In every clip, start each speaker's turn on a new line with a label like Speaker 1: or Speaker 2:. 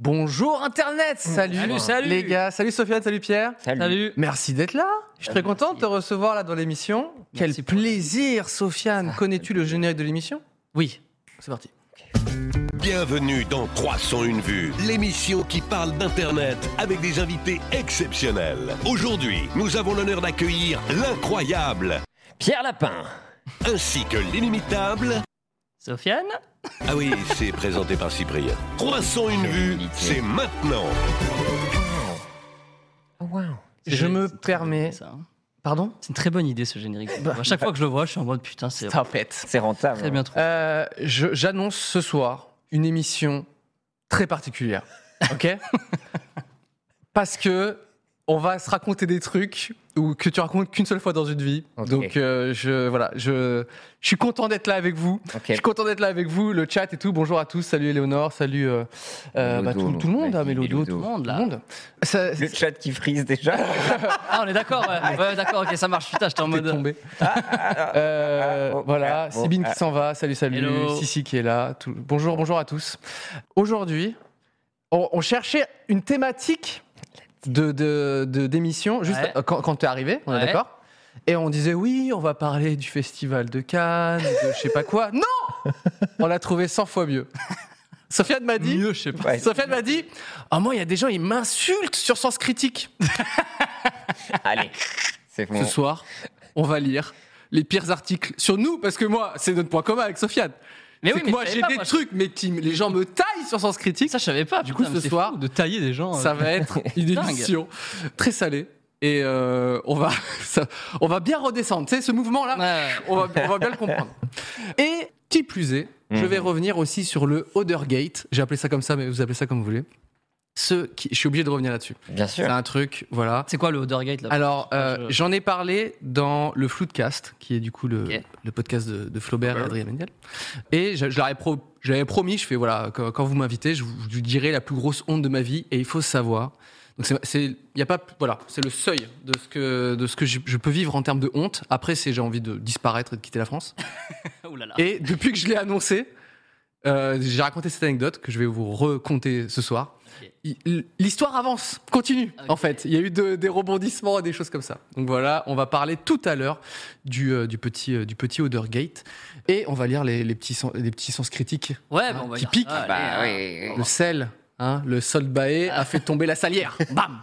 Speaker 1: Bonjour Internet,
Speaker 2: Mm.
Speaker 1: salut,
Speaker 3: Salut, salut.
Speaker 1: les gars, salut Sofiane, salut Pierre.
Speaker 3: Salut.
Speaker 1: Merci d'être là. Je suis très content de te recevoir là dans l'émission. Quel
Speaker 3: Merci pour- Ah,
Speaker 1: plaisir, Sofiane. Connais-tu le générique de l'émission Oui. C'est parti.
Speaker 4: Bienvenue dans 301 vues, l'émission qui parle d'Internet avec des invités exceptionnels. Aujourd'hui, nous avons l'honneur d'accueillir l'incroyable
Speaker 3: Pierre Lapin.
Speaker 4: ainsi que l'inimitable.
Speaker 3: Sofiane.
Speaker 4: Ah oui, c'est présenté par Cyprien. 301 vues, c'est maintenant.
Speaker 1: Je me permets. Eh ben. Pardon
Speaker 2: hein. C'est une très bonne idée ce générique. à chaque fois que je le vois, je suis en mode putain, c'est
Speaker 1: Stop it.
Speaker 3: C'est rentable.
Speaker 2: très bien trouvé.
Speaker 1: Euh, je- J'annonce ce soir une émission très particulière. Ok Parce que on va se raconter des trucs ou que tu racontes qu'une seule fois dans une vie.
Speaker 3: Ok.
Speaker 1: Donc euh, je voilà, je, je suis content d'être là avec vous.
Speaker 3: Ok.
Speaker 1: Je suis content d'être là avec vous, le chat et tout. Bonjour à tous. Salut Éléonore, salut euh, euh, bah,
Speaker 3: Lodo,
Speaker 1: tout, tout le monde,
Speaker 3: Maggie,
Speaker 1: hein, Mélodo,
Speaker 3: Lodo.
Speaker 1: tout le monde.
Speaker 2: Là.
Speaker 1: Tout le monde. Ça,
Speaker 3: Le chat qui frise déjà.
Speaker 2: Ah, on est d'accord, ouais. Ouais, d'accord, ok, ça marche. Putain, j'étais en
Speaker 1: t'es
Speaker 2: mode.
Speaker 1: tombé. Euh,
Speaker 3: ah, oh,
Speaker 1: voilà,
Speaker 3: ah, oh,
Speaker 1: Sibine
Speaker 3: ah.
Speaker 1: qui s'en va. Salut, salut.
Speaker 2: Hello.
Speaker 1: Sissi qui est là. tout- Bonjour, bonjour à tous. Aujourd'hui, on, on cherchait une thématique de de- de- d'émission juste
Speaker 2: Ouais.
Speaker 1: euh, quand, quand t'es arrivé, on est
Speaker 2: Ouais.
Speaker 1: d'accord Et on disait oui, on va parler du festival de Cannes, de je sais pas quoi. Non, on l'a trouvé 100 fois mieux. Sofiane m'a dit.
Speaker 2: Mieux, je sais pas.
Speaker 3: Ouais.
Speaker 1: Sofiane m'a dit, Ah, moi il y a des gens ils m'insultent sur Sens Critique.
Speaker 3: Allez, c'est bon.
Speaker 1: Ce soir, on va lire les pires articles sur nous, parce que moi, c'est notre point commun avec Sofiane.
Speaker 2: Mais
Speaker 1: C'est
Speaker 2: oui,
Speaker 1: que
Speaker 2: mais
Speaker 1: moi,
Speaker 2: je savais
Speaker 1: j'ai
Speaker 2: pas,
Speaker 1: des
Speaker 2: moi, je-
Speaker 1: trucs, mais qui- les gens me taillent sur Sens Critique.
Speaker 2: Ça, je savais pas.
Speaker 1: Du
Speaker 2: putain,
Speaker 1: coup,
Speaker 2: mais
Speaker 1: ce
Speaker 2: c'est
Speaker 1: soir,
Speaker 2: fou de tailler des gens.
Speaker 1: Ça
Speaker 2: euh.
Speaker 1: va être une
Speaker 2: Dingue.
Speaker 1: édition très salée. Et euh, on, va, ça- on va bien redescendre. Tu sais, ce mouvement-là,
Speaker 2: Ouais, ouais.
Speaker 1: on, va, on va bien le comprendre. Et qui plus est, je vais revenir aussi sur le Odergate. J'ai appelé ça comme ça, mais vous appelez ça comme vous voulez. Ce qui, je suis obligé de revenir là-dessus.
Speaker 3: Bien
Speaker 1: C'est
Speaker 3: sûr.
Speaker 1: un truc, voilà.
Speaker 2: C'est quoi le Odergate là
Speaker 1: Alors, euh,
Speaker 2: je-
Speaker 1: j'en ai parlé dans le Floodcast, qui est du coup le,
Speaker 2: Ok.
Speaker 1: le podcast de, de Flaubert et Adrien Méniel. Et je, je leur ai pro- je l'avais promis, je fais voilà, quand, quand vous m'invitez, je vous, je vous dirai la plus grosse honte de ma vie, et il faut savoir. Donc, c'est- c'est, il y a pas, voilà, c'est le seuil de ce que, de ce que je, je peux vivre en termes de honte. Après, c'est j'ai envie de disparaître et de quitter la France.
Speaker 2: Ouh là là.
Speaker 1: Et depuis que je l'ai annoncé, euh, j'ai raconté cette anecdote que je vais vous raconter ce soir.
Speaker 2: Ok.
Speaker 1: Il- L'histoire avance, continue
Speaker 5: Ah
Speaker 2: Ok.
Speaker 1: en fait. Il y a eu de- des rebondissements, des choses comme ça. Donc voilà, on va parler tout à l'heure du, euh, du petit euh, du petit Odergate et on va lire les, les petits sens, les petits sens critiques.
Speaker 2: Ouais,
Speaker 1: hein,
Speaker 2: bon, on va
Speaker 1: qui
Speaker 2: dire
Speaker 1: piquent.
Speaker 2: ça, allez,
Speaker 3: Bah
Speaker 2: hein.
Speaker 3: oui. oui,
Speaker 1: Le
Speaker 3: oui.
Speaker 1: sel, hein, le Solbaé
Speaker 5: Ah.
Speaker 1: a fait tomber la salière.
Speaker 2: euh,
Speaker 1: Bam.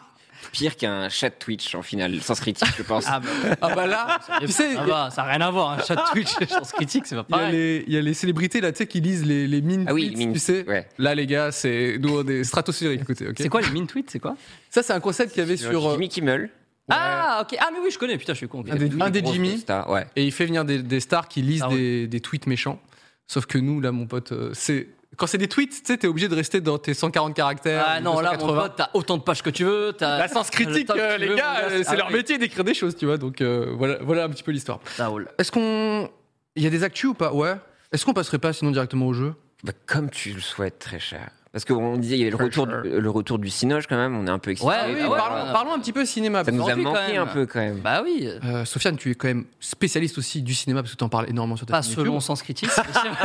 Speaker 5: pire qu'un chat Twitch en finale, sans critique, je pense.
Speaker 2: Ah, bah,
Speaker 1: Ah bah là, tu sais,
Speaker 2: ah
Speaker 1: il y a-
Speaker 2: bah, ça n'a rien à voir. Un chat Twitch, chance critique, c'est pas
Speaker 1: il y, a
Speaker 2: pareil.
Speaker 1: les- il y a les célébrités là, tu sais, qui lisent les, les mines
Speaker 5: Ah oui,
Speaker 1: tweets,
Speaker 5: les mines-
Speaker 1: tu sais.
Speaker 5: ouais.
Speaker 1: Là les gars, c'est nous on est stratosphérique, écoutez. ok
Speaker 2: C'est quoi les mean tweets C'est quoi
Speaker 1: Ça, c'est un concept qu'il y avait sur. euh,
Speaker 5: Jimmy Kimmel,
Speaker 2: Ah, ok. Ah, mais oui, je connais. Putain, je suis con. ok.
Speaker 1: un des, un des
Speaker 5: grosse
Speaker 1: Jimmy.
Speaker 5: star, ouais.
Speaker 1: Et il fait venir des, des stars qui lisent
Speaker 2: Ah ouais.
Speaker 1: des, des tweets méchants. Sauf que nous, là, mon pote, euh, c'est. Quand c'est des tweets, tu sais, t'es obligé de rester dans tes 140 caractères.
Speaker 2: Ah
Speaker 1: ou
Speaker 2: non, là, mon
Speaker 1: 280.
Speaker 2: pote, t'as autant de pages que tu veux. t'as-
Speaker 1: La sens critique,
Speaker 2: le temps que
Speaker 1: euh,
Speaker 2: tu
Speaker 1: les
Speaker 2: veux,
Speaker 1: gars,
Speaker 2: mon
Speaker 1: euh, c'est
Speaker 2: Ah
Speaker 1: leur
Speaker 2: oui.
Speaker 1: métier d'écrire des choses, tu vois. Donc euh, voilà, voilà un petit peu l'histoire.
Speaker 2: Ça roule.
Speaker 1: Est-ce qu'on. Il y a des actus ou pas Ouais. Est-ce qu'on passerait pas sinon directement au jeu
Speaker 5: Bah, comme tu le souhaites, très cher. Parce qu'on disait, il y avait le
Speaker 1: Très
Speaker 5: retour,
Speaker 1: cher.
Speaker 5: du, le retour du Cinoche quand même, on est un peu excité.
Speaker 2: Ouais, oui,
Speaker 5: Ah,
Speaker 2: ouais,
Speaker 1: parlons,
Speaker 2: ouais.
Speaker 1: parlons un petit peu cinéma.
Speaker 5: Ça nous a
Speaker 2: Aujourd'hui, quand
Speaker 5: manqué
Speaker 2: même.
Speaker 5: un peu quand même.
Speaker 2: Bah oui.
Speaker 1: Euh, Sofiane, tu es quand même spécialiste aussi du cinéma parce que t'en parles énormément sur ta
Speaker 2: Pas
Speaker 1: chaîne
Speaker 2: selon
Speaker 1: YouTube.
Speaker 2: sens critique. c'est sûr.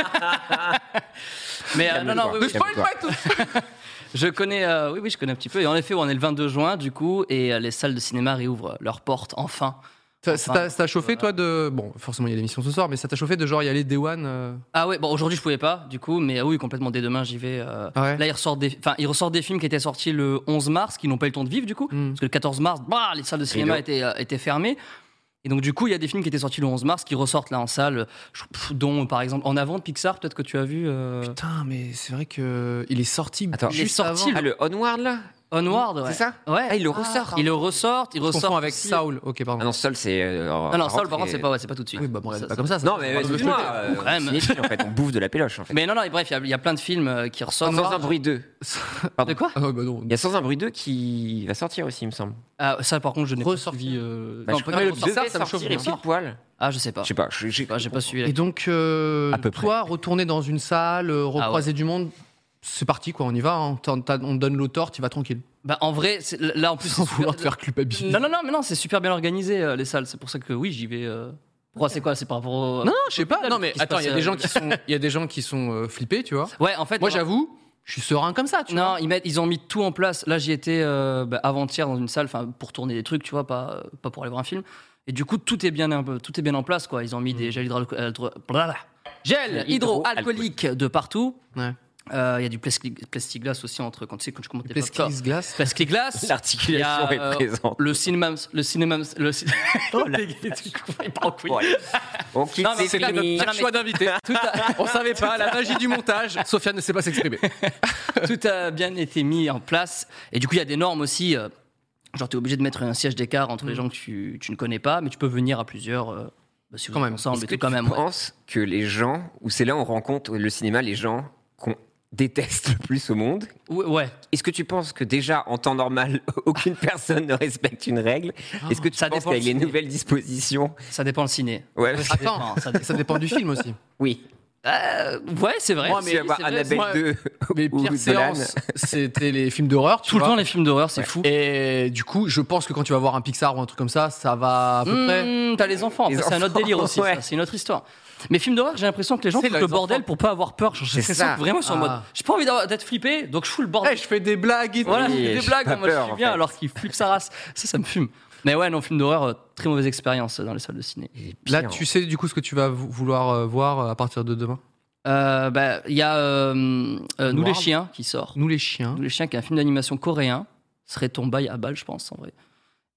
Speaker 2: mais euh, non, non, oui,
Speaker 1: Ne
Speaker 2: oui,
Speaker 1: spoil
Speaker 5: Calme-toi.
Speaker 1: pas tout
Speaker 2: je connais, euh, oui, oui, je connais un petit peu. Et en effet, on est le 22 juin, du coup, et euh, les salles de cinéma réouvrent leurs portes enfin.
Speaker 1: Ça ça
Speaker 2: Enfin,
Speaker 1: t'a ça t'a chauffé,
Speaker 2: voilà.
Speaker 1: toi, de. Bon, forcément, il y a l'émission ce soir, mais ça t'a chauffé de genre y aller Day One euh,
Speaker 2: Ah ouais, bon, aujourd'hui je pouvais pas, du coup, mais euh, oui, complètement. Dès demain, j'y vais. euh,
Speaker 1: Ouais.
Speaker 2: Là, ils ressortent des, enfin, ils ressortent des films qui étaient sortis le 11 mars, qui n'ont pas eu le temps de vivre, du coup,
Speaker 1: Hmm.
Speaker 2: parce que le 14 mars, bah, les salles de cinéma étaient, euh, étaient fermées. Et donc, du coup, il y a des films qui étaient sortis le 11 mars qui ressortent là en salle, je- pff, dont par exemple En avant de Pixar, peut-être que tu as vu. euh,
Speaker 1: Putain, mais c'est vrai que il est sorti
Speaker 5: Attends.
Speaker 2: Il est
Speaker 1: juste
Speaker 2: sorti
Speaker 1: avant.
Speaker 2: le-
Speaker 5: Ah, le Onward là
Speaker 2: Onward, ouais.
Speaker 5: C'est ça
Speaker 2: Ouais.
Speaker 5: Ah, ils le ressortent.
Speaker 2: Ils le ressortent, ils
Speaker 1: Je confonds
Speaker 2: ressortent
Speaker 1: avec
Speaker 2: aussi-
Speaker 1: Saul. Ok,
Speaker 5: Ah
Speaker 1: pardon.
Speaker 5: non, Sol, c'est. euh, en-
Speaker 2: Ah non,
Speaker 5: en
Speaker 2: Saul,
Speaker 5: rentrée.
Speaker 2: par contre, c'est pas, ouais, c'est pas tout de suite.
Speaker 1: Oui, bah bon,
Speaker 2: Ça,
Speaker 1: c'est
Speaker 2: ça,
Speaker 1: pas comme ça. ça.
Speaker 5: Non, mais
Speaker 1: Pardon,
Speaker 5: excuse-moi.
Speaker 1: je me
Speaker 5: euh,
Speaker 2: Quand même.
Speaker 5: cinéphile, en fait, on bouffe de la péloche, en fait.
Speaker 2: Mais non, non, et bref, il y a- il y, a plein de films euh, qui ressortent.
Speaker 5: Sans un bruit 2.
Speaker 2: De quoi
Speaker 1: Ah ouais, bah non.
Speaker 5: Il y a Sans un bruit 2 qui va sortir aussi, il me semble.
Speaker 2: Ah, Ça, par contre, je n'ai pas suivi. euh,
Speaker 5: Bah,
Speaker 2: non,
Speaker 5: je
Speaker 2: pas-
Speaker 5: crois que
Speaker 2: non, ça,
Speaker 5: le 2
Speaker 2: ça me chauffe
Speaker 5: sortir et
Speaker 2: bien.
Speaker 5: pile poil.
Speaker 2: Ah, je sais pas.
Speaker 5: Je sais pas. je- J'ai
Speaker 2: Ah, J'ai pas suivi. la-
Speaker 1: Et donc, euh,
Speaker 5: À peu
Speaker 1: toi, retourner dans une salle,
Speaker 2: Ah
Speaker 1: euh, recroiser du monde, c'est parti, quoi. On y va. hein. T'en- t'as- On te donne l'auteur, tu vas tranquille.
Speaker 2: Bah, en vrai, c'est- là, en plus,
Speaker 1: Sans
Speaker 2: c'est
Speaker 1: vouloir te
Speaker 2: super-
Speaker 1: faire culpabiliser.
Speaker 2: Non, non, non, mais non, c'est super bien organisé, euh, les salles. C'est pour ça que oui, j'y vais. euh. Pourquoi c'est quoi C'est par rapport au.
Speaker 1: Non, non, je sais pas. Non, mais
Speaker 2: Qu'est-ce qui se
Speaker 1: attends, il y a
Speaker 2: passe,
Speaker 1: des
Speaker 2: euh,
Speaker 1: gens qui sont, il y a des gens qui sont euh, flippés, tu vois.
Speaker 2: Ouais, en fait.
Speaker 1: Moi,
Speaker 2: on-
Speaker 1: j'avoue, je suis serein comme ça, tu vois.
Speaker 2: Non, ils, mettent, ils ont mis tout en place. Là, j'y étais euh, bah, avant-hier dans une salle, enfin pour tourner des trucs, tu vois, pas, euh, pas pour aller voir un film. Et du coup, tout est bien, un peu- tout est bien en place, quoi. Ils ont mis
Speaker 1: Mm.
Speaker 2: des gels hydro- euh, hydro- blablabla. Gel
Speaker 5: Gel
Speaker 2: hydroalcoolique de partout.
Speaker 1: Ouais.
Speaker 2: Euh, Il y a du plastic, plastiglas aussi entre quand tu sais quand je commande des popcorn.
Speaker 1: Pesquise glace.
Speaker 2: Plastiglas.
Speaker 5: L'articulation
Speaker 2: Il y a, euh,
Speaker 5: est présente.
Speaker 2: Le cinnamon, le cinnamon, le cin-
Speaker 1: Oh
Speaker 5: Ouais. On quitte
Speaker 2: Non, mais
Speaker 5: c'est
Speaker 2: c'est
Speaker 5: fini.
Speaker 2: la-
Speaker 1: Chaque choix d'invité. Tout à- On savait pas la magie du montage. Sofiane ne sait pas s'exprimer.
Speaker 2: tout a bien été mis en place. Et du coup, il y a des normes aussi. euh, genre, tu es obligé de mettre un siège d'écart entre les gens que tu, tu ne connais pas, mais tu peux venir à plusieurs. euh, bah, si vous
Speaker 1: Quand
Speaker 2: êtes
Speaker 1: même.
Speaker 2: ensemble,
Speaker 5: Est-ce
Speaker 2: et
Speaker 5: que
Speaker 2: tout, quand
Speaker 5: tu
Speaker 2: même. ouais.
Speaker 5: penses que les gens, où c'est là où on rencontre le cinéma, les gens qu'on déteste le plus au monde,
Speaker 2: Ouais, ouais.
Speaker 5: est-ce que tu penses que déjà en temps normal, aucune personne ne respecte une règle Est-ce que tu
Speaker 2: Ah, ça
Speaker 5: penses
Speaker 2: dépend
Speaker 5: qu'avec
Speaker 2: le
Speaker 5: les
Speaker 2: ciné.
Speaker 5: nouvelles dispositions,
Speaker 2: ça dépend le ciné.
Speaker 5: ouais,
Speaker 1: Attends,
Speaker 2: Ça dépend.
Speaker 1: ça dépend du film aussi.
Speaker 5: oui,
Speaker 2: Euh, ouais, c'est vrai.
Speaker 5: Moi, mais
Speaker 2: C'est-
Speaker 5: tu vas voir
Speaker 2: c'est vrai,
Speaker 5: Annabelle
Speaker 1: moi,
Speaker 5: 2
Speaker 1: Mes
Speaker 5: ou
Speaker 1: pires
Speaker 5: Dolan.
Speaker 1: séances, c'était les films d'horreur. tu
Speaker 2: Tout le
Speaker 1: vois.
Speaker 2: temps, les films d'horreur, c'est fou.
Speaker 1: Et du coup, je pense que quand tu vas voir un Pixar ou un truc comme ça, ça va à peu près.
Speaker 2: Hmm, T'as les enfants,
Speaker 5: Les
Speaker 2: ça, c'est un autre
Speaker 5: enfants,
Speaker 2: délire aussi, ça,
Speaker 5: ouais.
Speaker 2: c'est une autre histoire. Mais films d'horreur, j'ai l'impression que les gens
Speaker 1: C'est
Speaker 2: foutent
Speaker 1: là,
Speaker 2: le
Speaker 1: les
Speaker 2: bordel
Speaker 1: enfants.
Speaker 2: pour pas avoir peur. Genre, J'ai
Speaker 5: C'est
Speaker 2: l'impression
Speaker 5: ça.
Speaker 2: que vraiment, ils sont en
Speaker 1: Ah.
Speaker 2: mode, j'ai pas envie d'avoir- d'être flippé, donc je fous le bordel.
Speaker 1: Eh, je fais des blagues et tout.
Speaker 2: Voilà,
Speaker 5: Oui,
Speaker 2: je fais
Speaker 5: j'ai
Speaker 2: des blagues,
Speaker 5: pas
Speaker 2: en mode,
Speaker 5: peur,
Speaker 2: je
Speaker 5: en
Speaker 2: suis bien,
Speaker 5: fait.
Speaker 2: alors qu'il flippe sa race. Ça, ça me fume. Mais ouais, non, film d'horreur, euh, très mauvaise expérience euh, dans les salles de ciné.
Speaker 1: Là, tu sais du coup ce que tu vas vou- vouloir euh, voir euh, à partir de demain.
Speaker 2: Euh, bah, Il y a euh, euh, Nous les
Speaker 1: Noir.
Speaker 2: chiens qui sort.
Speaker 1: Nous les chiens.
Speaker 2: Nous les chiens, qui est un film d'animation coréen, serait tombé à balle, je pense, en vrai.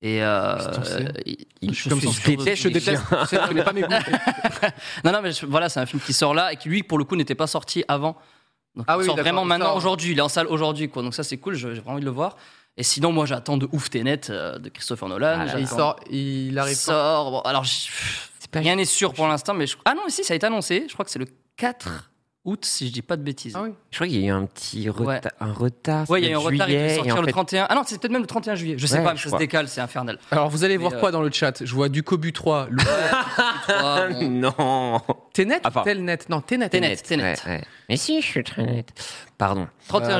Speaker 2: Et euh,
Speaker 1: Putain, c'est-
Speaker 2: il-
Speaker 1: Je
Speaker 2: il-
Speaker 1: suis comme
Speaker 2: suis
Speaker 1: ça,
Speaker 2: sûr
Speaker 1: je
Speaker 2: de-
Speaker 1: déteste, je
Speaker 2: il est
Speaker 1: déteste. Tu sais, je connais pas mes goûts.
Speaker 2: Non, non, mais je- voilà, c'est un film qui sort là et qui, lui, pour le coup, n'était pas sorti avant. Donc,
Speaker 1: Ah
Speaker 2: il
Speaker 1: oui,
Speaker 2: sort
Speaker 1: d'accord,
Speaker 2: vraiment
Speaker 1: il
Speaker 2: maintenant,
Speaker 1: sort.
Speaker 2: aujourd'hui. Il est en salle aujourd'hui, quoi. Donc, ça, c'est cool, je- j'ai vraiment envie de le voir. Et sinon, moi, j'attends de ouf Tenet euh, de Christopher Nolan.
Speaker 1: Et
Speaker 2: j'attends-
Speaker 1: Ah, Il sort, il
Speaker 2: Il
Speaker 1: arrive. quand
Speaker 2: sort. Bon, alors, je- rien n'est sûr pour l'instant, mais je... Ah non, si, ça a été annoncé. Je crois que c'est le 4 août, si je dis pas de bêtises.
Speaker 1: Ah oui.
Speaker 5: Je crois qu'il y a eu un petit reta-
Speaker 2: Ouais.
Speaker 5: un retard.
Speaker 2: Ouais, il y a eu un retard, il devait sortir
Speaker 5: en
Speaker 2: le
Speaker 5: fait,
Speaker 2: 31. Ah non, c'est peut-être même le 31 juillet. Je sais
Speaker 5: Ouais,
Speaker 2: pas, mais
Speaker 5: je
Speaker 2: ça se
Speaker 5: crois.
Speaker 2: décale, c'est infernal.
Speaker 1: Alors vous allez voir
Speaker 2: euh,
Speaker 1: quoi dans le chat Je vois du Cobu 3. Lou-
Speaker 2: Ah, bon.
Speaker 5: Non.
Speaker 1: T'es net
Speaker 5: Ah, pardon.
Speaker 1: Tel net Non, t'es net.
Speaker 2: T'es net, t'es net.
Speaker 5: Ouais, ouais. Mais si, je suis très net. Pardon.
Speaker 2: 31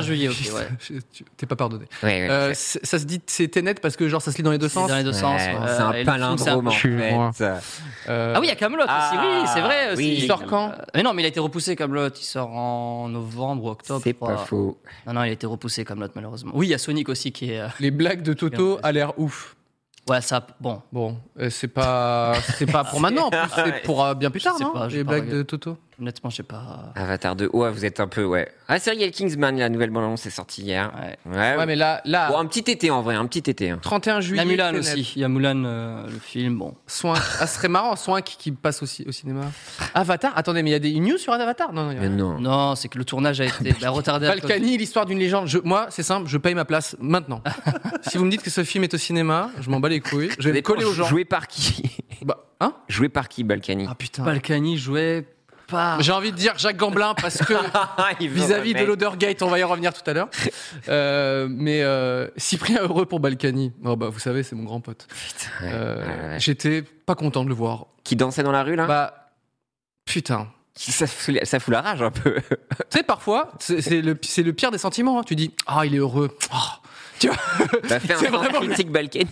Speaker 2: juillet, ok, ouais.
Speaker 1: Tu- T'es pas pardonné.
Speaker 5: Ouais, ouais.
Speaker 1: Euh, c'est- ça se dit c'est t'es net parce que genre ça se lit dans les deux
Speaker 2: C'est
Speaker 1: sens.
Speaker 2: Dans les deux sens.
Speaker 5: Ouais,
Speaker 2: ouais.
Speaker 5: c'est
Speaker 2: Et
Speaker 5: un
Speaker 2: le film, c'est un-
Speaker 5: palindrome en
Speaker 1: Je suis moi.
Speaker 5: fait.
Speaker 1: Euh,
Speaker 2: Ah oui, il y a Camelot aussi,
Speaker 5: Ah,
Speaker 2: oui, c'est vrai. aussi.
Speaker 5: oui.
Speaker 1: il sort quand
Speaker 2: Euh, Mais non, mais il a été repoussé Camelot. Il sort en novembre ou octobre.
Speaker 5: C'est
Speaker 2: je crois.
Speaker 5: pas faux.
Speaker 2: Non, non, il a été repoussé Camelot malheureusement. Oui, il y a Sonic aussi qui est. euh,
Speaker 1: Les blagues de Toto a l'air ouf.
Speaker 2: Ouais, ça. Bon.
Speaker 1: Bon, euh, c'est pas c'est pas pour maintenant, en plus, c'est pour euh, bien plus tard,
Speaker 2: sais
Speaker 1: non
Speaker 2: pas, j'ai
Speaker 1: Les
Speaker 2: pas
Speaker 1: blagues
Speaker 2: regardé.
Speaker 1: de Toto.
Speaker 2: Honnêtement, je sais pas.
Speaker 5: Avatar 2. Ouais, vous êtes un peu, ouais. Ah, c'est vrai, il y a le Kingsman, la nouvelle bande-annonce est sortie hier.
Speaker 2: Ouais.
Speaker 5: Ouais,
Speaker 1: Ouais, mais là là
Speaker 5: Bon, un petit été en vrai, un petit été. hein.
Speaker 1: 31
Speaker 2: Il y
Speaker 1: juillet.
Speaker 2: a Mulan
Speaker 1: Tenet.
Speaker 2: aussi. Il y a Mulan, euh, le film. Bon.
Speaker 1: Soin. Ah, ce serait marrant, Soin qui, qui passe aussi au cinéma. Avatar. Attendez, mais il y a des une news sur Avatar Non, non. il y en a
Speaker 5: Mais non.
Speaker 2: Non, c'est que le tournage a été bah, retardé. à cause-
Speaker 1: Hein. Balkany, l'histoire d'une légende. Je- moi, c'est simple, je paye ma place maintenant. si vous me dites que ce film est au cinéma, je m'en bats les couilles. Je vais me coller aux gens.
Speaker 5: Joué par qui
Speaker 1: Bah, hein
Speaker 5: Joué par qui, Balkany
Speaker 1: Ah putain.
Speaker 2: Balkany jouait pas.
Speaker 1: J'ai envie de dire Jacques Gamblin parce que
Speaker 5: Ah,
Speaker 1: vis-à-vis de l'Odergate, on va y revenir tout à l'heure. Euh, mais euh, Cyprien Heureux pour Balkany. Oh, bah, vous savez, c'est mon grand pote. Euh,
Speaker 5: ouais, Hein ouais.
Speaker 1: J'étais pas content de le voir.
Speaker 5: Qui dansait dans la rue là
Speaker 1: Bah, putain.
Speaker 5: ça, fout, la- ça fout la rage un peu.
Speaker 1: Tu sais, parfois, c'est c'est le, c'est le pire des sentiments. hein. Tu dis, ah, il est heureux. Ah,
Speaker 5: T'as fait
Speaker 1: C'est
Speaker 5: un
Speaker 1: vraiment
Speaker 5: temps
Speaker 1: le-
Speaker 5: critique Balkany.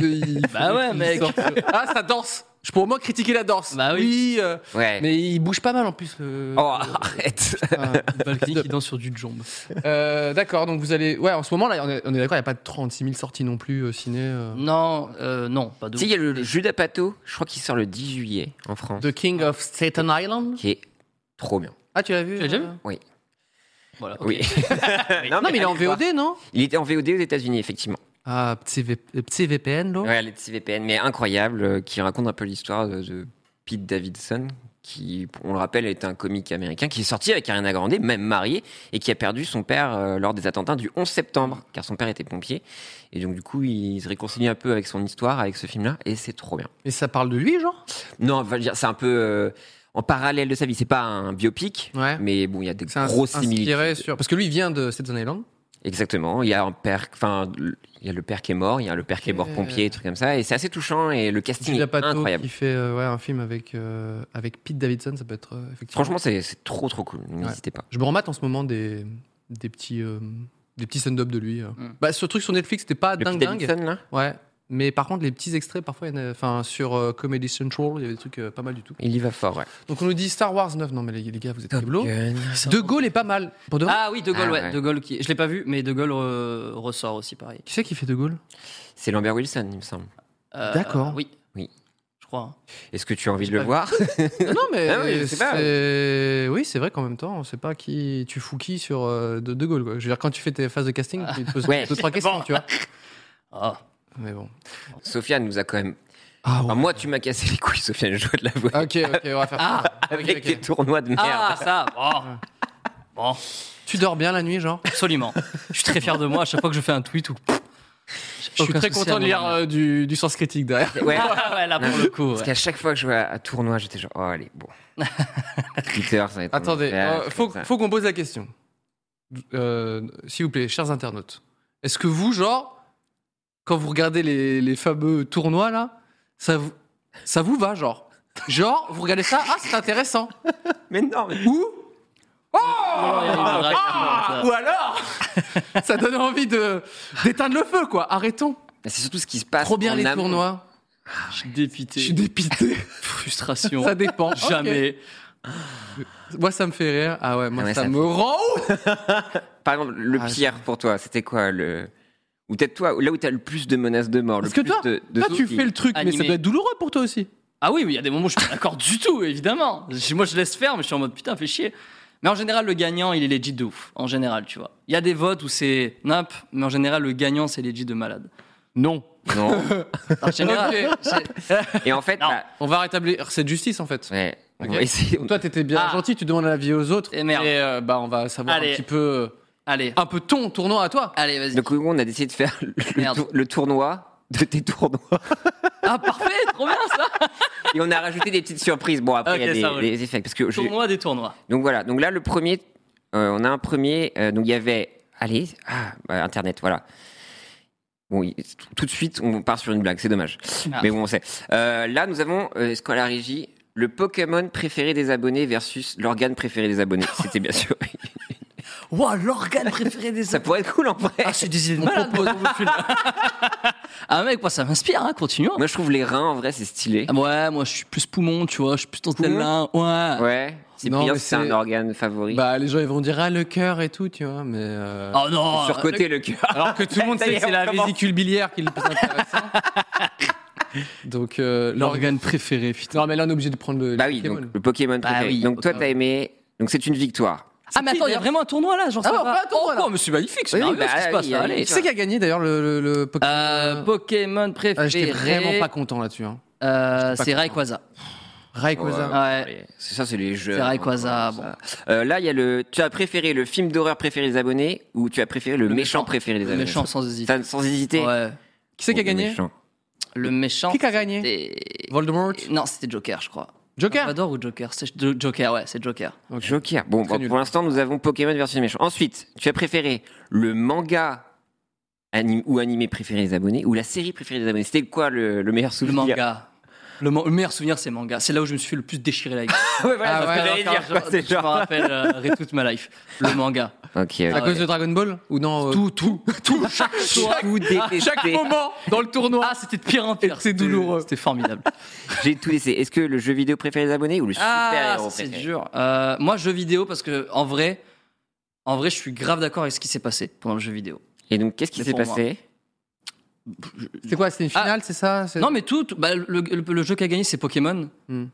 Speaker 1: il-
Speaker 2: Bah ouais,
Speaker 1: il
Speaker 2: mec.
Speaker 1: sort- Ah, ça danse. Je pourrais au moins critiquer la danse.
Speaker 2: Bah oui.
Speaker 1: euh,
Speaker 5: Ouais.
Speaker 1: mais il bouge pas mal en plus. euh,
Speaker 5: Oh, arrête.
Speaker 1: putain.
Speaker 2: Balkany qui danse sur du jombe.
Speaker 1: Euh, d'accord, donc vous allez. Ouais, en ce moment, là, on est, on est d'accord, il n'y a pas de 36 000 sorties non plus euh, ciné. euh.
Speaker 2: Non, euh, non, pas de.
Speaker 5: tu sais, il y a le, le Judas Pato, je crois qu'il sort le 10 juillet en France,
Speaker 1: The King of Staten Island
Speaker 5: qui est trop bien.
Speaker 1: Ah, tu l'as vu
Speaker 2: Tu l'as déjà vu
Speaker 1: euh
Speaker 5: Oui.
Speaker 2: Voilà.
Speaker 5: Oui.
Speaker 1: Non, mais il est en VOD, non
Speaker 5: Il était en VOD aux États-Unis, effectivement.
Speaker 1: Ah, petit, V- euh, petit VPN, là.
Speaker 5: Ouais, le petit VPN, mais incroyable, euh, qui raconte un peu l'histoire de, de Pete Davidson, qui, on le rappelle, est un comique américain qui est sorti avec Ariana Grande, même marié, et qui a perdu son père euh, lors des attentats du 11 septembre, car son père était pompier. Et donc, du coup, il se réconcilie un peu avec son histoire, avec ce film-là, et c'est trop bien.
Speaker 1: Et ça parle de lui, genre
Speaker 5: Non, enfin, je veux dire, c'est un peu euh, en parallèle de sa vie. C'est pas un biopic,
Speaker 1: Ouais.
Speaker 5: mais bon, il y a des
Speaker 1: C'est un-
Speaker 5: grosses
Speaker 1: inspiré
Speaker 5: similitudes.
Speaker 1: sur. Parce que lui, il vient de Staten Island.
Speaker 5: Exactement. Il y a un père, enfin, il y a le père qui est mort, il y a le père qui est mort
Speaker 1: Ok.
Speaker 5: pompier, des trucs comme ça. Et c'est assez touchant et le casting
Speaker 1: Julia
Speaker 5: est
Speaker 1: Pato
Speaker 5: incroyable.
Speaker 1: qui fait euh, ouais, un film avec, euh, avec Pete Davidson, ça peut être euh, effectivement.
Speaker 5: Franchement, c'est c'est trop trop cool. Donc,
Speaker 1: Ouais.
Speaker 5: N'hésitez pas.
Speaker 1: Je me remate en ce moment des, des petits, euh, des petits stand-up de lui. euh.
Speaker 2: Mm.
Speaker 1: Bah, ce truc sur Netflix, c'était pas
Speaker 5: Le
Speaker 1: dingue
Speaker 5: petit
Speaker 1: dingue.
Speaker 5: Davidson, là,
Speaker 1: Ouais. Mais par contre, les petits extraits, parfois, il y en a- enfin, sur euh, Comedy Central, il y avait des trucs euh, pas mal du tout.
Speaker 5: il y va fort. Ouais.
Speaker 1: Donc on nous dit Star Wars 9. Non, mais les, les gars, vous êtes tableaux.
Speaker 5: Gun.
Speaker 1: De Gaulle est pas mal. Pour de vrai
Speaker 2: Ah oui, De Gaulle,
Speaker 5: Ah,
Speaker 2: ouais.
Speaker 5: ouais.
Speaker 2: De Gaulle qui... Je l'ai pas vu, mais De Gaulle euh, ressort aussi, pareil.
Speaker 1: Qui c'est qui fait De Gaulle
Speaker 5: C'est Lambert Wilson, il me semble.
Speaker 2: Euh,
Speaker 1: D'accord.
Speaker 2: Oui.
Speaker 5: Oui.
Speaker 2: Je crois. hein.
Speaker 5: Est-ce que tu as envie de
Speaker 2: J'ai
Speaker 5: le
Speaker 2: pas
Speaker 5: voir
Speaker 1: Non, non, mais.
Speaker 5: Ah oui, je sais pas.
Speaker 1: c'est- Oui, c'est vrai qu'en même temps, on sait pas qui. Tu fous qui sur euh, de, De Gaulle, quoi. Je veux dire, quand tu fais tes phases de casting, tu te poses
Speaker 5: Ouais.
Speaker 1: deux, trois questions,
Speaker 2: Bon.
Speaker 1: tu vois.
Speaker 2: Ah.
Speaker 1: Mais bon.
Speaker 5: Sofiane nous a quand même.
Speaker 1: Ah,
Speaker 5: Enfin, moi, tu m'as cassé les couilles, Sofiane, je joue de la voix.
Speaker 1: Ok, ok, on va faire
Speaker 2: Ah,
Speaker 1: Ok,
Speaker 5: Avec
Speaker 1: ok.
Speaker 5: des tournois de merde.
Speaker 2: Ah, ça bon. Bon,
Speaker 1: Tu dors bien la nuit, genre
Speaker 2: absolument. Je suis très fier de moi à chaque fois que je fais un tweet ou.
Speaker 1: Je suis très content de lire euh, du, du sens critique derrière.
Speaker 5: Ouais.
Speaker 2: Ah ouais, là pour le coup.
Speaker 5: Parce
Speaker 2: ouais.
Speaker 5: qu'à chaque fois que je jouais à, à tournoi, j'étais genre, oh allez, bon. Twitter, ça va être. un
Speaker 1: Attendez,
Speaker 5: enfer,
Speaker 1: euh,
Speaker 5: comme
Speaker 1: faut,
Speaker 5: ça.
Speaker 1: faut qu'on pose la question. Euh, S'il vous plaît, chers internautes, est-ce que vous, genre, quand vous regardez les, les fameux tournois, là, ça vous, ça vous va, genre Genre, vous regardez ça, ah, c'est intéressant.
Speaker 5: Mais non, mais.
Speaker 1: Ou,
Speaker 2: Il y a des dragues qui montent,
Speaker 1: ou
Speaker 2: là.
Speaker 1: alors, ça donne envie de d'éteindre le feu, quoi. Arrêtons.
Speaker 5: Mais C'est surtout ce qui se passe.
Speaker 1: Trop bien
Speaker 5: en
Speaker 1: les
Speaker 5: amont.
Speaker 1: tournois.
Speaker 2: Je suis
Speaker 1: Je
Speaker 2: dépité.
Speaker 1: suis dépité.
Speaker 2: Frustration.
Speaker 1: ça dépend. Ok.
Speaker 2: Jamais.
Speaker 1: Moi, ça me fait rire. Ah ouais, moi,
Speaker 5: Ah ouais,
Speaker 1: ça,
Speaker 5: ça
Speaker 1: me
Speaker 5: fait-
Speaker 1: rend ouf.
Speaker 5: Par exemple, le
Speaker 1: Ah,
Speaker 5: pire pour toi, c'était quoi le... Ou peut-être toi, là où t'as le plus de menaces de mort, le
Speaker 1: Parce que
Speaker 5: plus
Speaker 1: toi,
Speaker 5: de, de
Speaker 1: toi, tu
Speaker 5: soucis.
Speaker 1: fais le truc, mais ça
Speaker 2: animé.
Speaker 1: doit être douloureux pour toi aussi.
Speaker 2: Ah oui, mais il y a des moments où je suis pas d'accord du tout, évidemment. Je- Moi, je laisse faire, mais je suis en mode putain, fais chier. Mais en général, le gagnant, il est legit de ouf. En général, tu vois. Il y a des votes où c'est nap, mais en général, le gagnant, c'est legit de malade.
Speaker 1: Non.
Speaker 5: Non.
Speaker 2: En général,
Speaker 5: Et en fait,
Speaker 2: Non.
Speaker 5: bah,
Speaker 1: On va rétablir cette justice en fait.
Speaker 5: ouais, on
Speaker 1: Ok.
Speaker 5: va essayer. on-
Speaker 1: Toi, t'étais bien
Speaker 2: Ah.
Speaker 1: gentil, tu demandes la vie aux autres.
Speaker 2: Et merde.
Speaker 1: euh, bah, on va savoir un
Speaker 2: Allez.
Speaker 1: petit peu, euh,
Speaker 2: allez,
Speaker 1: un peu ton tournoi à toi.
Speaker 2: allez, vas-y.
Speaker 5: Donc, on a décidé de faire le,
Speaker 2: Merde.
Speaker 5: tour- le tournoi de tes tournois.
Speaker 2: Ah parfait, trop bien ça.
Speaker 5: Et on a rajouté des petites surprises. Bon, après, il
Speaker 2: Ok,
Speaker 5: y
Speaker 2: ça
Speaker 5: a
Speaker 2: roule.
Speaker 5: des, des effets. Parce que je-
Speaker 2: Tournoi des tournois.
Speaker 5: Donc voilà, donc là le premier, euh, on a un premier, euh, donc il y avait, allez, ah, bah, Internet, voilà. Bon, il- tout de suite, on part sur une blague, c'est dommage.
Speaker 2: Ah.
Speaker 5: Mais bon, on sait. Euh, là, nous avons, euh, ce qu'on a la régie, le Pokémon préféré des abonnés versus l'organe préféré des abonnés. C'était bien sûr.
Speaker 2: Wow, l'organe préféré des
Speaker 5: Ça pourrait être cool en vrai.
Speaker 2: Ah, c'est des idées de malade. ah mec, moi ça m'inspire, hein, continuons.
Speaker 5: Moi, je trouve les reins en vrai, c'est stylé.
Speaker 2: Ah, ouais, moi je suis plus poumon, tu vois, je suis plus dans celle là. Ouais.
Speaker 5: Ouais. C'est
Speaker 1: Non,
Speaker 5: brillant,
Speaker 1: mais
Speaker 5: c'est
Speaker 1: c'est-
Speaker 5: un organe favori.
Speaker 1: Bah, les gens ils vont dire ah le cœur et tout, tu vois, mais. euh,
Speaker 2: Oh non.
Speaker 5: Surcoté le cœur.
Speaker 1: Alors que tout le monde
Speaker 5: Ça y
Speaker 1: sait
Speaker 5: est,
Speaker 1: que c'est
Speaker 5: on
Speaker 1: la
Speaker 5: commence.
Speaker 1: vésicule biliaire qui est le plus intéressant. Donc euh, l'organe.
Speaker 2: L'organe préféré, putain.
Speaker 1: Non mais là on est obligé de prendre le.
Speaker 5: Bah
Speaker 1: le
Speaker 5: oui,
Speaker 1: Pokémon.
Speaker 5: donc le Pokémon
Speaker 2: Bah
Speaker 5: préféré.
Speaker 2: oui,
Speaker 5: donc toi,
Speaker 2: Pokémon.
Speaker 5: t'as aimé. Donc c'est une victoire.
Speaker 2: Ah mais attends, il y a vraiment un tournoi là, genre
Speaker 1: Ah
Speaker 2: ça
Speaker 1: ouais, on
Speaker 2: va.
Speaker 1: fait un tournoi,
Speaker 2: Oh,
Speaker 1: là.
Speaker 2: quoi, mais c'est magnifique, c'est
Speaker 5: Oui,
Speaker 2: merveilleux
Speaker 5: bah,
Speaker 2: ce qui se
Speaker 5: oui,
Speaker 2: passe là,
Speaker 5: oui,
Speaker 2: allez.
Speaker 5: oui.
Speaker 1: Qui c'est qui a gagné d'ailleurs le, le, le Pokémon
Speaker 2: Euh, Pokémon
Speaker 1: Ah,
Speaker 2: préféré.
Speaker 1: oh. J'étais vraiment pas content là-dessus. Hein. pas
Speaker 2: Euh, c'est
Speaker 1: content.
Speaker 2: Rayquaza.
Speaker 1: Rayquaza.
Speaker 5: Ouais.
Speaker 2: Ouais.
Speaker 5: C'est ça, c'est les jeux.
Speaker 2: C'est Rayquaza, bon.
Speaker 5: Euh, là, il y a le. Tu as préféré le film d'horreur préféré des abonnés ou tu as préféré le, méchant, préféré des
Speaker 2: Le
Speaker 5: abonnés
Speaker 2: méchant sans hésiter.
Speaker 5: Ça, sans hésiter.
Speaker 2: Ouais.
Speaker 1: Qui c'est qui a
Speaker 5: Le
Speaker 1: gagné
Speaker 5: méchant.
Speaker 2: Le méchant.
Speaker 1: Qui qui a gagné
Speaker 2: c'était-
Speaker 1: Voldemort
Speaker 2: Non, c'était Joker, je crois.
Speaker 1: Joker
Speaker 2: Salvador ou Joker C'est Jo- Joker, ouais, c'est Joker.
Speaker 1: Ok.
Speaker 5: Joker. Bon,
Speaker 1: Très
Speaker 5: bon,
Speaker 1: nul.
Speaker 5: pour l'instant, nous avons Pokémon versus le méchant. Ensuite, tu as préféré le manga anim- ou animé préféré des abonnés ou la série préférée des abonnés. C'était quoi le, le meilleur
Speaker 2: Le
Speaker 5: souvenir
Speaker 2: manga. Le, man- le meilleur souvenir, c'est manga. C'est là où je me suis fait le plus déchirer la gueule.
Speaker 5: Ouais, voilà,
Speaker 1: Ah
Speaker 5: c'est ce
Speaker 1: ouais,
Speaker 5: que j'allais
Speaker 2: Alors,
Speaker 5: dire,
Speaker 2: quand
Speaker 5: quoi,
Speaker 2: je-
Speaker 5: c'est
Speaker 2: je me
Speaker 5: genre-
Speaker 2: rappelle euh, toute ma life. Le manga.
Speaker 5: Ok.
Speaker 1: À
Speaker 5: ok.
Speaker 1: cause de Dragon Ball Ou non euh,
Speaker 2: Tout, tout, tout, chaque choix.
Speaker 5: Tout détesté.
Speaker 1: Chaque moment dans le tournoi.
Speaker 2: Ah, c'était de pire en pire.
Speaker 1: C'est
Speaker 2: C'était-
Speaker 1: douloureux.
Speaker 2: C'était formidable.
Speaker 5: J'ai tout laissé. Est-ce que le jeu vidéo préféré des abonnés ou le super
Speaker 2: Ah,
Speaker 5: héros
Speaker 2: ça, c'est
Speaker 5: préféré
Speaker 2: dur. Euh, moi, jeu vidéo, parce que en vrai, en vrai, je suis grave d'accord avec ce qui s'est passé pendant le jeu vidéo.
Speaker 5: Et donc, qu'est-ce qui
Speaker 2: C'est
Speaker 5: s'est
Speaker 2: pour moi.
Speaker 5: passé
Speaker 1: C'est quoi C'est une finale, c'est ça C'est-
Speaker 2: Ah. Non, mais tout, tout- bah, le, le- le jeu qui a gagné, c'est Pokémon.
Speaker 1: Hmm.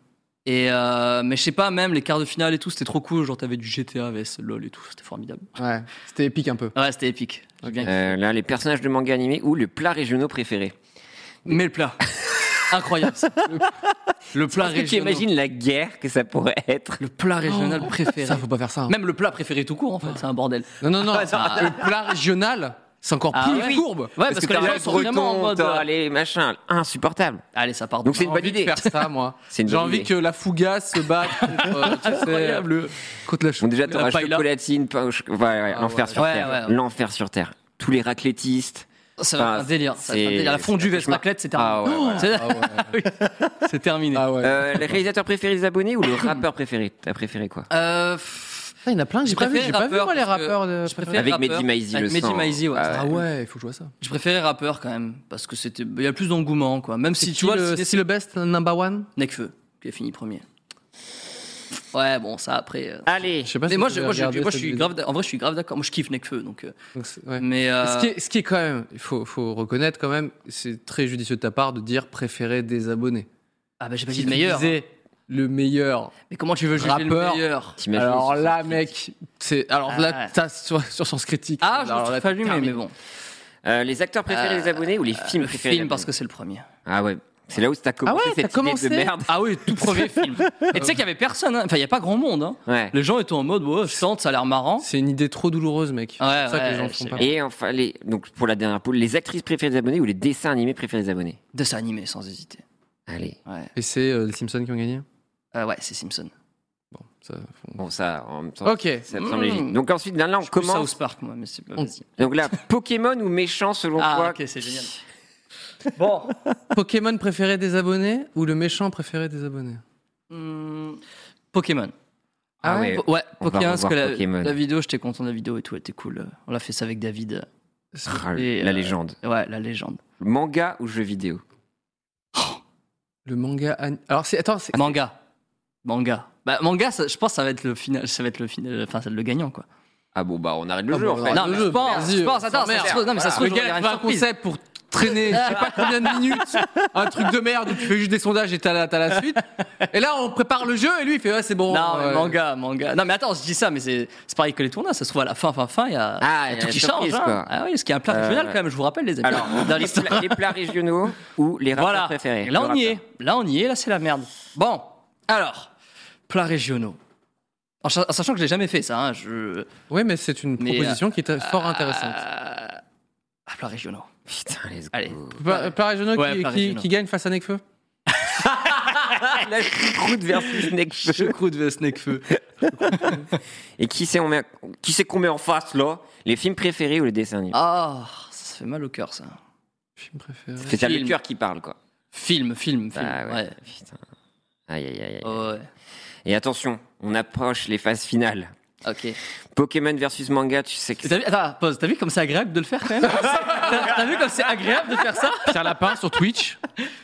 Speaker 2: Et euh, mais je sais pas, même les quarts de finale et tout, c'était trop cool. Genre, t'avais du GTA, VS, LOL et tout, c'était formidable.
Speaker 1: Ouais, c'était épique un peu.
Speaker 2: Ouais, c'était épique. J'ai bien kiffé.
Speaker 5: Euh, là, les personnages de manga animé ou le plat régionaux préféré.
Speaker 2: Mais le plat. Incroyable. ça. Le plat
Speaker 5: Est-ce que tu
Speaker 2: régional.
Speaker 5: imagines la guerre que ça pourrait être
Speaker 2: Le plat régional préféré.
Speaker 1: Ça, faut pas faire ça. hein.
Speaker 2: Même le plat préféré tout court, en fait, c'est un bordel.
Speaker 1: Non, non, non. le plat régional, c'est encore
Speaker 2: Ah
Speaker 1: plus
Speaker 2: ouais.
Speaker 1: courbe.
Speaker 2: Ouais, parce, que, les
Speaker 5: t'auras
Speaker 2: gens
Speaker 5: les
Speaker 2: sont vraiment en
Speaker 5: Bretons,
Speaker 2: mode.
Speaker 5: t'auras
Speaker 2: euh,
Speaker 5: les machins insupportables.
Speaker 2: Allez, ça part.
Speaker 5: Donc c'est
Speaker 1: J'ai
Speaker 5: une bonne
Speaker 1: envie de
Speaker 5: idée.
Speaker 1: faire ça, moi.
Speaker 5: C'est une
Speaker 1: J'ai
Speaker 5: bonne
Speaker 1: envie
Speaker 5: idée.
Speaker 1: que la fougasse se batte contre, euh, tu sais, contre la
Speaker 5: Bon,
Speaker 1: chou-
Speaker 5: déjà,
Speaker 2: La
Speaker 5: t'auras
Speaker 2: paella.
Speaker 5: chocolatine, pain au cho- ouais, ouais,
Speaker 1: Ah,
Speaker 5: l'enfer
Speaker 1: ouais.
Speaker 5: sur
Speaker 2: Ouais,
Speaker 5: terre.
Speaker 2: ouais, ouais.
Speaker 5: L'enfer sur terre. Tous les raclétistes.
Speaker 2: Ça va être un
Speaker 5: Enfin,
Speaker 2: délire. ça va être un
Speaker 5: c'est-
Speaker 2: délire. La fondue
Speaker 5: c'est-
Speaker 2: vs raclette, c'est terminé.
Speaker 5: Ah ouais, ouais.
Speaker 2: C'est-
Speaker 1: Ah ouais.
Speaker 2: C'est terminé.
Speaker 1: Ah ouais.
Speaker 5: Euh, le réalisateur préféré des abonnés ou le rappeur préféré T'as préféré quoi
Speaker 2: Euh, pff,
Speaker 1: Ah, Il y en a plein que j'ai
Speaker 2: j'ai
Speaker 1: pas vu.
Speaker 2: préféré
Speaker 1: J'ai pas vu,
Speaker 2: rappeur
Speaker 1: moi, les
Speaker 2: parce que
Speaker 1: rappeurs. De...
Speaker 2: je préfère
Speaker 5: Avec
Speaker 2: rappeur.
Speaker 5: Mehdi Maizy,
Speaker 2: Avec euh,
Speaker 5: le
Speaker 2: Mehdi
Speaker 5: sang.
Speaker 2: Maizy, ouais.
Speaker 5: Ah
Speaker 1: Ah ouais, il faut que je vois ça.
Speaker 2: Je préférais rappeur quand même parce que c'était il y a plus d'engouement quoi. Même si tu vois le
Speaker 1: c'est le best, number one
Speaker 2: Necfeu qui a fini premier. Ouais bon ça après. euh.
Speaker 5: Allez
Speaker 1: Ah, Je sais pas
Speaker 2: Mais
Speaker 1: si
Speaker 2: moi
Speaker 1: vous
Speaker 2: je,
Speaker 1: avez
Speaker 2: moi, je-
Speaker 1: regardé
Speaker 2: moi, je
Speaker 1: cette
Speaker 2: suis
Speaker 1: vidéo.
Speaker 2: grave d'a- en vrai je suis grave d'accord. Moi je kiffe Necfeu donc. euh,
Speaker 1: Donc, c'est- ouais.
Speaker 2: Mais euh,
Speaker 1: Ce qui, est, ce qui est quand même, il faut, faut reconnaître quand même, c'est très judicieux de ta part de dire préféré des abonnés.
Speaker 2: ah bah j'ai pas
Speaker 1: Si
Speaker 2: dit
Speaker 1: tu
Speaker 2: le meilleur.
Speaker 1: disais le meilleur.
Speaker 2: Mais comment tu veux juger
Speaker 1: Rappeur.
Speaker 2: le meilleur
Speaker 5: T'imagines
Speaker 1: Alors
Speaker 5: sur
Speaker 1: là,
Speaker 5: Sens
Speaker 1: mec, c'est alors là,
Speaker 2: Ah.
Speaker 1: t'as sur, sur Sens Critique.
Speaker 2: Ah je
Speaker 1: alors,
Speaker 2: me
Speaker 1: là,
Speaker 2: suis fallu mais,
Speaker 1: terminé.
Speaker 2: mais bon.
Speaker 5: Euh, les acteurs préférés
Speaker 2: Euh,
Speaker 5: des abonnés ou les films
Speaker 2: le
Speaker 5: préférés des
Speaker 2: film parce que Ah
Speaker 5: abonnés
Speaker 2: c'est le premier.
Speaker 5: Ah ouais, c'est là où t'as commencé
Speaker 1: Ah ouais, t'as
Speaker 5: cette
Speaker 1: commencé
Speaker 5: idée de merde.
Speaker 2: Ah oui tout premier film. Et tu sais qu'il y avait personne. hein. Enfin il y a pas grand monde. hein.
Speaker 5: Ouais.
Speaker 2: Les gens étaient en mode ouais je tente ça a l'air marrant.
Speaker 1: C'est une idée trop douloureuse, mec.
Speaker 2: Ouais,
Speaker 1: c'est pour ça que
Speaker 2: ouais,
Speaker 1: les gens le
Speaker 2: je
Speaker 1: font
Speaker 2: sais
Speaker 1: pas.
Speaker 5: Et enfin, les, donc pour la dernière poule, les actrices préférées des abonnés ou les dessins animés préférés des abonnés
Speaker 2: Dessin animé sans hésiter.
Speaker 5: Allez,
Speaker 2: Ouais
Speaker 1: Et c'est euh, les Simpsons qui ont gagné
Speaker 2: Euh, ouais c'est Simpson.
Speaker 1: Bon, ça. faut-
Speaker 5: bon ça, en même temps,
Speaker 1: Ok.
Speaker 5: ça me semble
Speaker 2: Mmh.
Speaker 5: logique. Donc ensuite, là, là, on
Speaker 2: Je suis plus
Speaker 5: commence.
Speaker 2: South Park moi mais c'est pas.
Speaker 1: On-
Speaker 2: vas-y.
Speaker 5: Donc là, Pokémon ou méchant selon
Speaker 2: Ah,
Speaker 5: toi
Speaker 2: ok, c'est génial. Bon.
Speaker 1: Pokémon préféré des abonnés ou le méchant préféré des abonnés
Speaker 2: Hmm, Pokémon.
Speaker 5: Ah Ah ouais.
Speaker 2: Po- ouais,
Speaker 5: On va
Speaker 2: Pokémon, parce
Speaker 5: revoir
Speaker 2: que la,
Speaker 5: Pokémon.
Speaker 2: la vidéo, j'étais content de la vidéo et tout, elle était cool. On l'a fait ça avec David.
Speaker 5: Ah,
Speaker 2: Et,
Speaker 5: La
Speaker 2: euh,
Speaker 5: légende.
Speaker 2: Ouais, la légende.
Speaker 5: Manga ou jeu vidéo
Speaker 1: Le manga. an- Alors, c'est. Attends, c'est.
Speaker 2: Manga. Manga. Bah, manga, ça- je pense que ça va être le final, ça va être le final, enfin, c'est le gagnant, quoi.
Speaker 5: Ah bon, bah on arrête le
Speaker 1: Ah
Speaker 5: jeu
Speaker 1: bon,
Speaker 5: en
Speaker 1: alors,
Speaker 5: fait.
Speaker 2: non,
Speaker 1: le
Speaker 2: mais
Speaker 1: jeu,
Speaker 2: je pense,
Speaker 1: vas-y,
Speaker 2: je pense, attends,
Speaker 1: merde.
Speaker 2: ça se trouve, non, mais ça se trouve,
Speaker 1: Le
Speaker 2: je
Speaker 1: gars,
Speaker 2: vais
Speaker 1: il
Speaker 2: faire
Speaker 1: fait un
Speaker 2: une surprise.
Speaker 1: concept pour traîner, je sais pas combien de minutes, un truc de merde où tu fais juste des sondages et t'as la, t'as la suite. Et là, on prépare le jeu et lui, il fait, ouais, c'est bon.
Speaker 2: Non, mais
Speaker 1: euh,
Speaker 2: manga, manga. Non, mais attends, je dis ça, mais c'est c'est pareil que les tournages. Ça se trouve à la fin, fin, fin, il y a,
Speaker 5: Ah,
Speaker 2: il y a
Speaker 5: il y a
Speaker 2: tout
Speaker 5: la
Speaker 2: qui
Speaker 5: surprise,
Speaker 2: change. hein.
Speaker 5: quoi.
Speaker 2: Ah oui, parce qu'il y a un plat
Speaker 5: Euh,
Speaker 2: régional quand même, je vous rappelle, les amis.
Speaker 5: Alors,
Speaker 2: dans
Speaker 5: les,
Speaker 2: l'histoire.
Speaker 5: plats, les plats régionaux ou les rappeurs
Speaker 2: Voilà.
Speaker 5: préférés
Speaker 2: Là,
Speaker 5: Le
Speaker 2: on y est.
Speaker 5: rappeur.
Speaker 2: Là, on y est. Là, c'est la merde. Bon. Alors, plats régionaux. En, cha- en sachant que je l'ai jamais fait, ça. hein, je...
Speaker 1: Oui, mais c'est une
Speaker 2: Mais, euh,
Speaker 1: proposition qui est fort intéressante.
Speaker 2: Ah, ah, plats régionaux.
Speaker 5: Putain, let's go.
Speaker 2: Allez.
Speaker 1: Pla- Plat régionaux
Speaker 2: Ouais,
Speaker 1: qui,
Speaker 2: plat
Speaker 1: qui-
Speaker 2: régionaux.
Speaker 1: qui gagne face à Nekfeu
Speaker 5: La choucroute versus Nekfeu.
Speaker 2: Choucroute de Snakefeu.
Speaker 5: Et qui c'est on met- qui c'est qu'on met en face là Les films préférés ou les dessins animés
Speaker 2: Ah, ça se fait mal au cœur, ça.
Speaker 1: Film préféré.
Speaker 5: C'est ça le
Speaker 2: film.
Speaker 5: cœur qui parle quoi.
Speaker 2: Film, film, film.
Speaker 5: Ah ouais.
Speaker 2: Bah ouais.
Speaker 5: Putain. Aïe aïe aïe. aïe.
Speaker 2: Ouais.
Speaker 5: Et attention, on approche les phases finales.
Speaker 2: Ok.
Speaker 5: Pokémon versus manga, tu sais que
Speaker 2: T'as vu, attends, pause. T'as vu comme c'est agréable de le faire quand même T'as t'as vu comme c'est agréable de faire ça
Speaker 1: Pierre Lapin sur Twitch,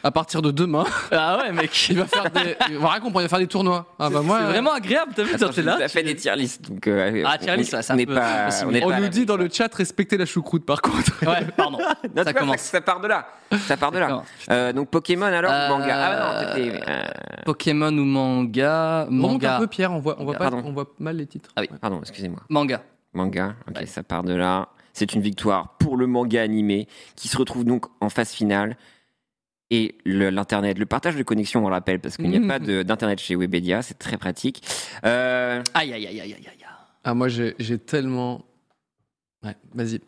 Speaker 1: à partir de demain,
Speaker 2: Ah ouais, mec.
Speaker 1: il va faire des. Il va rien comprendre, il va faire des tournois. Ah bah moi.
Speaker 2: c'est vraiment agréable. T'as vu,
Speaker 5: Attends,
Speaker 2: toi, t'es
Speaker 5: j'ai
Speaker 2: là.
Speaker 5: déjà
Speaker 2: tu-
Speaker 5: fait des tier lists, donc euh,
Speaker 2: Ah,
Speaker 5: on-
Speaker 2: tier list,
Speaker 5: on-
Speaker 2: ouais, c'est
Speaker 5: on
Speaker 2: un
Speaker 5: n'est
Speaker 2: peu
Speaker 5: pas,
Speaker 2: similaire.
Speaker 5: on n'est
Speaker 1: On
Speaker 5: pas
Speaker 1: nous
Speaker 5: là.
Speaker 1: dit dans le chat respecter la choucroute par contre.
Speaker 2: Ouais, pardon.
Speaker 5: Non, tu vois, ça
Speaker 2: ça commence.
Speaker 5: Ça part de là. Ça part de
Speaker 2: Ça
Speaker 5: là.
Speaker 2: commence.
Speaker 5: Euh, donc Pokémon alors ou
Speaker 2: Euh,
Speaker 5: manga. Ah bah non, t'étais- euh,
Speaker 2: Pokémon ou manga
Speaker 1: Remonte
Speaker 2: Manga.
Speaker 1: un peu Pierre, on voit, on voit, pas,
Speaker 5: Pardon.
Speaker 1: on voit mal les titres.
Speaker 2: Ah oui.
Speaker 5: pardon, excusez-moi.
Speaker 2: Manga.
Speaker 5: Manga. Ok, ça part de là. C'est une victoire pour le manga animé qui se retrouve donc en phase finale. Et le- l'internet, le partage de connexion, on le rappelle, parce qu'il n'y a
Speaker 1: Mhm.
Speaker 5: pas
Speaker 2: Mm.
Speaker 5: de- d'internet chez Webedia, c'est très pratique. Euh,
Speaker 2: Aïe, aïe, aïe, aïe, aïe, aïe.
Speaker 1: Ah, moi, j'ai j'ai tellement. Ouais, vas-y.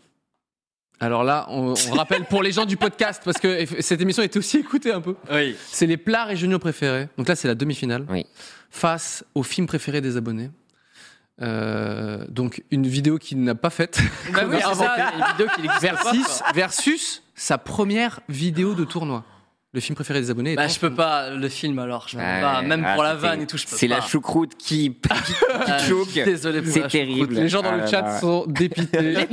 Speaker 1: Alors là, on, on rappelle pour les gens du podcast, parce que eff- cette émission était aussi écoutée un peu.
Speaker 2: Bah Oui.
Speaker 1: C'est les plats régionaux préférés. Donc là, c'est la demi-finale.
Speaker 5: Oui.
Speaker 1: Face aux films préférés des abonnés. Euh, donc, une vidéo qu'il n'a pas faite.
Speaker 2: Bah oui, c'est ça, il y a une vidéo qui existe pas,
Speaker 1: versus,
Speaker 2: quoi.
Speaker 1: versus sa première vidéo de tournoi. Le film préféré des abonnés.
Speaker 2: Bah,
Speaker 1: étant-
Speaker 2: je peux pas le film alors, je peux
Speaker 5: ouais,
Speaker 2: pas, même
Speaker 5: ah,
Speaker 2: pour la
Speaker 5: c'était-
Speaker 2: vanne et tout, je peux
Speaker 5: C'est
Speaker 2: pas.
Speaker 5: la choucroute qui, qui,
Speaker 2: Ah,
Speaker 5: qui
Speaker 2: je
Speaker 5: choque.
Speaker 2: suis Désolé pour
Speaker 5: C'est
Speaker 2: la
Speaker 5: terrible.
Speaker 1: Les gens dans
Speaker 5: Ah
Speaker 1: le
Speaker 5: là
Speaker 1: chat
Speaker 2: euh,
Speaker 5: là, ouais.
Speaker 1: sont dépités.
Speaker 2: Les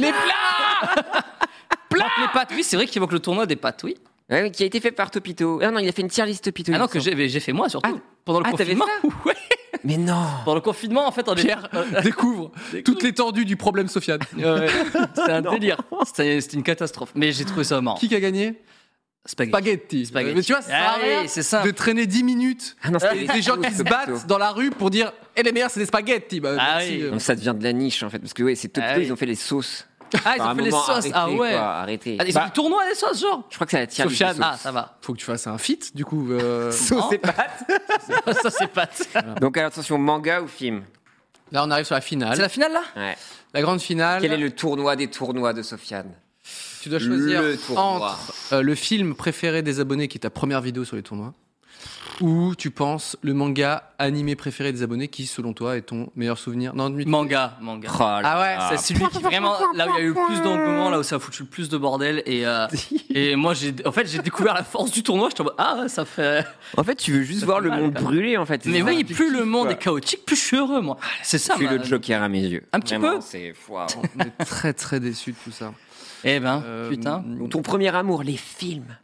Speaker 2: Les pattes, oui, c'est vrai qu'il évoque le tournoi des pattes, oui.
Speaker 5: Ouais, oui, qui a été fait par Topito. Ah non, il a fait une tier list Topito.
Speaker 2: Ah
Speaker 5: il
Speaker 2: non,
Speaker 5: me
Speaker 2: que
Speaker 5: semble.
Speaker 2: j'ai j'ai fait moi surtout. pendant le
Speaker 5: ah, t'avais
Speaker 2: confinement. Ouais,
Speaker 5: Mais non.
Speaker 2: pendant le confinement, en fait, on est.
Speaker 1: Pierre découvre toute l'étendue du problème Sofiane. Euh,
Speaker 2: Ouais, C'était un délire. C'était c'était une catastrophe. Mais j'ai trouvé ça marrant.
Speaker 1: Qui a gagné Spaghetti.
Speaker 2: Spaghetti. Spaghetti.
Speaker 1: Mais tu vois, ça sert à
Speaker 2: Ah oui,
Speaker 1: rien
Speaker 2: c'est simple.
Speaker 1: de traîner 10 minutes.
Speaker 5: Ah non,
Speaker 1: et
Speaker 5: c'était
Speaker 2: Euh,
Speaker 1: des gens qui se battent dans la rue pour dire Eh les meilleurs, c'est des spaghettis. Bah,
Speaker 2: Ah
Speaker 1: merci,
Speaker 2: oui.
Speaker 1: euh.
Speaker 5: Donc ça devient de la niche en fait, parce que oui, c'est Topito,
Speaker 2: Ah oui.
Speaker 5: ils ont fait les sauces.
Speaker 2: Ah, ils
Speaker 5: Par un
Speaker 2: ont fait les
Speaker 5: moment,
Speaker 2: sauces. ah
Speaker 5: arrêtez,
Speaker 2: ouais.
Speaker 5: quoi, arrêtez. Bah,
Speaker 2: Ah, ils
Speaker 1: Bah-
Speaker 2: ont fait le tournoi des sauces, genre.
Speaker 5: Je crois que ça attire les
Speaker 1: Sofiane.
Speaker 5: sauces.
Speaker 2: Ah, ça va.
Speaker 1: Faut que tu fasses un feat, du coup. euh,
Speaker 2: Sauce et pâtes. Sauce et pâtes.
Speaker 5: Donc alors, attention, manga ou film
Speaker 1: Là, on arrive sur la finale.
Speaker 2: C'est la finale là
Speaker 5: Ouais.
Speaker 1: La grande finale.
Speaker 5: Quel est le tournoi des tournois de Sofiane
Speaker 1: tu dois choisir
Speaker 5: le tournoi
Speaker 1: entre euh, le film préféré des abonnés, qui est ta première vidéo sur les tournois, ou tu penses le manga animé préféré des abonnés, qui, selon toi, est ton meilleur souvenir. Non, nuit.
Speaker 2: Manga, manga.
Speaker 5: Oh là
Speaker 1: Ah ouais,
Speaker 5: là.
Speaker 1: c'est
Speaker 2: C'est celui qui vraiment là où il y a eu le plus d'engouement, là où ça a foutu le plus de bordel et euh, et moi j'ai en fait j'ai découvert la force du tournoi. Je tombe ah ouais, ça fait
Speaker 5: En fait, tu veux juste
Speaker 2: Ça
Speaker 5: voir
Speaker 2: fait
Speaker 5: le
Speaker 2: mal,
Speaker 5: monde
Speaker 2: quand même.
Speaker 5: brûler, en fait.
Speaker 2: mais
Speaker 5: C'est
Speaker 2: oui
Speaker 5: ça.
Speaker 2: plus le monde
Speaker 5: quoi.
Speaker 2: est chaotique plus je suis heureux moi. C'est ça.
Speaker 5: Tu es
Speaker 2: ma-
Speaker 5: le Joker à mes yeux.
Speaker 2: Un petit
Speaker 5: Vraiment,
Speaker 2: peu.
Speaker 5: C'est waouh.
Speaker 1: On est très très déçus de tout ça.
Speaker 2: Eh ben
Speaker 1: Euh,
Speaker 2: putain.
Speaker 5: Donc, Ton premier amour, les films.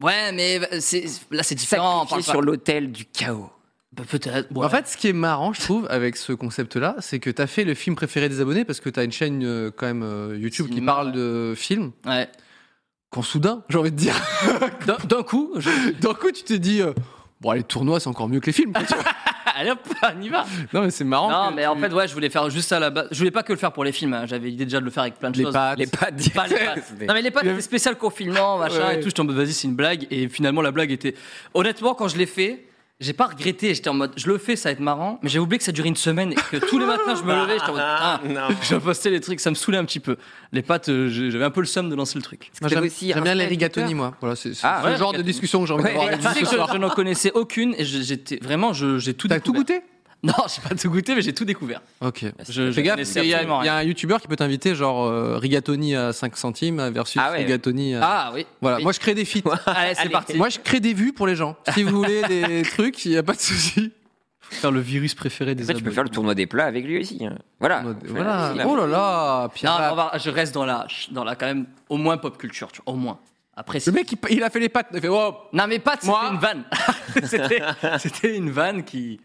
Speaker 2: Ouais mais euh, c'est là c'est différent. on
Speaker 5: Sacrifié
Speaker 2: parle
Speaker 5: sur
Speaker 2: pas-
Speaker 5: l'autel du chaos.
Speaker 2: Bah, Peut-être.
Speaker 1: En fait, ce qui est marrant, je trouve, avec ce concept-là, c'est que tu as fait le film préféré des abonnés parce que tu as une chaîne euh, quand même euh, YouTube qui
Speaker 2: Cinéma,
Speaker 1: parle
Speaker 2: ouais.
Speaker 1: de films.
Speaker 2: ouais.
Speaker 1: Quand soudain, j'ai envie de dire,
Speaker 2: D'un- d'un coup je...
Speaker 1: d'un coup, tu t'es dit, euh, bon, les tournois, c'est encore mieux que les films. quoi, tu vois.
Speaker 2: allez hop on y va.
Speaker 1: non, mais c'est marrant.
Speaker 2: Non
Speaker 1: que
Speaker 2: mais en
Speaker 1: tu-
Speaker 2: fait ouais je voulais faire juste ça à la base. Je voulais pas que le faire pour les films. hein. J'avais l'idée déjà de le faire avec plein de
Speaker 1: les
Speaker 2: choses.
Speaker 1: pattes.
Speaker 5: pas
Speaker 2: Pas les pâtes. Non mais les pâtes c'était spécial confinement machin
Speaker 1: Ouais.
Speaker 2: et tout j'étais en mode vas-y c'est une blague et finalement la blague était honnêtement quand je l'ai fait j'ai pas regretté j'étais en mode je le fais ça va être marrant mais j'ai oublié que ça durait une semaine et que tous les matins je me levais j'étais en mode
Speaker 5: Ah,
Speaker 2: putain
Speaker 5: non.
Speaker 2: je postais les trucs ça me saoulait un petit peu les pâtes euh, j'ai- j'avais un peu le seum de lancer le truc
Speaker 1: Moi,
Speaker 5: C'était
Speaker 1: j'aime
Speaker 5: aussi
Speaker 1: j'aime bien
Speaker 5: Raphaël
Speaker 1: les rigatoni, moi. Voilà, c'est c'est
Speaker 5: Ah,
Speaker 1: ce
Speaker 2: ouais,
Speaker 1: genre de
Speaker 2: rigatoni.
Speaker 1: discussion que j'ai envie
Speaker 5: Ouais,
Speaker 1: d'avoir
Speaker 2: Et
Speaker 1: avec
Speaker 2: tu
Speaker 1: vous
Speaker 2: sais
Speaker 1: ce
Speaker 2: que je,
Speaker 1: soir.
Speaker 2: je n'en connaissais aucune et je- j'étais vraiment je- j'ai tout
Speaker 1: T'as tout
Speaker 2: découvert
Speaker 1: goûté Euh,
Speaker 2: non j'ai pas tout goûté mais j'ai tout découvert
Speaker 1: Ok.
Speaker 2: je,
Speaker 1: Fais
Speaker 2: je
Speaker 1: gaffe, parce
Speaker 2: connaissais
Speaker 1: qu'il y a,
Speaker 2: absolument
Speaker 1: il y a un youtubeur qui peut t'inviter, genre euh, rigatoni à 5 centimes versus
Speaker 5: Ah ouais.
Speaker 1: rigatoni à.
Speaker 2: rien. ah oui
Speaker 1: Voilà,
Speaker 2: Oui.
Speaker 1: moi je crée des feats.
Speaker 2: Allez, c'est parti
Speaker 1: Moi je crée des vues pour les gens. Si vous voulez des trucs, il n'y a pas de souci.
Speaker 2: faire le virus préféré des
Speaker 5: Après, tu peux faire le tournoi des plats avec lui aussi. hein. Voilà.
Speaker 1: Voilà.
Speaker 5: Voilà.
Speaker 1: Oh là là, Pierre.
Speaker 2: Non,
Speaker 1: Lap.
Speaker 2: on va- je reste dans la, dans la quand même au moins pop culture, tu vois, au moins. Après,
Speaker 1: Le
Speaker 2: c'est-
Speaker 1: mec, il, il a fait les pattes. Il a fait, oh,
Speaker 2: non mais pas, c'était
Speaker 1: Moi-
Speaker 2: une vanne. C'était- c'était une vanne qui.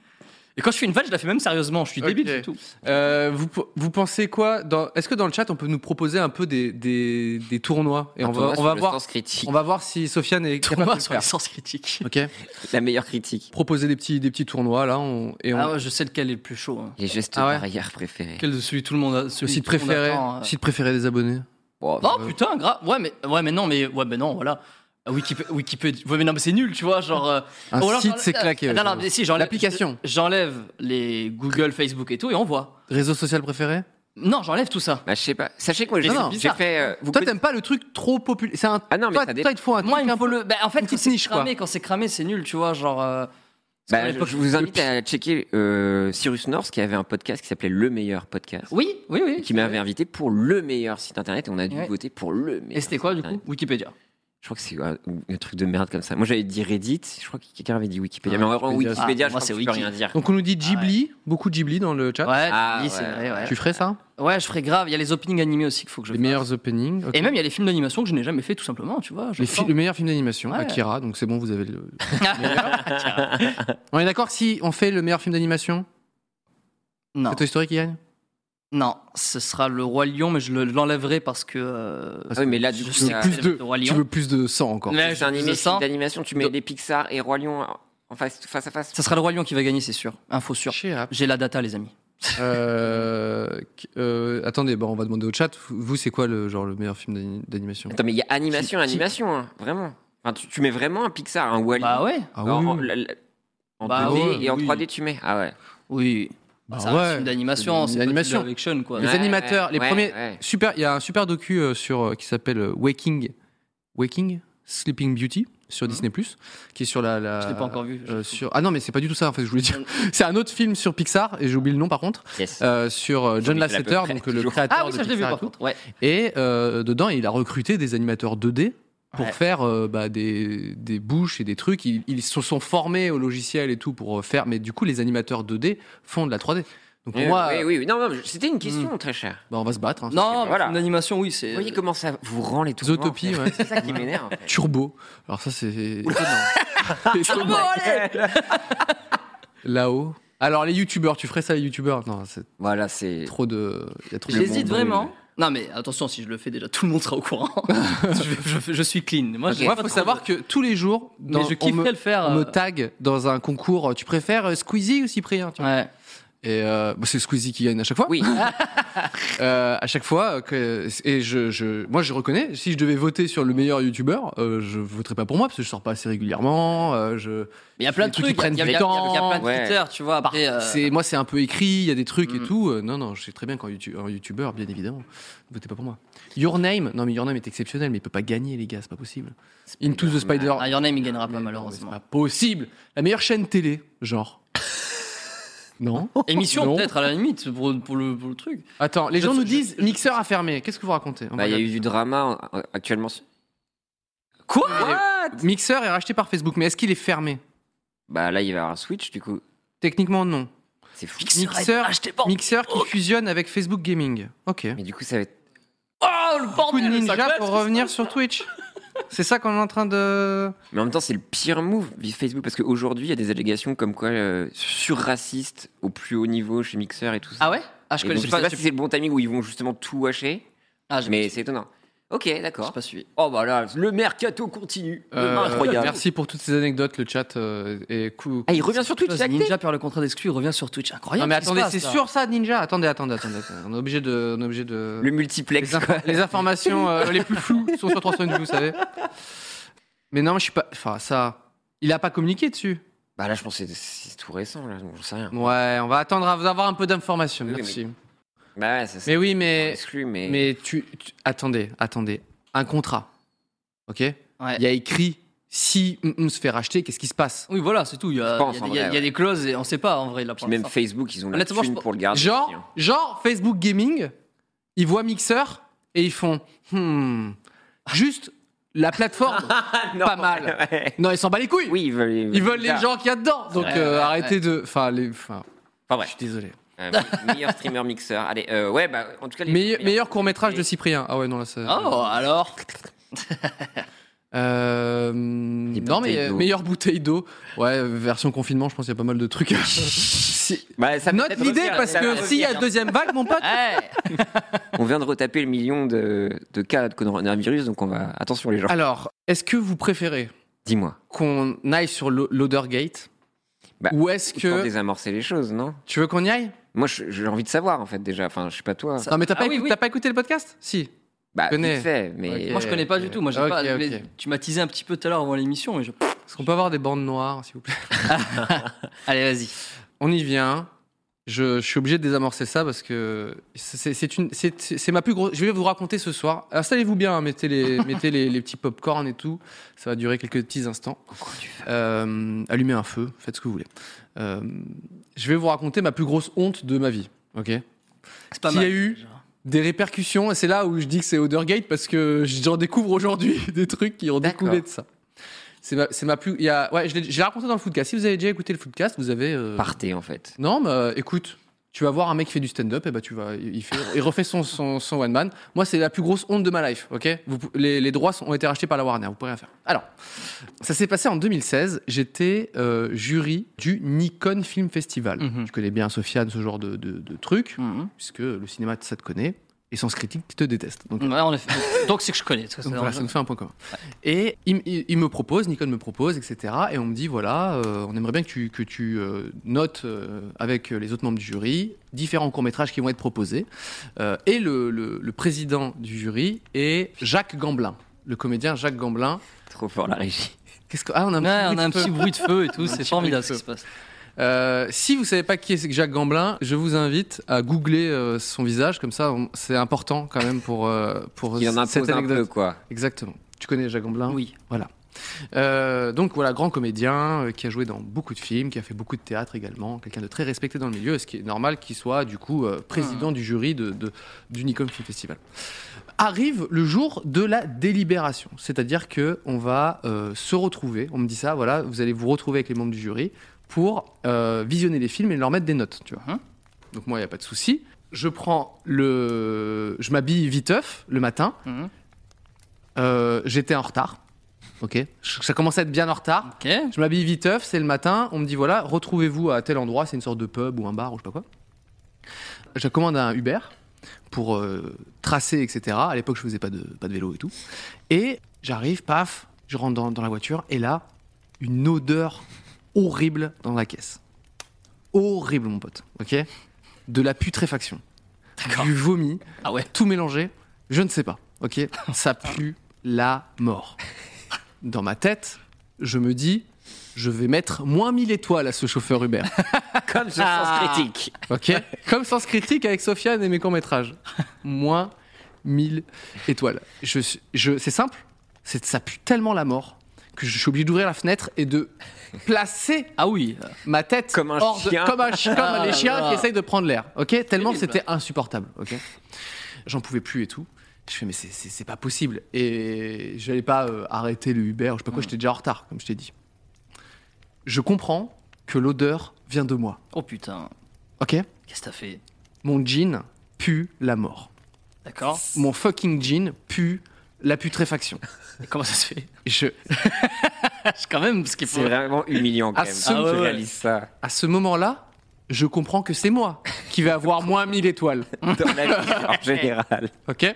Speaker 2: Et quand je fais une vanne, je la fais même sérieusement. Je suis
Speaker 1: Ok.
Speaker 2: débile du tout.
Speaker 1: Euh, vous, vous pensez quoi dans- Est-ce que dans le chat, on peut nous proposer un peu des, des, des tournois Et on va, on, va voir,
Speaker 5: critique.
Speaker 1: on va voir si Sofiane est capable de
Speaker 2: Tournoi
Speaker 1: le
Speaker 2: sur les
Speaker 1: faire.
Speaker 2: sens critiques.
Speaker 1: Ok.
Speaker 5: La meilleire critique.
Speaker 1: Proposer des petits, des petits tournois, là. On, et on,
Speaker 2: Ah ouais, je sais lequel est le plus chaud. hein.
Speaker 5: Les gestes
Speaker 1: Ah ouais.
Speaker 5: barrières préférés.
Speaker 2: Quel de celui tout le monde a.
Speaker 1: le
Speaker 2: Celui
Speaker 1: site
Speaker 2: tout le monde
Speaker 1: préféré,
Speaker 2: attend, euh.
Speaker 1: site préféré des abonnés.
Speaker 5: Oh,
Speaker 2: Oh putain, grave. Ouais, mais ouais, mais non, mais ouais, mais non, voilà. Wikipédia, Wikipédia. Ouais, mais non, mais c'est nul, tu vois, genre. euh,
Speaker 1: Un
Speaker 2: ou alors
Speaker 1: site,
Speaker 2: j'enlève-
Speaker 1: c'est claqué, ouais,
Speaker 2: Non, non,
Speaker 1: j'avoue.
Speaker 2: mais si, j'enlève.
Speaker 1: L'application.
Speaker 2: J'enlève les Google, Facebook et tout, et on voit.
Speaker 1: Réseau social préféré
Speaker 2: Non, j'enlève tout ça.
Speaker 5: Bah, je sais pas. Sachez que moi, j'ai
Speaker 2: Mais c'est
Speaker 5: j'ai
Speaker 2: bizarre.
Speaker 5: fait. euh, vous
Speaker 1: Toi,
Speaker 5: conna-
Speaker 1: t'aimes pas le truc trop populaire. C'est un.
Speaker 5: Ah non, mais
Speaker 1: toi,
Speaker 5: ça
Speaker 1: toi,
Speaker 5: dépend.
Speaker 1: il te faut un
Speaker 2: Moi,
Speaker 1: truc
Speaker 2: il me
Speaker 1: un
Speaker 2: faut
Speaker 1: peu-
Speaker 2: le. bah, en fait,
Speaker 1: une
Speaker 2: quand
Speaker 1: petite
Speaker 2: c'est
Speaker 1: niche, quoi.
Speaker 2: cramé, quand c'est cramé, c'est nul, tu vois. Genre. euh,
Speaker 5: Bah,
Speaker 2: à l'époque,
Speaker 5: je vous
Speaker 2: le
Speaker 5: invite à checker euh, Cyrus North qui avait un podcast qui s'appelait Le meilleur podcast.
Speaker 2: Oui, oui, oui.
Speaker 5: Qui m'avait invité pour le meilleur site internet et on a dû
Speaker 2: Ouais.
Speaker 5: voter pour le meilleur.
Speaker 2: Et c'était quoi, du
Speaker 5: site
Speaker 2: coup
Speaker 5: internet.
Speaker 2: Wikipédia.
Speaker 5: Je crois que c'est un, un truc de merde comme ça. Moi j'avais dit Reddit, je crois que quelqu'un avait dit Wikipédia.
Speaker 1: Ah,
Speaker 5: mais en vrai,
Speaker 1: Wikipédia,
Speaker 5: Wikipédia,
Speaker 2: ah,
Speaker 5: je
Speaker 2: moi,
Speaker 5: crois
Speaker 2: c'est
Speaker 5: que tu peux
Speaker 2: Wiki.
Speaker 5: rien dire.
Speaker 1: Donc, on nous dit Ghibli, beaucoup de Ghibli dans le chat.
Speaker 2: Ouais,
Speaker 5: Ah,
Speaker 2: oui, c'est
Speaker 5: ouais,
Speaker 2: vrai, ouais.
Speaker 1: Tu ferais ça
Speaker 2: Ouais, je ferais grave. Il y a les openings animés aussi qu'il faut que je
Speaker 1: Les
Speaker 2: fasse.
Speaker 1: meilleurs openings. ok.
Speaker 2: Et même, il y a les films d'animation que je n'ai jamais fait, tout simplement, tu vois. je
Speaker 1: Les
Speaker 2: le
Speaker 1: fi-
Speaker 2: sens.
Speaker 1: le meilleur film d'animation,
Speaker 2: Ouais.
Speaker 1: Akira, donc c'est bon, vous avez le. le meilleur. on est d'accord que si on fait le meilleur film d'animation,
Speaker 2: Non,
Speaker 1: c'est Toy Story qui gagne
Speaker 2: non, ce sera le Roi Lion, mais je le- l'enlèverai parce que. euh,
Speaker 5: Ah oui, mais là, du
Speaker 2: je
Speaker 5: coup,
Speaker 2: sais
Speaker 5: c'est-
Speaker 2: que
Speaker 1: Plus
Speaker 2: c'est
Speaker 1: de,
Speaker 2: le Roi
Speaker 1: tu
Speaker 2: Lion.
Speaker 1: veux plus de sang encore.
Speaker 2: Mais
Speaker 5: C'est un
Speaker 2: je- je
Speaker 5: animé film
Speaker 2: sens-
Speaker 5: d'animation, tu mets les Pixar et Roi Lion en face, face à face.
Speaker 2: Ça sera le Roi Lion qui va gagner, c'est sûr. Info sûre.
Speaker 1: Shit, ah.
Speaker 2: J'ai la data, les amis.
Speaker 1: Euh, qu- euh, attendez, bah, on va demander au chat. Vous, c'est quoi le genre le meilleur film d'ani- d'animation
Speaker 5: Attends, mais il y a animation, animation, hein, vraiment. Enfin, tu, tu mets vraiment un Pixar, un Wall.
Speaker 2: Bah ouais,
Speaker 1: Ah
Speaker 5: en, en-
Speaker 1: oui,
Speaker 5: la- la- en
Speaker 2: Bah
Speaker 5: 2D
Speaker 2: ouais,
Speaker 5: et en
Speaker 2: oui.
Speaker 5: 3D, tu mets. Ah ouais.
Speaker 2: oui.
Speaker 1: Bah
Speaker 2: c'est
Speaker 1: ouais,
Speaker 2: un film d'animation,
Speaker 1: c'est
Speaker 2: c'est
Speaker 1: une
Speaker 2: pas du
Speaker 1: animation.
Speaker 2: live action, quoi.
Speaker 1: les
Speaker 5: Ouais,
Speaker 1: animateurs, les
Speaker 5: ouais,
Speaker 1: premiers.
Speaker 5: ouais.
Speaker 1: Super, il y a un super docu euh, sur euh, qui s'appelle euh, Waking, Waking, Sleeping Beauty sur Disney qui est sur la. la-
Speaker 2: Mhm. Je l'ai pas encore vu. je
Speaker 1: euh,
Speaker 2: trouve.
Speaker 1: sur... Ah non, mais c'est pas du tout ça. En fait, je voulais dire, c'est un autre film sur Pixar et j'ai oublié le nom par contre.
Speaker 5: Yes.
Speaker 1: euh, sur euh, John
Speaker 5: J'en ai fait à peu
Speaker 1: Lasseter,
Speaker 5: près
Speaker 1: donc euh, le
Speaker 5: toujours.
Speaker 1: créateur
Speaker 2: Ah oui,
Speaker 1: de
Speaker 2: ça je l'ai vu
Speaker 1: Pixar et
Speaker 2: par
Speaker 1: tout.
Speaker 2: contre. Ouais.
Speaker 1: Et euh, dedans, il a recruté des animateurs 2D pour
Speaker 2: Ouais.
Speaker 1: faire euh, bah, des, des bouches et des trucs. Ils, ils se sont formés au logiciel et tout pour euh, faire. Mais du coup, les animateurs 2D font de la 3D. Donc pour
Speaker 5: Oui,
Speaker 1: moi, Hmm.
Speaker 5: oui, oui, oui. Non, non, mais c'était une question très chère.
Speaker 1: bah, on va se battre. hein.
Speaker 2: Non,
Speaker 5: Voilà.
Speaker 2: mais l'animation, oui, c'est. euh,
Speaker 5: Vous voyez comment ça vous rend les tourments
Speaker 1: Euh, Zootopie,
Speaker 5: en fait.
Speaker 1: ouais.
Speaker 5: C'est ça qui m'énerve. en fait.
Speaker 1: Turbo. Alors ça, c'est étonnant.
Speaker 2: Turbo,
Speaker 1: Étonnant.
Speaker 2: allez
Speaker 1: Là-haut. Alors les youtubeurs, tu ferais ça les youtubeurs Non, c'est
Speaker 5: Voilà, c'est.
Speaker 1: trop de. il y a trop de
Speaker 2: J'hésite
Speaker 1: monde.
Speaker 2: vraiment. Non mais attention, si je le fais déjà, tout le monde sera au courant. je, je- je suis clean. Moi, j'ai
Speaker 1: Moi,
Speaker 2: pas
Speaker 1: faut
Speaker 2: trop
Speaker 1: savoir
Speaker 2: de-
Speaker 1: que tous les jours, dans,
Speaker 2: mais je
Speaker 1: on me-
Speaker 2: kifferais le faire.
Speaker 1: on me
Speaker 2: euh,
Speaker 1: tag dans un concours. Tu préfères euh, Squeezie ou Cyprien tu vois
Speaker 2: Ouais.
Speaker 1: Et euh, bah, c'est Squeezie qui gagne à chaque fois.
Speaker 5: Oui.
Speaker 1: Euh, à chaque fois que et je, je moi je reconnais si je devais voter sur le meilleur youtubeur euh, je voterais pas pour moi parce que je sors pas assez régulièrement euh, je
Speaker 2: Mais il y a plein de
Speaker 1: Les trucs qui
Speaker 2: trucs,
Speaker 1: prennent
Speaker 2: il y a- il y a il y a-
Speaker 1: du
Speaker 2: il y a
Speaker 1: temps.
Speaker 2: plein de
Speaker 5: Ouais.
Speaker 2: critères, tu vois. Après, euh,
Speaker 1: c'est moi c'est un peu écrit il y a des trucs
Speaker 2: Mm.
Speaker 1: et tout Euh, non non je sais très bien qu'en youtu- en youtubeur bien évidemment votez pas pour moi Your Name non mais Your Name est exceptionnel mais il peut pas gagner les gars c'est pas possible Into the Spider
Speaker 2: ah, Your Name, il gagnera
Speaker 1: Mais
Speaker 2: pas,
Speaker 1: non, mais
Speaker 2: malheureusement.
Speaker 1: c'est pas possible la meilleure chaîne télé genre non
Speaker 2: Émission,
Speaker 1: Non.
Speaker 2: peut-être, à la limite, pour, pour le, pour le truc.
Speaker 1: attends les gens
Speaker 2: Je-
Speaker 1: nous
Speaker 2: je-
Speaker 1: disent mixeur a fermé qu'est-ce que vous racontez Oh On
Speaker 5: Bah, il y a
Speaker 1: regarde.
Speaker 5: eu du drama euh, actuellement. sur-
Speaker 2: Quoi
Speaker 1: Mixer est racheté par Facebook mais est-ce qu'il est fermé
Speaker 5: Bah là, il va y avoir un switch du coup.
Speaker 1: Techniquement, non.
Speaker 5: C'est fou.
Speaker 1: Mixeur,
Speaker 2: eh ben, achetez pas.
Speaker 1: mixeur qui fusionne avec Facebook Gaming. Ok.
Speaker 5: Mais du coup, ça va être.
Speaker 2: Oh, le
Speaker 1: Coup de
Speaker 2: bordel ça
Speaker 1: ninja
Speaker 2: claque,
Speaker 1: pour
Speaker 2: ce que
Speaker 1: revenir sur Twitch. C'est ça qu'on est en train de.
Speaker 5: Mais en même temps, c'est le pire move vive Facebook parce qu'aujourd'hui, il y a des allégations comme quoi euh, sur-racistes au plus haut niveau chez Mixer et tout
Speaker 2: c'est.
Speaker 5: ça.
Speaker 2: Ah ouais Ah, je
Speaker 5: Et donc,
Speaker 2: connais
Speaker 5: je sais pas,
Speaker 2: pas.
Speaker 5: si c'est le bon timing où ils vont justement tout hacher,
Speaker 2: Ah, j'ai
Speaker 5: mais c'est étonnant. Ok,
Speaker 2: j'ai
Speaker 5: d'accord.
Speaker 2: pas suivi.
Speaker 5: Oh bah là, le mercato continue.
Speaker 1: Euh,
Speaker 5: Incroyable.
Speaker 1: Merci pour toutes ces anecdotes, le chat euh, et coup.
Speaker 5: Ah, il revient sur Twitch, c'est acté.
Speaker 2: Ninja perd le contrat d'exclus, il revient sur Twitch. Incroyable.
Speaker 1: non mais
Speaker 2: ce qui se
Speaker 1: attendez,
Speaker 2: passe,
Speaker 1: c'est
Speaker 2: là.
Speaker 1: sûr ça, Ninja. Attendez, attendez, attendez. attendez. On est obligé de, on est obligé de.
Speaker 5: Le
Speaker 1: les,
Speaker 5: multiplex.
Speaker 1: inf-
Speaker 5: quoi.
Speaker 1: les informations euh, les plus floues sont sur 360, vous savez. Mais non, je suis pas. Enfin, ça. Il a pas communiqué dessus.
Speaker 5: Bah là, je pense que c'est- c'est tout récent, là, j'en sais rien.
Speaker 1: Ouais, on va attendre à avoir un peu d'informations.
Speaker 5: Oui, mais-
Speaker 1: Merci.
Speaker 5: Bah ouais, ça
Speaker 1: Mais
Speaker 5: c'est
Speaker 1: oui, mais
Speaker 5: exclu, mais.
Speaker 1: Mais tu, tu- attendez, attendez, un contrat, ok
Speaker 2: Ouais.
Speaker 1: Il y a écrit si on se fait racheter, qu'est-ce qui se passe
Speaker 2: Oui, voilà, c'est tout. Il y a,
Speaker 5: Je pense,
Speaker 2: il y a
Speaker 5: en
Speaker 2: des- il y a-
Speaker 5: vrai,
Speaker 2: il y a des clauses et on sait pas en vrai. Là,
Speaker 5: Puis
Speaker 2: pour
Speaker 5: même
Speaker 2: l'instant.
Speaker 5: Facebook, ils ont la
Speaker 2: Honnêtement, je
Speaker 5: thune
Speaker 2: pense-
Speaker 5: pour le garder. aussi, hein.
Speaker 1: Genre, genre Facebook Gaming, ils voient Mixer et ils font hmm, juste la plateforme,
Speaker 5: Ah, Non,
Speaker 1: pas mal.
Speaker 5: ouais.
Speaker 1: Non, ils s'en battent les couilles.
Speaker 5: Oui, ils veulent.
Speaker 1: Ils veulent les
Speaker 5: ça.
Speaker 1: gens qu'il y a dedans. Donc
Speaker 5: Ouais,
Speaker 1: euh,
Speaker 5: ouais,
Speaker 1: arrêtez de, enfin, les, enfin,
Speaker 5: Enfin
Speaker 1: je
Speaker 5: bref.
Speaker 1: suis désolé.
Speaker 5: Euh, meilleur streamer mixeur. Allez, euh, ouais, bah en tout cas. les-
Speaker 1: Meilleur, meilleur court métrage de Cyprien. Ah ouais, non là ça.
Speaker 2: Oh, alors
Speaker 1: Euh, non mais
Speaker 5: bouteilles
Speaker 1: euh,
Speaker 5: d'eau.
Speaker 1: meilleure bouteille d'eau. Ouais, version confinement, je pense qu'il y a pas mal de trucs. Si-
Speaker 5: Bah, ça peut
Speaker 1: Note
Speaker 5: peut-être
Speaker 1: l'idée
Speaker 5: refaire,
Speaker 1: parce
Speaker 5: ça va
Speaker 1: que
Speaker 5: refaire.
Speaker 1: s'il y a deuxième vague, mon pote.
Speaker 2: Eh,
Speaker 5: On vient de retaper le million de, de cas de coronavirus, donc on va. Attention les gens.
Speaker 1: Alors, est-ce que vous préférez
Speaker 5: Dis-moi.
Speaker 1: qu'on aille sur l'o- l'Odorgate
Speaker 5: Bah,
Speaker 1: Ou est-ce
Speaker 5: Que...
Speaker 1: que.
Speaker 5: désamorcer les choses, non
Speaker 1: Tu veux qu'on y aille
Speaker 5: Moi, je- j'ai envie de savoir en fait déjà. Enfin, je sais pas toi.
Speaker 1: Non, mais t'as pas,
Speaker 2: Ah oui,
Speaker 1: écou-
Speaker 2: oui.
Speaker 1: t'as pas écouté le podcast Si.
Speaker 5: bah,
Speaker 1: connais.
Speaker 5: vite fait, mais.
Speaker 1: Ok.
Speaker 2: Moi, je connais pas du tout. Moi, j'ai
Speaker 1: Ok,
Speaker 2: pas.
Speaker 1: ok.
Speaker 2: mais Tu m'as teasé un petit peu tout à l'heure avant l'émission. et je-
Speaker 1: Est-ce qu'on peut avoir des bandes noires, s'il vous plaît
Speaker 2: Allez, vas-y.
Speaker 1: On y vient. Je, je suis obligé de désamorcer ça parce que c'est c'est une- c'est- c'est- c'est ma plus grosse. Je vais vous raconter ce soir. Installez-vous bien, hein, mettez, les, mettez les, les petits popcorn et tout. Ça va durer quelques petits instants. Euh, allumez un feu, faites ce que vous voulez. Euh, je vais vous raconter ma plus grosse honte de ma vie. Ok
Speaker 2: C'est pas
Speaker 1: Qu'il y
Speaker 2: mal.
Speaker 1: a eu
Speaker 2: déjà.
Speaker 1: des répercussions. Et c'est là où je dis que c'est Odergate parce que j'en découvre aujourd'hui des trucs qui ont
Speaker 5: D'accord.
Speaker 1: découlé de ça. C'est ma, c'est ma plus. il Y a, ouais, je l'ai je l'ai raconté dans le footcast. Si vous avez déjà écouté le footcast, vous avez. euh,
Speaker 5: Partez en fait.
Speaker 1: Non, mais euh, écoute, tu vas voir un mec qui fait du stand-up, et bah tu vas, il, fait, il refait son, son, son one man. Moi, c'est la plus grosse honte de ma life, ok Vous pou- les, les droits sont- ont été rachetés par la Warner, vous pouvez rien faire. Alors, ça s'est passé en 2016. J'étais euh, jury du Nikon Film Festival.
Speaker 2: Mhm.
Speaker 1: Je connais bien Sofiane, ce genre de, de, de truc,
Speaker 2: Mhm.
Speaker 1: puisque le cinéma, ça te connaît, et sans critique, tu te déteste. Donc,
Speaker 2: Ouais, en effet. Donc, c'est que je connais. parce que
Speaker 1: donc
Speaker 2: Mm, c'est
Speaker 1: voilà,
Speaker 2: dangereux.
Speaker 1: ça nous fait un point commun. Et il, il- il me propose, Nikon me propose, etc. Et on me dit voilà, euh, on aimerait bien que tu, que tu euh, notes euh, avec les autres membres du jury différents courts-métrages qui vont être proposés. Euh, et le, le- le président du jury est Jacques Gamblin, le comédien Jacques Gamblin.
Speaker 5: Trop fort la régie.
Speaker 1: Qu'est-ce que. Ah, on a un
Speaker 2: Ouais,
Speaker 1: petit
Speaker 2: on a un
Speaker 1: bruit de
Speaker 2: petit
Speaker 1: feu.
Speaker 2: bruit de feu et tout, c'est
Speaker 1: petit
Speaker 2: formidable
Speaker 1: bruit
Speaker 2: ce
Speaker 1: de
Speaker 2: qui se passe.
Speaker 1: Euh, si vous savez pas qui est Jacques Gamblin, je vous invite à googler euh, son visage, comme ça on- c'est important quand même pour, euh, pour
Speaker 5: Il en
Speaker 1: cette
Speaker 5: impose un
Speaker 1: anecdote.
Speaker 5: peu quoi.
Speaker 1: Exactement. Tu connais Jacques Gamblin
Speaker 2: Oui.
Speaker 1: Voilà. Euh, donc voilà, grand comédien euh, qui a joué dans beaucoup de films, qui a fait beaucoup de théâtre également, quelqu'un de très respecté dans le milieu, ce qui est normal qu'il soit du coup euh, président du jury de, de- du Nikon Film Festival. Arrive le jour de la délibération, c'est-à-dire que on va euh, se retrouver. On me dit ça, voilà, vous allez vous retrouver avec les membres du jury pour euh, visionner les films et leur mettre des notes, tu vois.
Speaker 2: Mhm.
Speaker 1: Donc moi, il n'y a pas de souci. Je prends le, je m'habille viteuf le matin.
Speaker 2: Mhm.
Speaker 1: Euh, J'étais en retard. Ok, ça commence à être bien en retard.
Speaker 2: Ok.
Speaker 1: Je m'habille viteuf, c'est le matin. On me dit voilà, retrouvez-vous à tel endroit, c'est une sorte de pub ou un bar ou je sais pas quoi. Je commande un Uber pour euh, tracer, etc. À l'époque, je faisais pas de, pas de vélo et tout. Et j'arrive, paf, je rentre dans, dans la voiture et là, une odeur horrible dans la caisse. horrible, mon pote. Ok De la putréfaction, du vomi,
Speaker 2: Ah ouais.
Speaker 1: tout mélangé, je ne sais pas. Ok Ça pue la mort. Dans ma tête, je me dis, je vais mettre moins 1000 étoiles à ce chauffeur Uber.
Speaker 5: Comme ce
Speaker 2: Ah.
Speaker 5: sens critique.
Speaker 1: Ok Comme sens critique avec Sofiane et mes courts-métrages. Moins 1000 étoiles. Je, suis- je, c'est simple, c'est, ça pue tellement la mort que je suis obligé d'ouvrir la fenêtre et de placer
Speaker 2: Ah oui.
Speaker 1: ma tête
Speaker 5: Comme un
Speaker 1: hors de-
Speaker 5: chien.
Speaker 1: comme, un chi- comme
Speaker 2: Ah
Speaker 1: les
Speaker 2: là
Speaker 1: chiens
Speaker 2: là.
Speaker 1: qui essayent de prendre l'air. Ok, tellement que
Speaker 2: Terrible.
Speaker 1: c'était insupportable. Ok, j'en pouvais plus et tout. Je fais mais c'est- c'est c'est pas possible et j'allais pas euh, arrêter le Uber. Je sais pas
Speaker 5: Hmm.
Speaker 1: quoi, j'étais déjà en retard comme je t'ai dit. Je comprends que l'odeur vient de moi.
Speaker 2: Oh putain.
Speaker 1: Ok,
Speaker 2: Qu'est-ce que t'as fait
Speaker 1: mon jean pue la mort.
Speaker 2: D'accord.
Speaker 1: Mon fucking jean pue la putréfaction.
Speaker 2: Et Comment ça se fait
Speaker 1: Je,
Speaker 2: C'est quand même ce qui
Speaker 5: C'est
Speaker 2: faut.
Speaker 5: vraiment humiliant quand
Speaker 1: Ah,
Speaker 5: même.
Speaker 1: ce-
Speaker 5: Ah,
Speaker 2: ouais,
Speaker 5: tu
Speaker 2: ouais.
Speaker 5: réalises ça.
Speaker 1: à ce moment-là, je comprends que c'est moi qui vais avoir moins 1000 étoiles.
Speaker 5: Dans la vie en général.
Speaker 1: Ok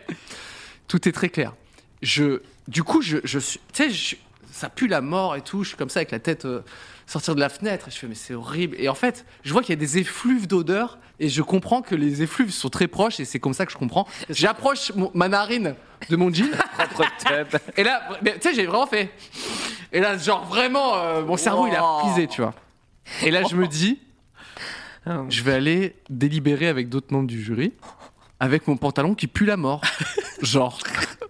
Speaker 1: Tout est très clair. Je, du coup, je, je suis. Tu sais, je- ça pue la mort et tout. Je suis comme ça avec la tête euh, sortir de la fenêtre. Et je fais, mais c'est horrible. Et en fait, je vois qu'il y a des effluves d'odeur et je comprends que les effluves sont très proches et c'est comme ça que je comprends. J'approche mon- ma narine de mon jean
Speaker 5: Propre tub.
Speaker 1: et là, mais tu sais, j'ai vraiment fait. Et là, genre vraiment, euh, mon cerveau, il a pisé, tu vois. Et là, je me dis, je vais aller délibérer avec d'autres membres du jury, avec mon pantalon qui pue la mort. genre,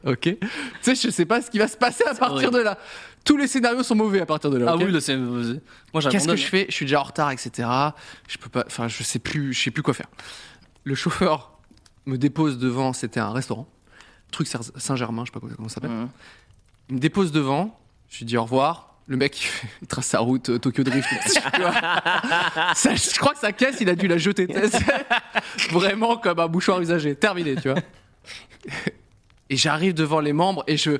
Speaker 1: ok Tu sais, je sais pas ce qui va se passer à partir
Speaker 2: horrible.
Speaker 1: de là. Tous les scénarios sont mauvais à partir de là.
Speaker 2: Ah
Speaker 1: ok
Speaker 2: oui, le c'est. Moi j'abandonne.
Speaker 1: Qu'est-ce que je fais Je suis déjà en retard, etc. Je peux pas, enfin, je sais plus, je sais plus quoi faire. Le chauffeur me dépose devant. C'était un restaurant, truc Saint- Saint-Germain, je sais pas comment ça s'appelle.
Speaker 2: Mhm.
Speaker 1: Il me dépose devant. Je lui dis au revoir. Le mec, il, fait- il trace sa route euh, Tokyo Drift. tu vois. Ça, je crois que sa caisse, il a dû la jeter. Vraiment comme un bouchoir usagé. Terminé, tu vois. Et j'arrive devant les membres et je.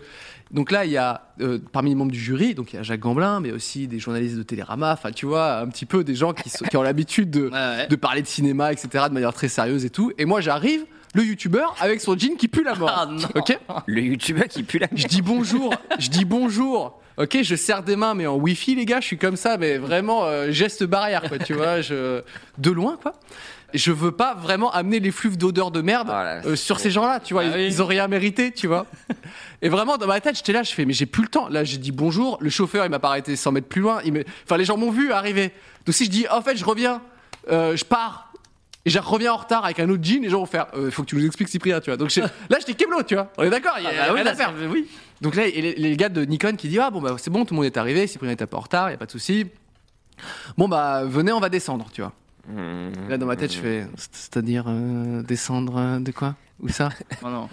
Speaker 1: Donc là, il y a euh, parmi les membres du jury, donc il y a Jacques Gamblin, mais aussi des journalistes de Télérama, enfin tu vois, un petit peu des gens qui, sont- qui ont l'habitude de,
Speaker 2: Ouais, ouais.
Speaker 1: de parler de cinéma, etc., de manière très sérieuse et tout. Et moi, j'arrive, le youtubeur, avec son jean qui pue la mort.
Speaker 2: Ah, non.
Speaker 1: Ok
Speaker 5: Le youtubeur qui pue la
Speaker 1: Je dis bonjour, je dis bonjour. Ok, je serre des mains, mais en wifi, les gars, je suis comme ça, mais vraiment euh, geste barrière, quoi, tu vois, je... de loin, quoi. Je veux pas vraiment amener les flux d'odeur de merde
Speaker 5: Oh là,
Speaker 1: euh,
Speaker 5: c'est
Speaker 1: sur
Speaker 5: trop.
Speaker 1: ces gens-là, tu vois,
Speaker 2: Ah
Speaker 1: ils,
Speaker 2: oui.
Speaker 1: ils ont rien mérité, tu vois. Et vraiment, dans ma tête, j'étais là, je fais, mais j'ai plus le temps. Là, j'ai dit bonjour, le chauffeur, il m'a pas arrêté 100 mètres plus loin, il me- enfin, les gens m'ont vu arriver. Donc si je dis, oh, en fait, je reviens, euh, je pars, et je reviens en retard avec un autre jean, les gens vont faire, euh, faut que tu nous expliques, Cyprien, tu vois. Donc j'ai- là, j'étais Keblo, tu vois, on est d'accord, il y a
Speaker 2: Ah bah oui,
Speaker 1: rien à
Speaker 2: là,
Speaker 1: faire.
Speaker 2: ça- oui.
Speaker 1: Donc là, et les, les gars de Nikon qui disent Ah bon, bah c'est bon, tout le monde est arrivé, Cyprien était pas en retard, y a pas de souci. Bon, bah venez, on va descendre, tu vois. Là, dans ma tête, je fais C'est- C'est-à-dire euh, descendre euh, de quoi Où ça
Speaker 2: Oh non.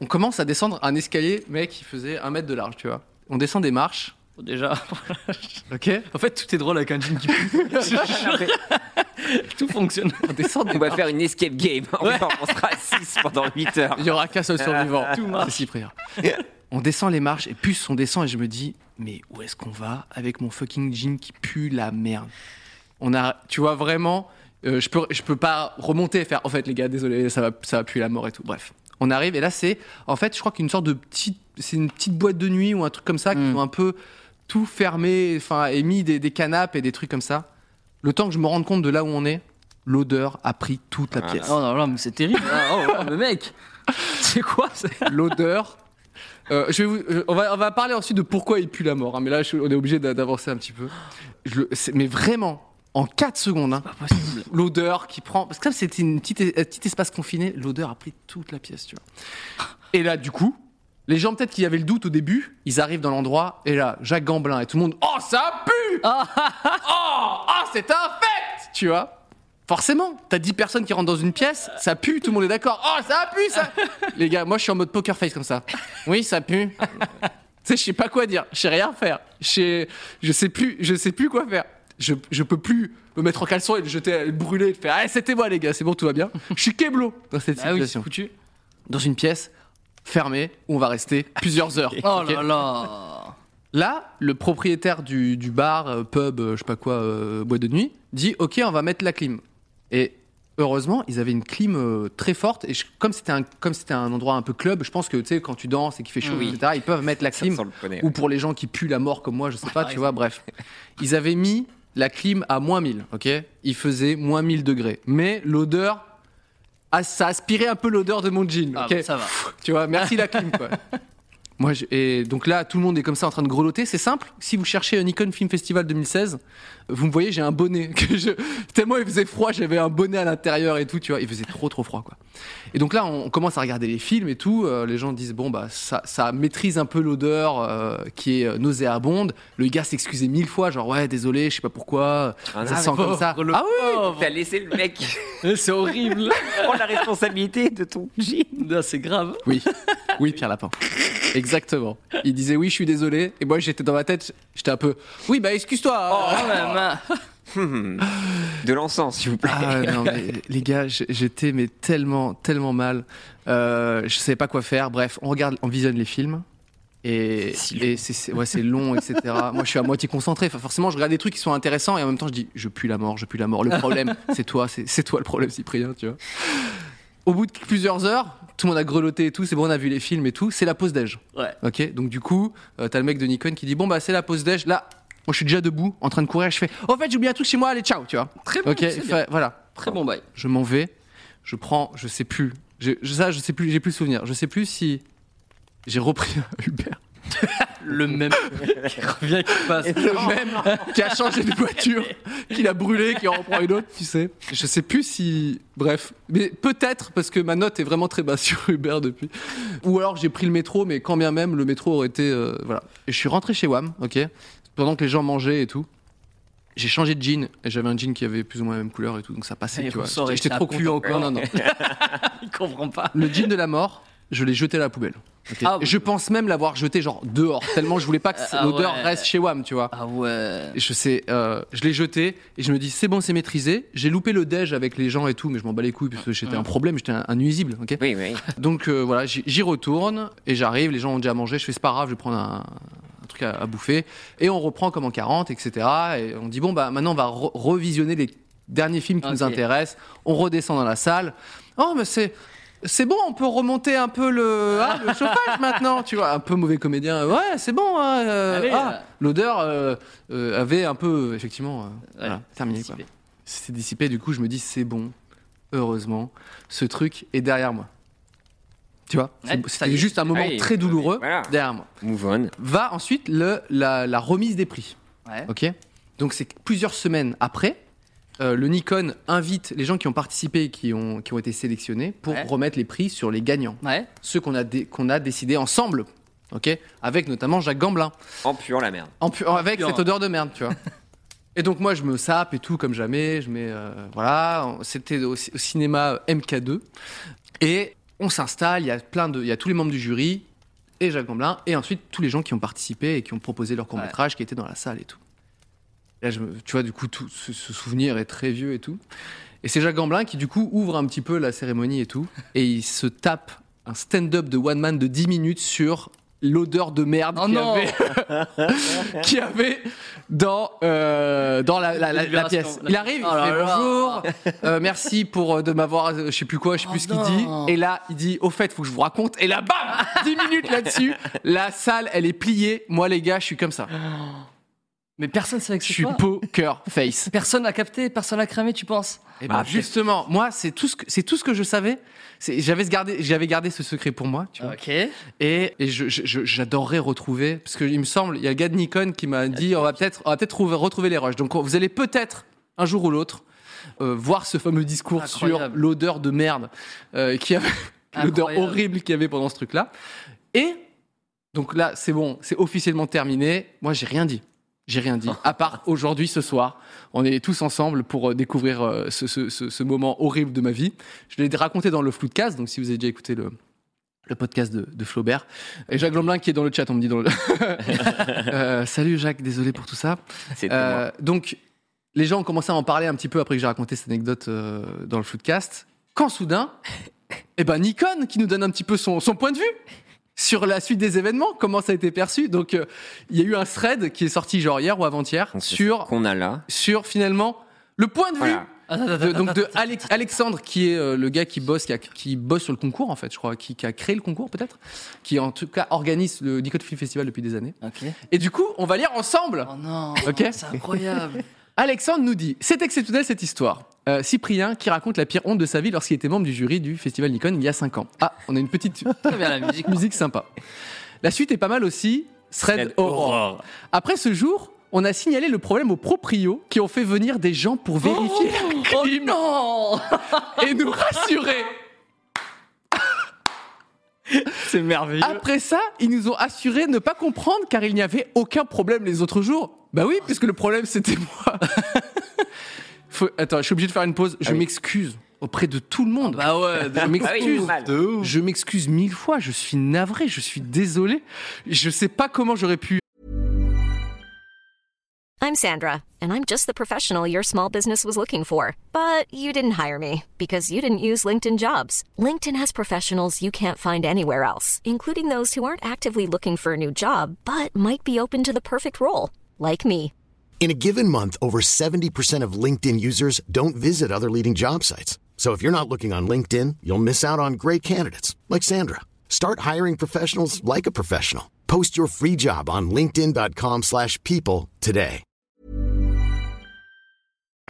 Speaker 1: On commence à descendre un escalier, mec, qui faisait un mètre de large, tu vois. On descend des marches,
Speaker 2: Bon, Déjà.
Speaker 1: ok
Speaker 2: En fait, tout est drôle avec un jean qui pue. tout fonctionne.
Speaker 1: On descend des
Speaker 5: On va faire une escape game. On va- on sera assis pendant 8 heures.
Speaker 1: Il y aura qu'un seul survivant.
Speaker 2: Tout marche.
Speaker 1: Ah. C'est Cyprien. On descend les marches et plus on descend et je me dis mais où est-ce qu'on va avec mon fucking jean qui pue la merde. On a tu vois vraiment euh, je peux je peux pas remonter et faire en fait les gars désolé ça va ça va puer la mort et tout. Bref. On arrive et là c'est en fait je crois qu'une sorte de petite c'est une petite boîte de nuit ou un truc comme ça qui
Speaker 2: Mm.
Speaker 1: ont un peu tout fermé enfin et mis des des canapes et des trucs comme ça. Le temps que je me rende compte de là où on est, l'odeur a pris toute Ah, la pièce.
Speaker 2: Oh non, non, mais c'est terrible. Ah, oh, oh, mais mec, c'est quoi ça
Speaker 1: l'odeur. Euh, je vais vous- je- on, va, on va parler ensuite de pourquoi il pue la mort, hein, mais là je- on est obligé d'a- d'avancer un petit peu. Je le- c'est- mais vraiment, en 4 secondes, hein,
Speaker 2: Impossible.
Speaker 1: l'odeur qui prend. Parce que comme c'était une petite- un petit espace confiné, l'odeur a pris toute la pièce, tu vois. Et là, du coup, les gens peut-être qui avaient le doute au début, ils arrivent dans l'endroit, et là, Jacques Gamblin et tout le monde, oh ça pue
Speaker 2: Ah,
Speaker 1: Oh, ah, c'est infect Tu vois Forcément, t'as 10 personnes qui rentrent dans une pièce, ça pue, tout le monde est d'accord. Oh, ça pue, ça Les gars, moi je suis en mode poker face comme ça. Oui, ça pue. tu sais, je sais pas quoi dire, je sais rien faire. Je sais, je sais, plus, je sais plus quoi faire. Je, je peux plus me mettre en caleçon et le jeter, le brûler, et le faire. Ah, c'était moi, les gars, c'est bon, tout va bien. Je suis keblo dans cette
Speaker 2: ah oui, c'est
Speaker 1: situation.
Speaker 2: foutu.
Speaker 1: dans une pièce fermée où on va rester plusieurs heures.
Speaker 2: Oh
Speaker 1: Ok.
Speaker 2: là Ah là.
Speaker 1: Là, le propriétaire du, du bar, euh, pub, euh, je sais pas quoi, euh, boîte de nuit, dit Ok, on va mettre la clim. Et heureusement, ils avaient une clim euh, très forte. Et je- comme c'était un, comme c'était un endroit un peu club, je pense que tu sais, quand tu danses et qu'il fait chaud,
Speaker 5: Oui.
Speaker 1: etc., ils peuvent mettre la
Speaker 5: Ça
Speaker 1: clim.
Speaker 5: sent le poney.
Speaker 1: Ou pour les gens qui puent la mort comme moi, je sais pas,
Speaker 2: par
Speaker 1: tu vois, bref. Ils avaient mis la clim à moins 1000, ok Il faisait moins 1000 degrés. Mais l'odeur, ah, ça aspirait un peu l'odeur de mon jean,
Speaker 2: Ah,
Speaker 1: ok
Speaker 2: bon, ça va.
Speaker 1: Tu vois, merci la clim, quoi. Moi, je- et donc là, tout le monde est comme ça en train de grelotter. C'est simple. Si vous cherchez un Nikon Film Festival 2016, vous me voyez, j'ai un bonnet. Que je- Tellement il faisait froid, j'avais un bonnet à l'intérieur et tout, tu vois. Il faisait trop, trop froid, quoi. Et donc là, on commence à regarder les films et tout. euh, les gens disent, bon, bah, ça, ça maîtrise un peu l'odeur euh, qui est euh, nauséabonde. Le gars s'excusait mille fois, genre, ouais, désolé, je sais pas pourquoi.
Speaker 5: Ah,
Speaker 1: ça sent comme ça.
Speaker 2: pauvre, le
Speaker 1: Ah oui,
Speaker 5: T'as laissé le mec
Speaker 2: C'est horrible.
Speaker 5: prendre la responsabilité de ton jean.
Speaker 2: Non, c'est grave.
Speaker 1: Oui, oui, Pierre Lapin. Exactement. Il disait oui, je suis désolé. Et moi, j'étais dans ma tête, j'étais un peu. Oui, bah excuse-toi.
Speaker 2: Ah, ma main.
Speaker 5: De l'encens, Oh, s'il vous plaît.
Speaker 1: Ah ouais, non, mais les gars, j- j'étais mais tellement, tellement mal. Euh, je savais pas quoi faire. Bref, on regarde, on visionne les films. Et, et c'est- c'est ouais, c'est long, etc. Moi, je suis à moitié concentré. Enfin, forcément, je regarde des trucs qui sont intéressants et en même temps, je dis, je pue la mort, je pue la mort. Le problème, c'est toi, c'est c'est toi le problème, Cyprien, tu vois. Au bout de plusieurs heures, tout le monde a grelotté et tout. C'est bon, on a vu les films et tout. C'est la pause déj.
Speaker 2: Ouais.
Speaker 1: Ok, donc du coup, euh, t'as le mec de Nikon qui dit bon bah c'est la pause déj. Là, moi je suis déjà debout, en train de courir. Je fais au fait j'ai oublié un truc chez moi. Allez ciao, tu vois.
Speaker 2: Très bon,
Speaker 1: Ok,
Speaker 2: c'est
Speaker 1: fait-
Speaker 2: bien.
Speaker 1: voilà.
Speaker 2: Très bon bail.
Speaker 1: Je m'en vais. Je prends, je sais plus. Je, je- ça, je sais plus. J'ai plus le souvenir. Je sais plus si j'ai repris un Uber.
Speaker 2: Le même qui revient, qui passe.
Speaker 1: Le même qui a changé de voiture, qui l'a brûlé, qui en reprend une autre, tu sais. Je sais plus si. Bref. Mais peut-être, parce que ma note est vraiment très basse sur Uber depuis. Ou alors j'ai pris le métro, mais quand bien même, le métro aurait été. euh, voilà. Et je suis rentré chez WAM, ok Pendant que les gens mangeaient et tout. J'ai changé de jean et j'avais un jean qui avait plus ou moins la même couleur et tout, donc ça passait,
Speaker 2: Et
Speaker 1: tu
Speaker 2: on
Speaker 1: vois.
Speaker 2: sort et
Speaker 1: J'étais
Speaker 2: ça
Speaker 1: trop
Speaker 2: pue
Speaker 1: content.
Speaker 2: encore.
Speaker 1: Non, non, non.
Speaker 2: Il comprend pas.
Speaker 1: Le jean de la mort, je l'ai jeté à la poubelle. ok
Speaker 2: Ah
Speaker 1: Et je pense même l'avoir jeté genre dehors, tellement je voulais pas que
Speaker 2: Ah
Speaker 1: l'odeur
Speaker 2: ouais.
Speaker 1: reste chez WAM, tu vois.
Speaker 2: Ah ouais.
Speaker 1: Et je sais, euh, je l'ai jeté et je me dis c'est bon, c'est maîtrisé. J'ai loupé le déj avec les gens et tout, mais je m'en bats les couilles parce que j'étais un problème, j'étais un, un nuisible. ok
Speaker 5: Oui, oui.
Speaker 1: Donc euh, voilà, j'y j'y retourne et j'arrive, les gens ont déjà mangé, je fais c'est pas grave, je vais prendre un, un truc à, à bouffer et on reprend comme en 40, etc. Et on dit bon bah maintenant on va re- revisionner les derniers films qui nous
Speaker 2: Ok.
Speaker 1: intéressent. On redescend dans la salle. Oh mais c'est c'est bon, on peut remonter un peu le, ah, le chauffage maintenant, tu vois. Un peu mauvais comédien. Ouais, c'est bon. hein, euh,
Speaker 2: Allez,
Speaker 1: ah,
Speaker 2: euh.
Speaker 1: L'odeur euh, euh, avait un peu, effectivement, euh, voilà,
Speaker 2: Ouais,
Speaker 1: terminé. quoi.
Speaker 2: dissipé.
Speaker 1: C'était dissipé. Du coup, je me dis, c'est bon. Heureusement, ce truc est derrière moi. Tu vois c'est-
Speaker 2: Ouais, ça y
Speaker 1: C'était
Speaker 2: est.
Speaker 1: juste un moment
Speaker 5: Ouais,
Speaker 1: très douloureux
Speaker 5: voilà.
Speaker 1: derrière moi.
Speaker 5: Move on.
Speaker 1: Va ensuite le, la, la remise des prix.
Speaker 2: Ouais.
Speaker 1: Ok Donc, c'est plusieurs semaines après. euh, le Nikon invite les gens qui ont participé, qui ont, qui ont été sélectionnés, pour
Speaker 2: Ouais.
Speaker 1: remettre les prix sur les gagnants
Speaker 2: Ouais.
Speaker 1: ceux qu'on a, dé- qu'on a décidé ensemble, ok avec notamment Jacques Gamblin,
Speaker 5: En puant la merde.
Speaker 1: en pu- avec
Speaker 2: puant.
Speaker 1: cette odeur de merde, tu vois. et donc moi je me sape et tout comme jamais, je mets euh, voilà, c'était au, ci- au cinéma MK2 et on s'installe, il y a plein de, il y a tous les membres du jury et Jacques Gamblin et ensuite tous les gens qui ont participé et qui ont proposé leur court métrage qui étaient dans la salle et tout. Là, je me- tu vois, du coup, tout ce, ce souvenir est très vieux et tout. Et c'est Jacques Gamblin qui, du coup, ouvre un petit peu la cérémonie et tout. Et il se tape un stand-up de one man de 10 minutes sur l'odeur de merde
Speaker 2: Oh
Speaker 1: qu'il y
Speaker 2: non
Speaker 1: avait, qu'il y avait dans, euh, dans la, la- la- la
Speaker 2: Libération.
Speaker 1: pièce. Il arrive,
Speaker 2: Oh
Speaker 1: il
Speaker 2: là
Speaker 1: fait
Speaker 2: là.
Speaker 1: bonjour, euh, merci pour euh, de m'avoir, euh, je sais plus quoi, je sais
Speaker 2: Oh
Speaker 1: plus ce qu'il dit.
Speaker 2: non.
Speaker 1: Et là, il dit, au fait, faut que je vous raconte. Et là, bam 10 minutes là-dessus, la salle, elle est pliée. Moi, les gars, je suis comme ça.
Speaker 2: Mais personne ne savait que
Speaker 1: Je
Speaker 2: Ah, c'est
Speaker 1: suis
Speaker 2: toi.
Speaker 1: poker face.
Speaker 2: Personne n'a capté, personne n'a cramé, tu penses
Speaker 1: Eh ben, justement, moi, c'est tout ce que c'est tout ce que je savais. C'est- J'avais ce gardé, j'avais gardé ce secret pour moi, tu vois.
Speaker 2: Ok.
Speaker 1: Et, et je- je- je- j'adorerais retrouver, parce que il me semble, il y a le gars de Nikon qui m'a dit, on va peut-être, on va peut-être trouver- retrouver les rushs. Donc, on- vous allez peut-être un jour ou l'autre euh, voir ce fameux discours
Speaker 2: Incroyable.
Speaker 1: sur l'odeur de merde, euh, qui avait l'odeur
Speaker 2: Incroyable.
Speaker 1: horrible qu'il y avait pendant ce truc-là. Et donc là, c'est bon, c'est officiellement terminé. Moi, j'ai rien dit. J'ai rien dit. À part aujourd'hui, ce soir, on est tous ensemble pour euh, découvrir euh, ce, ce- ce- ce moment horrible de ma vie. Je l'ai raconté dans le flou de case, donc si vous avez déjà écouté le, le podcast de, de Flaubert. Et Jacques Lamblin qui est dans le chat, on me dit dans le. Euh, salut Jacques, désolé pour tout ça.
Speaker 5: C'est
Speaker 1: Euh, donc, les gens ont commencé à en parler un petit peu après que j'ai raconté cette anecdote euh, dans le footcast. Quand soudain, eh ben Nikon qui nous donne un petit peu son, son point de vue sur la suite des événements, comment ça a été perçu. Donc, euh, il y a eu un thread qui est sorti genre hier ou avant-hier
Speaker 5: Donc, c'est
Speaker 1: sur,
Speaker 5: qu'on a là.
Speaker 1: sur finalement le point de vue
Speaker 5: Voilà.
Speaker 2: Attends, attends,
Speaker 1: de- donc de Alex- Alexandre qui est euh, le gars qui bosse qui, a- qui bosse sur le concours en fait je crois qui, qui a créé le concours peut-être qui en tout cas organise le Nikon Film Festival depuis des années
Speaker 2: Ok.
Speaker 1: et du coup on va lire ensemble
Speaker 2: Oh non,
Speaker 1: Ok.
Speaker 2: c'est incroyable.
Speaker 1: Alexandre nous dit C'est exceptionnel cette histoire. Euh, Cyprien qui raconte la pire honte de sa vie lorsqu'il était membre du jury du Festival Nikon il y a 5 ans. Ah, on a une petite
Speaker 2: Très bien la musique.
Speaker 1: musique sympa. La suite est pas mal aussi. Thread
Speaker 5: Thread
Speaker 1: Aurore.
Speaker 5: Aurore.
Speaker 1: Après ce jour, on a signalé le problème aux proprios qui ont fait venir des gens pour vérifier
Speaker 2: Oh non
Speaker 1: et nous rassurer.
Speaker 2: C'est merveilleux.
Speaker 1: Après ça, ils nous ont assuré ne pas comprendre car il n'y avait aucun problème les autres jours. Bah oui, puisque le problème c'était moi. Faut- Attends, je suis obligé de faire une pause. Je m'excuse auprès de tout le monde.
Speaker 2: Ah bah ouais,
Speaker 1: je m'excuse.
Speaker 5: normal.
Speaker 2: de ouf.
Speaker 1: je m'excuse mille fois. Je suis navré. Je suis désolé. Je sais pas comment j'aurais pu
Speaker 6: I'm Sandra, and I'm just the professional your small business was looking for. But you didn't hire me because you didn't use LinkedIn jobs. LinkedIn has professionals you can't find anywhere else, including those who aren't actively looking for a new job but might be open to the perfect role, like me.
Speaker 7: In a given month, over 70% of LinkedIn users don't visit other leading job sites. So if you're not looking on LinkedIn, you'll miss out on great candidates like Sandra. Start hiring professionals like a professional. Post your free job on linkedin.com/people slash people today.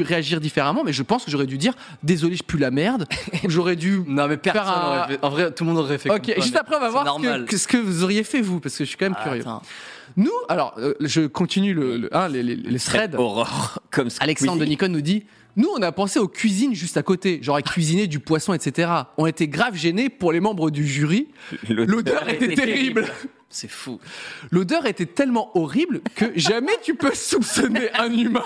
Speaker 1: réagir différemment, mais je pense que j'aurais dû dire désolé, je pue la merde. J'aurais dû.
Speaker 2: Non mais personne
Speaker 1: Faire un-
Speaker 2: aurait fait. En vrai, tout le monde aurait fait.
Speaker 1: Ok,
Speaker 2: comme toi,
Speaker 1: juste
Speaker 2: mais
Speaker 1: après, on va
Speaker 2: c'est
Speaker 1: voir ce que,
Speaker 2: Normal. Ah,
Speaker 1: que- ce que vous auriez fait, vous, parce que je suis quand même curieux.
Speaker 2: Attends.
Speaker 1: Nous, alors, euh, je continue le, le, hein, les, les- les threads.
Speaker 5: Thread Aurore. Comme Squeezie.
Speaker 1: Alexandre de Nikon nous dit Nous, on a pensé aux cuisines juste à côté, genre à cuisiner du poisson, etc. On était grave gênés pour les membres du jury. L'odeur était terrible.
Speaker 2: C'est fou.
Speaker 1: L'odeur était tellement horrible que jamais tu peux soupçonner un humain.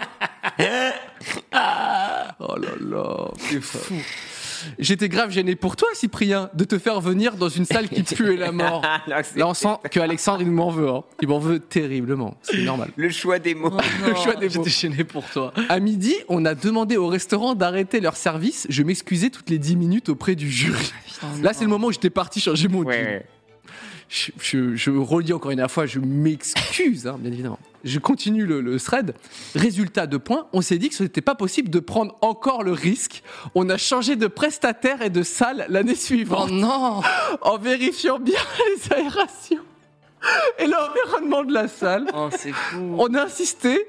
Speaker 1: Oh là là, c'est fou. J'étais grave gêné pour toi, Cyprien, de te faire venir dans une salle qui puait la mort.
Speaker 5: Alors que c'est-
Speaker 1: Là, on sent que Alexandre, il m'en veut. hein. Il m'en veut terriblement. C'est normal.
Speaker 5: Le choix des mots.
Speaker 1: Le choix des mots.
Speaker 2: J'étais gêné pour toi.
Speaker 1: À midi, on a demandé au restaurant d'arrêter leur service. Je m'excusais toutes les 10 minutes auprès du jury.
Speaker 2: Ah,
Speaker 1: Là, c'est le moment où j'étais parti changer mon
Speaker 5: Ouais,
Speaker 1: jean.
Speaker 5: ouais.
Speaker 1: Je, je- je relis encore une dernière fois, je m'excuse, hein, bien évidemment. Je continue le, le thread. Résultat de points, on s'est dit que ce n'était pas possible de prendre encore le risque. On a changé de prestataire et de salle l'année
Speaker 2: Oh
Speaker 1: suivante
Speaker 2: non
Speaker 1: en vérifiant bien les aérations et l'environnement de la salle.
Speaker 2: Oh c'est fou.
Speaker 1: On a insisté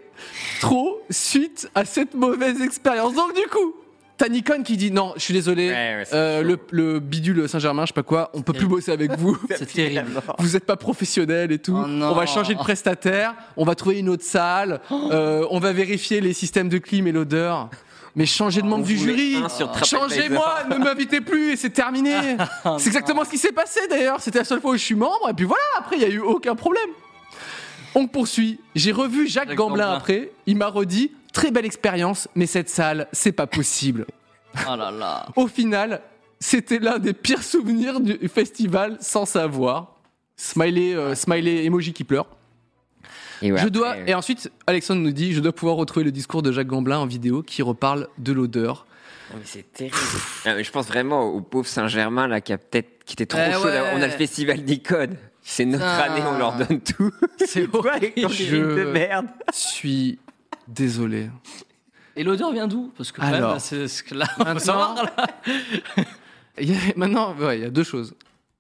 Speaker 1: trop suite à cette mauvaise expérience. Donc du coup, t'as Nikon qui dit non, je suis désolé,
Speaker 5: Ouais, ouais, c'est
Speaker 1: euh,
Speaker 5: chaud.
Speaker 1: le, le bidule Saint-Germain, je sais pas quoi, on peut plus bosser avec vous.
Speaker 2: C'est terrible.
Speaker 1: Vous n'êtes pas professionnel et tout.
Speaker 2: Oh non.
Speaker 1: on va changer de prestataire, on va trouver une autre salle, euh, on va vérifier les systèmes de clim et l'odeur. Mais changez de membre du
Speaker 5: voulait
Speaker 1: jury
Speaker 5: un sur Trapeze.
Speaker 1: Changez-moi Ne m'invitez plus et c'est terminé C'est exactement ce qui s'est passé d'ailleurs C'était la seule fois où je suis membre et puis voilà, après il n'y a eu aucun problème On poursuit. J'ai revu Jacques,
Speaker 2: Jacques
Speaker 1: Gamblin,
Speaker 2: Gamblin.
Speaker 1: après, il m'a redit « Très belle expérience, mais cette salle, c'est pas possible !»
Speaker 2: Oh là là.
Speaker 1: Au final, c'était l'un des pires souvenirs du festival sans savoir. Smiley, euh, smiley emoji qui pleure.
Speaker 5: Et ouais,
Speaker 1: je dois,
Speaker 5: après,
Speaker 1: et ensuite, Alexandre nous dit, je dois pouvoir retrouver le discours de Jacques Gamblin en vidéo qui reparle de l'odeur.
Speaker 5: Non, mais c'est terrible. Ah, mais je pense vraiment au pauvre Saint-Germain là qui a peut-être qui était trop
Speaker 2: Eh
Speaker 5: chaud.
Speaker 2: ouais.
Speaker 5: d'avoir- On a le festival d'icônes. C'est notre
Speaker 2: Putain.
Speaker 5: année, on leur donne tout.
Speaker 2: C'est horrible.
Speaker 1: Je-
Speaker 5: De merde.
Speaker 1: Suis désolé.
Speaker 2: Et l'odeur vient d'où Parce que quand
Speaker 1: Alors.
Speaker 2: même, c'est ce que là.
Speaker 1: Maintenant-
Speaker 2: Maintenant, là.
Speaker 1: Il y a- maintenant, ouais, il y a deux choses.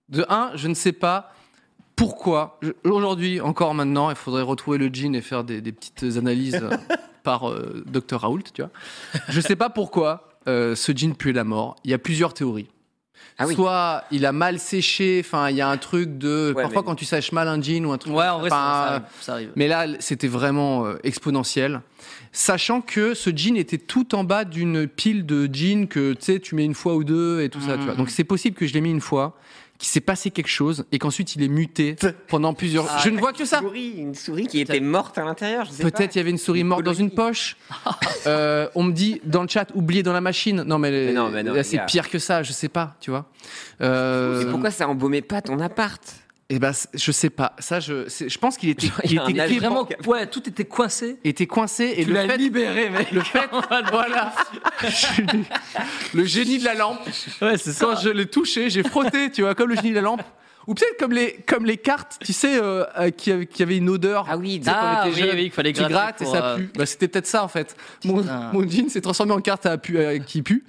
Speaker 1: De un, je ne sais pas pourquoi. Je- Aujourd'hui, encore maintenant, il faudrait retrouver le jean et faire des, des petites analyses euh, par euh, Dr Raoult, tu vois. Je ne sais pas pourquoi euh, ce jean pue la mort. Il y a plusieurs théories.
Speaker 5: Ah oui.
Speaker 1: Soit il a mal séché, enfin il y a un truc de.
Speaker 5: Ouais,
Speaker 1: parfois
Speaker 5: mais-
Speaker 1: quand tu sèches mal un jean ou un truc.
Speaker 2: Ouais, en vrai, ça,
Speaker 5: euh,
Speaker 1: enfin,
Speaker 2: ça arrive, ça arrive.
Speaker 1: mais là, c'était vraiment euh, exponentiel. Sachant que ce jean était tout en bas d'une pile de jeans que tu sais, tu mets une fois ou deux et tout ça. Tu
Speaker 5: Mm.
Speaker 1: vois. Donc c'est possible que je l'ai mis une fois, qu'il s'est passé quelque chose et qu'ensuite il est muté pendant plusieurs. je ne vois que ça.
Speaker 5: Souris, une souris qui était morte à l'intérieur. je sais
Speaker 1: Peut-être il
Speaker 5: Ah, pas.
Speaker 1: y avait une souris
Speaker 5: Une
Speaker 1: morte dans une
Speaker 5: colonie.
Speaker 1: poche. Euh, on me dit dans le chat, oublié dans la machine. Non mais,
Speaker 5: Mais non, mais non,
Speaker 1: là,
Speaker 5: les
Speaker 1: c'est
Speaker 5: gars.
Speaker 1: pire que ça. Je sais pas, tu vois. Euh,
Speaker 5: Et pourquoi ça embaumait pas ton appart
Speaker 1: Eh ben, c'est- je sais pas. Ça, je, c'est- je pense qu'il était,
Speaker 5: il y
Speaker 1: il
Speaker 5: a
Speaker 1: était
Speaker 5: un avion.
Speaker 1: vraiment-
Speaker 2: Vraiment, ouais, tout était coincé.
Speaker 1: était coincé et
Speaker 2: Tu
Speaker 1: le
Speaker 2: l'as
Speaker 1: fait
Speaker 2: libéré, mec.
Speaker 1: Le fait, voilà, le génie de la lampe.
Speaker 2: Ouais, c'est
Speaker 1: Quand je l'ai touché, j'ai frotté, tu vois, comme le génie de la lampe. Ou peut-être comme les, comme les cartes, tu sais, euh, euh, qui, avaient- qui avaient une odeur.
Speaker 2: Ah oui,
Speaker 1: Tu sais, quand on
Speaker 2: ah
Speaker 1: était
Speaker 2: oui,
Speaker 1: jeune,
Speaker 2: oui, il fallait
Speaker 1: tu
Speaker 2: gratter
Speaker 1: grattes et
Speaker 2: pour,
Speaker 1: ça
Speaker 2: euh,
Speaker 1: pue. Bah, C'était peut-être ça en fait. Mon,
Speaker 2: Putain.
Speaker 1: mon jean s'est transformé en carte à pu- à- qui pue.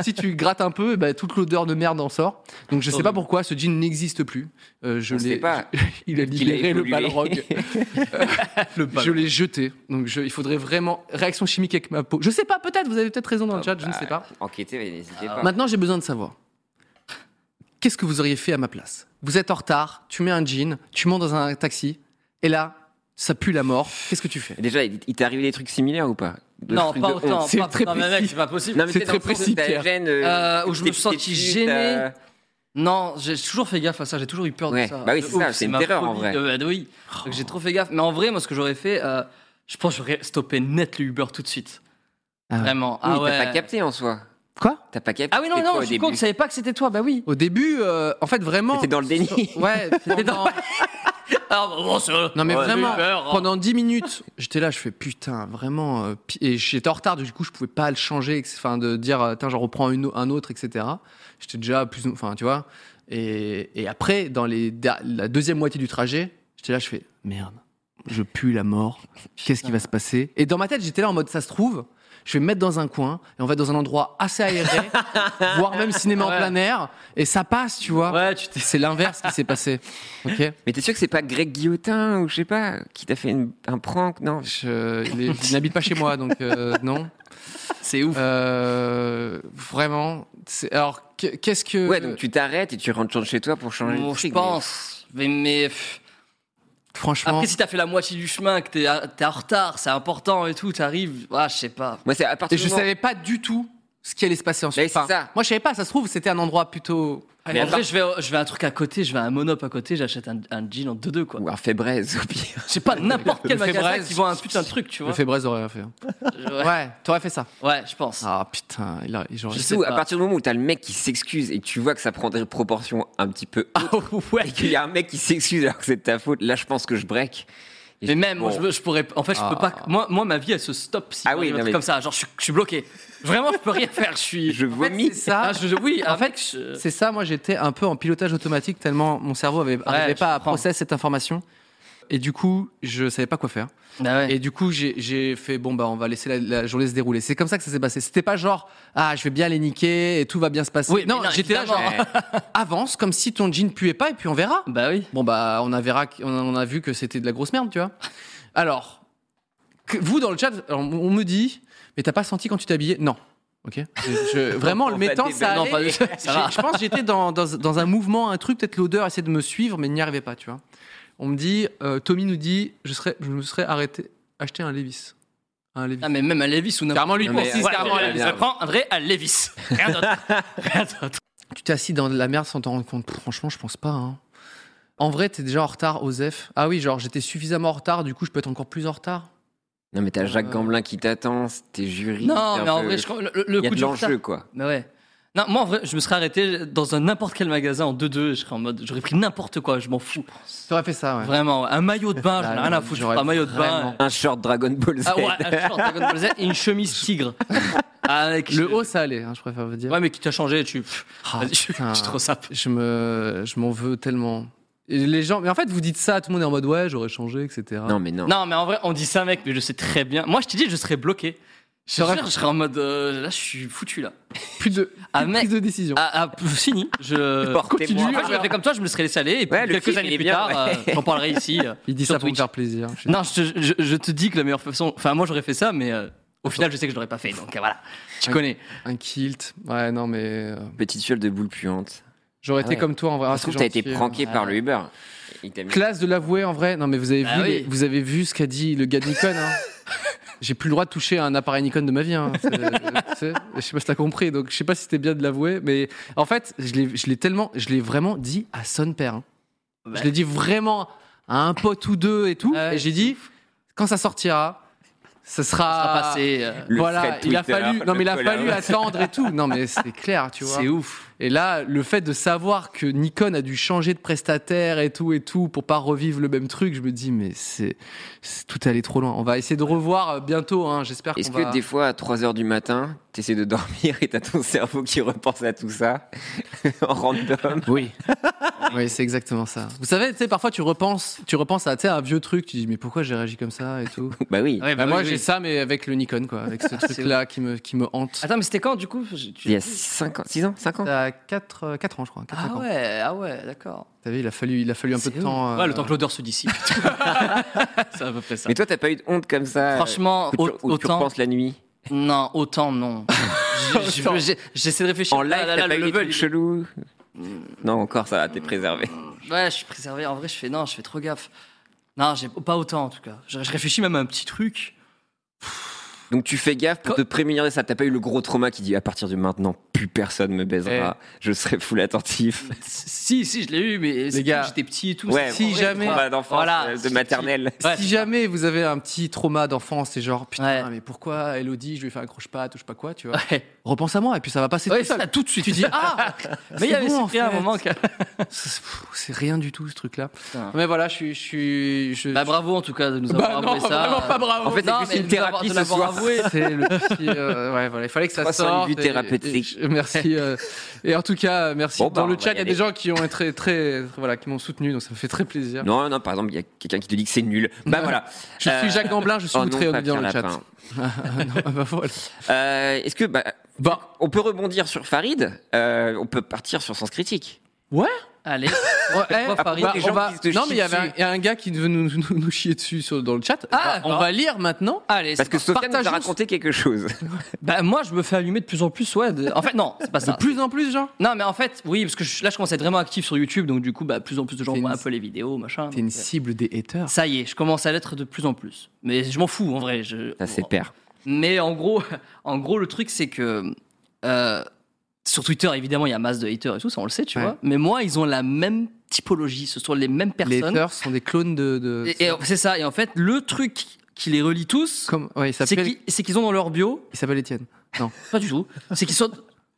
Speaker 1: si tu grattes un peu, eh ben, toute l'odeur de merde en sort. Donc je sais
Speaker 2: Horrible.
Speaker 1: pas pourquoi ce jean n'existe plus. Euh, je
Speaker 5: On sait
Speaker 1: l'ai-
Speaker 5: pas.
Speaker 1: il a
Speaker 5: Qu'il a
Speaker 1: libéré le
Speaker 5: évolué.
Speaker 1: balrog. Euh, Je l'ai jeté. Donc je- il faudrait vraiment réaction chimique avec ma peau. Je sais pas, peut-être. Vous avez peut-être raison
Speaker 2: Oh,
Speaker 1: dans le chat. Je ne
Speaker 2: bah,
Speaker 1: sais pas.
Speaker 5: Ah bah,
Speaker 1: Ah.
Speaker 5: Enquêtez, mais n'hésitez pas.
Speaker 1: Maintenant, j'ai besoin de savoir. Qu'est-ce que vous auriez fait à ma place Vous êtes en retard, tu mets un jean, tu montes dans un taxi, et là, ça pue la mort. Qu'est-ce que tu fais
Speaker 5: Déjà, il il t'est arrivé des trucs similaires ou pas De
Speaker 2: Non,
Speaker 5: trucs
Speaker 2: pas
Speaker 5: de honte.
Speaker 2: autant.
Speaker 1: c'est
Speaker 2: pas-
Speaker 1: très
Speaker 2: non, mais mec,
Speaker 1: précis.
Speaker 2: c'est pas possible.
Speaker 5: Non, mais
Speaker 1: C'est
Speaker 5: peut-être
Speaker 1: très
Speaker 5: dans le sens
Speaker 1: précis,
Speaker 5: où t'as
Speaker 1: Pierre.
Speaker 5: gêne,
Speaker 2: Euh, où je
Speaker 5: t'es-
Speaker 2: me suis senti
Speaker 5: t'es dessus,
Speaker 2: gêné.
Speaker 5: t'as-
Speaker 2: Non, j'ai toujours fait gaffe à ça, j'ai toujours eu peur
Speaker 5: Ouais,
Speaker 2: de ça.
Speaker 5: bah oui,
Speaker 2: De
Speaker 5: c'est ça,
Speaker 2: ouf,
Speaker 5: c'est une
Speaker 2: ma
Speaker 5: terreur, en
Speaker 2: phobie
Speaker 5: vrai.
Speaker 2: de- de- oui. Donc, j'ai trop fait gaffe. Mais en vrai, moi, ce que j'aurais fait, euh, je pense que j'aurais stoppé net le Uber tout de suite.
Speaker 1: Ah ouais.
Speaker 2: Vraiment.
Speaker 5: Oui,
Speaker 2: Ah ouais.
Speaker 5: T'as pas capté en soi.
Speaker 1: Quoi
Speaker 5: T'as pas capté.
Speaker 2: Ah oui, non,
Speaker 5: c'était
Speaker 2: non,
Speaker 5: toi, au
Speaker 2: je suis
Speaker 5: début.
Speaker 2: con, je savais pas que c'était toi, bah oui.
Speaker 1: Au début, euh, en fait, vraiment.
Speaker 5: T'étais dans le déni.
Speaker 1: Ouais, pendant-
Speaker 2: Ah, bah, bon, c'est-
Speaker 1: non mais
Speaker 2: ouais,
Speaker 1: vraiment,
Speaker 2: Uber, hein.
Speaker 1: pendant 10 minutes, j'étais là, je fais putain, vraiment, euh, pi- et j'étais en retard, du coup je pouvais pas le changer, ex- enfin de dire, euh, tiens, j'en reprends une au- un autre, etc. J'étais déjà plus, enfin tu vois, et, et après, dans les, der- la deuxième moitié du trajet, j'étais là, je fais merde, je pue la mort, qu'est-ce qui va se passer Et dans ma tête, j'étais là en mode, ça se trouve, je vais me mettre dans un coin, et on va être dans un endroit assez aéré, voire même cinéma
Speaker 2: Ouais.
Speaker 1: en plein air, et ça passe, tu vois.
Speaker 2: Ouais, tu t'es.
Speaker 1: C'est l'inverse qui s'est passé. Ok
Speaker 5: Mais t'es sûr que c'est pas Greg Guillotin ou je sais pas qui t'a fait une- un prank Non.
Speaker 1: Je, il est- il n'habite pas chez moi, donc euh, non.
Speaker 2: C'est ouf.
Speaker 1: Euh, vraiment. c'est- Alors, que- qu'est-ce que.
Speaker 5: Ouais, donc tu t'arrêtes et tu rentres chez toi pour changer.
Speaker 2: Bon,
Speaker 5: le
Speaker 2: Euh, Oh, je
Speaker 5: truc,
Speaker 2: pense. Mais, mais, pff,
Speaker 1: Franchement.
Speaker 2: après, si t'as fait la moitié du chemin, que t'es à- t'es en retard, c'est important et tout, t'arrives. Ah, je sais pas.
Speaker 5: mais- Moi, c'est à partir
Speaker 1: et
Speaker 5: du
Speaker 1: je
Speaker 5: moment-
Speaker 1: savais pas du tout ce qui allait se passer ensuite.
Speaker 5: Mais c'est ça.
Speaker 1: Moi, je savais pas, ça se trouve, c'était un endroit plutôt.
Speaker 2: Mais en vrai, je vais, je vais à un truc à côté, je vais à un monop à côté, j'achète un, un jean en 2-2, quoi.
Speaker 5: Ou un fébraise au pire.
Speaker 2: Je sais pas, n'importe quel
Speaker 1: Le fait
Speaker 2: magasin
Speaker 1: braise.
Speaker 2: qui vend un putain de truc, tu
Speaker 1: Le
Speaker 2: vois.
Speaker 1: Fébrez aurait rien fait.
Speaker 2: Ouais,
Speaker 1: Ouais, t'aurais fait ça.
Speaker 2: ouais, je pense.
Speaker 1: Ah putain, il a, j'aurais-
Speaker 2: Je sais
Speaker 5: Surtout, à
Speaker 2: pas.
Speaker 5: partir du moment où t'as le mec qui s'excuse et que tu vois que ça prend des proportions un petit peu
Speaker 2: Ah
Speaker 5: hautes, et qu'il y a un mec qui s'excuse alors que c'est de ta faute, là je pense que je break. Et
Speaker 2: Mais
Speaker 5: je-
Speaker 2: même,
Speaker 5: bon.
Speaker 2: je, je pourrais. En fait, je peux
Speaker 1: Ah.
Speaker 2: pas. Moi, moi, ma vie, elle se stoppe si
Speaker 5: Ah
Speaker 2: j'arrive
Speaker 5: oui,
Speaker 2: à un
Speaker 5: non,
Speaker 2: truc
Speaker 5: mais-
Speaker 2: comme ça. Genre, je, suis- je suis bloqué. Vraiment, je peux rien faire. Je suis.
Speaker 5: je
Speaker 1: En fait,
Speaker 5: vomis.
Speaker 1: c'est ça.
Speaker 2: Ah, je- je- oui, en fait, je-
Speaker 1: C'est ça, moi j'étais un peu en pilotage automatique tellement mon cerveau avait, arrivait
Speaker 2: je
Speaker 1: pas à
Speaker 2: comprends.
Speaker 1: processer cette information. Et du coup, je savais pas quoi faire.
Speaker 2: Bah ouais.
Speaker 1: Et du coup, j'ai- j'ai fait bon bah on va laisser la, la journée se dérouler. C'est comme ça que ça s'est passé. C'était pas genre ah je vais bien les niquer et tout va bien se passer.
Speaker 2: Oui, mais
Speaker 1: non,
Speaker 2: non,
Speaker 1: j'étais là genre
Speaker 2: évidemment.
Speaker 1: avance comme si ton jean puait pas et puis on verra.
Speaker 2: Bah oui.
Speaker 1: Bon bah on a verra qu- on a, on a vu que c'était de la grosse merde, tu vois. Alors que- vous dans le chat, alors, on me dit mais t'as pas senti quand tu t'es habillé Non. Ok. Je- je- vraiment en le
Speaker 5: On va
Speaker 1: mettant
Speaker 5: débattre.
Speaker 1: ça.
Speaker 2: Non,
Speaker 1: allait.
Speaker 2: pas-
Speaker 1: J'ai-
Speaker 2: ça va.
Speaker 1: Je pense que j'étais dans, dans- dans un mouvement, un truc peut-être l'odeur essayait de me suivre mais il n'y arrivait pas, tu vois. On me dit euh, Tommy nous dit je serais je me serais arrêté acheter un Levis. Un Levis.
Speaker 2: Ah, mais même à Lévis ou n'importe
Speaker 1: Carrément, lui,
Speaker 2: quoi.
Speaker 1: il
Speaker 2: Ouais,
Speaker 1: précise
Speaker 2: ouais,
Speaker 1: carrément à
Speaker 2: ouais,
Speaker 1: Lévis.
Speaker 2: Je prends un vrai à Lévis. Rien d'autre. Rien d'autre.
Speaker 1: Tu t'es assis dans de la merde sans t'en rendre compte. Pff, Franchement, je pense pas. hein. En vrai, t'es déjà en retard, Osef. Ah oui, genre j'étais suffisamment en retard, du coup je peux être encore plus en retard.
Speaker 5: Non, mais t'as Jacques
Speaker 1: Euh.
Speaker 5: Gamblin qui t'attend, t'es jury.
Speaker 2: Non,
Speaker 5: t'es un
Speaker 2: mais en
Speaker 5: peu-
Speaker 2: vrai, je, le, le- le
Speaker 5: Il y a
Speaker 2: coup
Speaker 5: de
Speaker 2: du retard.
Speaker 5: l'enjeu quoi.
Speaker 2: Mais ouais. Non, moi en vrai, je me serais arrêté dans un n'importe quel magasin en 2-2, je serais en mode, j'aurais pris n'importe quoi, je m'en fous.
Speaker 1: T'aurais fait ça, ouais.
Speaker 2: Vraiment, ouais. un maillot de bain, j'en ai
Speaker 1: Ah,
Speaker 2: rien à
Speaker 1: non,
Speaker 2: foutre, je
Speaker 1: j'aurais
Speaker 2: prends un maillot de bain.
Speaker 1: vraiment-
Speaker 5: Un short Dragon Ball Z.
Speaker 2: Ah ouais, un short Dragon Ball Z et une chemise tigre. Avec
Speaker 1: Le haut, ça allait, hein, je préfère vous dire.
Speaker 2: Ouais, mais qui t'a changé, tu. pff,
Speaker 1: Ah,
Speaker 2: vas-y, je,
Speaker 1: putain.
Speaker 2: je te ressape.
Speaker 1: Je me, je m'en veux tellement. Et les gens, mais en fait, vous dites ça, tout le monde est en mode ouais, j'aurais changé, etc.
Speaker 5: Non, mais non.
Speaker 2: Non, mais en vrai, on dit ça, mec, mais je sais très bien. Moi, je t'ai dit, je serais bloqué. Je, te
Speaker 1: J'aurais-
Speaker 2: jure, je serais en mode. euh, là, je suis foutu, là.
Speaker 1: Plus de, plus
Speaker 2: Ah,
Speaker 1: de
Speaker 2: mec.
Speaker 1: prise de décision.
Speaker 2: Ah, ah, fini. Je.
Speaker 5: Portez-moi.
Speaker 2: En fait, j'aurais fait comme toi, je me serais laissé aller, et puis
Speaker 5: Ouais, le
Speaker 2: quelques
Speaker 5: kiff, il
Speaker 2: années
Speaker 5: est
Speaker 2: plus
Speaker 5: bien,
Speaker 2: tard,
Speaker 5: ouais.
Speaker 2: euh, j'en parlerai ici. euh,
Speaker 1: Il dit
Speaker 2: sur
Speaker 1: ça pour me
Speaker 2: Twitch.
Speaker 1: faire plaisir. Je suis-
Speaker 2: Non, je, te- je- je te dis que la meilleure façon. Enfin, moi, j'aurais fait ça, mais euh, au final, je sais que je l'aurais pas fait, donc euh, voilà. Tu
Speaker 1: Ouais.
Speaker 2: connais.
Speaker 1: Un kilt. Ouais, non, mais euh,
Speaker 5: Petite fiole de boule puante.
Speaker 1: j'aurais
Speaker 5: Ah
Speaker 1: été
Speaker 5: ouais.
Speaker 1: comme toi en vrai.
Speaker 5: Ça
Speaker 1: Ah,
Speaker 5: se trouve,
Speaker 1: c'est
Speaker 5: t'as été
Speaker 1: gentil.
Speaker 5: pranké par le Uber. Il t'a mis-
Speaker 1: Classe de l'avouer en vrai. Non mais vous avez
Speaker 2: Ah
Speaker 1: vu,
Speaker 2: oui.
Speaker 1: les- vous avez vu ce qu'a dit le gars de Nikon. hein. J'ai plus le droit de toucher à un appareil Nikon de ma vie. hein. C'est- tu sais, Je sais pas si t'as compris. Donc je sais pas si c'était bien de l'avouer, mais en fait, je l'ai- je l'ai tellement, je l'ai vraiment dit à son père. hein.
Speaker 2: Ouais.
Speaker 1: Je l'ai dit vraiment à un pote ou deux et tout.
Speaker 2: Ouais,
Speaker 1: et j'ai dit quand ça sortira, ça
Speaker 2: Ça
Speaker 1: sera.
Speaker 2: sera passé. euh,
Speaker 5: Le
Speaker 1: voilà,
Speaker 5: thread
Speaker 1: il a
Speaker 5: Twitter,
Speaker 1: fallu. Non
Speaker 5: le
Speaker 1: mais il a
Speaker 5: collab.
Speaker 1: fallu attendre et tout. Non mais c'est clair, tu vois.
Speaker 2: C'est ouf.
Speaker 1: Et là, le fait de savoir que Nikon a dû changer de prestataire et tout et tout pour pas revivre le même truc, je me dis mais c'est c'est- tout est allé trop loin. On va essayer de revoir euh, bientôt. Hein, J'espère.
Speaker 5: Est-ce
Speaker 1: qu'on
Speaker 5: que
Speaker 1: va-
Speaker 5: des fois, à 3h du matin, t'essaies de dormir et t'as ton cerveau qui repense à tout ça en random
Speaker 1: Oui. oui, c'est exactement ça. Vous savez, tu sais, parfois tu repenses, tu repenses à, tu sais, à un vieux truc, tu dis mais pourquoi j'ai réagi comme ça et tout.
Speaker 5: Bah oui.
Speaker 2: Ouais,
Speaker 1: Bah,
Speaker 2: bah
Speaker 1: moi
Speaker 2: oui,
Speaker 1: j'ai
Speaker 2: oui.
Speaker 1: ça mais avec le Nikon quoi, avec ce truc là qui me qui me hante.
Speaker 2: Attends, mais c'était quand du coup Je- tu-
Speaker 5: Il y a 5 ans, 6 ans, 5 ans
Speaker 1: T'as 4, ans je crois. quatre, cinq
Speaker 2: Ah
Speaker 1: ans.
Speaker 2: ouais, ah ouais, d'accord.
Speaker 1: T'as vu, il a fallu il a fallu un peu de
Speaker 2: C'est
Speaker 1: temps.
Speaker 2: ouf.
Speaker 1: euh,
Speaker 2: Ouais, le temps que l'odeur se dissipe. c'est à peu près ça.
Speaker 5: Mais toi, t'as pas eu de honte comme ça euh,
Speaker 2: Franchement,
Speaker 5: où tu,
Speaker 2: au-
Speaker 5: où tu
Speaker 2: autant-
Speaker 5: repenses la nuit
Speaker 2: Non, autant non. Je- je-
Speaker 5: Autant.
Speaker 2: j'ai- J'essaie de réfléchir.
Speaker 5: En live,
Speaker 2: Ah là
Speaker 5: t'as
Speaker 2: là,
Speaker 5: pas eu
Speaker 2: le
Speaker 5: des
Speaker 2: level,
Speaker 5: trucs
Speaker 2: il-
Speaker 5: chelous Non, encore, ça va, t'es préservé.
Speaker 2: Ouais, je suis préservé. En vrai, je fais non, je fais trop gaffe. Non, j'ai pas autant en tout cas. Je, je réfléchis même à un petit truc.
Speaker 5: Donc tu fais gaffe pour
Speaker 2: Quand-
Speaker 5: te prémunir de ça. T'as pas eu le gros trauma qui dit à partir de maintenant, plus personne me baisera.
Speaker 2: Eh.
Speaker 5: Je serai full attentif.
Speaker 2: Si, si, je l'ai eu, mais c'est
Speaker 1: gars.
Speaker 2: quand j'étais petit et tout.
Speaker 5: Ouais,
Speaker 2: c'est-
Speaker 1: si
Speaker 5: en vrai,
Speaker 1: jamais-
Speaker 5: le trauma d'enfance,
Speaker 2: Voilà.
Speaker 5: euh, de maternelle.
Speaker 2: Ouais,
Speaker 1: si jamais vous avez un petit trauma d'enfance, c'est genre putain,
Speaker 2: Ouais.
Speaker 1: mais pourquoi Elodie, je lui ai fait un croche-patte ou je sais pas quoi, tu vois.
Speaker 2: Ouais.
Speaker 1: Repense à moi et puis ça va passer
Speaker 2: Ouais,
Speaker 1: tout seul.
Speaker 2: ça, tout de suite.
Speaker 1: Tu dis ah,
Speaker 2: Mais il y avait
Speaker 1: bon, en
Speaker 2: c'était un
Speaker 1: fait.
Speaker 2: moment. Que...
Speaker 1: c'est pff, c'est rien du tout ce truc-là.
Speaker 2: Putain.
Speaker 1: Mais voilà, je suis, je suis, je-
Speaker 2: Bah bravo en tout cas de nous
Speaker 1: Bah
Speaker 2: avoir
Speaker 1: non,
Speaker 2: avoué ça.
Speaker 1: vraiment pas bravo.
Speaker 5: En fait, c'est
Speaker 2: Non,
Speaker 5: plus
Speaker 2: mais
Speaker 5: une
Speaker 2: de nous avoir-
Speaker 5: thérapie
Speaker 2: de
Speaker 5: ce
Speaker 2: l'avoir
Speaker 5: soir.
Speaker 2: avoué.
Speaker 1: C'est le petit. euh, ouais, voilà, il fallait que ça
Speaker 5: 308
Speaker 1: sorte. et-
Speaker 5: thérapeutiques.
Speaker 1: et je- merci. euh, et en tout cas, merci.
Speaker 5: Bon, bah,
Speaker 1: Dans le
Speaker 5: on
Speaker 1: chat,
Speaker 5: va y
Speaker 1: il y a
Speaker 5: aller.
Speaker 1: des gens qui ont été très, très, voilà, qui m'ont soutenu, donc ça me fait très plaisir.
Speaker 5: Non, non, par exemple, il y a quelqu'un qui te dit que c'est nul. Bah voilà.
Speaker 1: Je suis Jacques Gamblin, je suis
Speaker 5: oh non,
Speaker 1: outré
Speaker 5: pas
Speaker 1: Olivier, dans le
Speaker 5: Pierre
Speaker 1: chat.
Speaker 5: Lapin.
Speaker 1: Non, bah, voilà.
Speaker 5: Euh, Est-ce que. Bah,
Speaker 1: Bah,
Speaker 5: on peut rebondir sur Farid euh, On peut partir sur Sens Critique.
Speaker 1: ouais.
Speaker 2: Allez.
Speaker 1: Ouais, eh,
Speaker 2: Pourquoi Paris
Speaker 1: bah,
Speaker 5: Des
Speaker 1: on
Speaker 5: gens
Speaker 1: va-
Speaker 5: qui se
Speaker 1: Non, mais il y
Speaker 5: chient
Speaker 1: avait un, il y a un gars qui veut nous, nous- nous chier dessus sur- dans le chat.
Speaker 2: Ah,
Speaker 1: Bah, on
Speaker 2: d'accord.
Speaker 1: va lire maintenant.
Speaker 2: Allez,
Speaker 5: Parce que
Speaker 2: c'est parti.
Speaker 5: Sofiane nous a
Speaker 2: Partageons-
Speaker 5: raconté quelque chose.
Speaker 2: Bah moi, je me fais allumer de plus en plus. Ouais. de- En fait, non, c'est pas
Speaker 1: De
Speaker 2: ça.
Speaker 1: plus en plus, genre.
Speaker 2: Non, mais en fait, oui, parce que je- là, je commence à être vraiment actif sur YouTube, donc du coup, bah, plus en plus de gens
Speaker 1: T'es une-
Speaker 2: voient un peu les vidéos, machin.
Speaker 1: T'es une
Speaker 2: donc, euh,
Speaker 1: cible des haters.
Speaker 2: Ça y est, je commence à l'être de plus en plus. Mais je m'en fous, en vrai. Je...
Speaker 5: Ça, c'est père.
Speaker 2: Mais en gros, en gros, le truc, c'est que euh, sur Twitter, évidemment, il y a masse de haters et tout, ça on le sait, tu
Speaker 1: Ouais.
Speaker 2: vois. Mais moi, ils ont la même typologie, ce sont les mêmes
Speaker 1: Les
Speaker 2: personnes.
Speaker 1: haters euh, sont des clones de. de-
Speaker 2: Et- et c'est ça. Et en fait, le truc qui les relie tous,
Speaker 1: Comme... Ouais, il
Speaker 2: c'est
Speaker 1: s'appelle
Speaker 2: qu'ils c'est qu'ils ont dans leur bio,
Speaker 1: il s'appelle Étienne. Non.
Speaker 2: pas du tout, c'est qu'ils sont.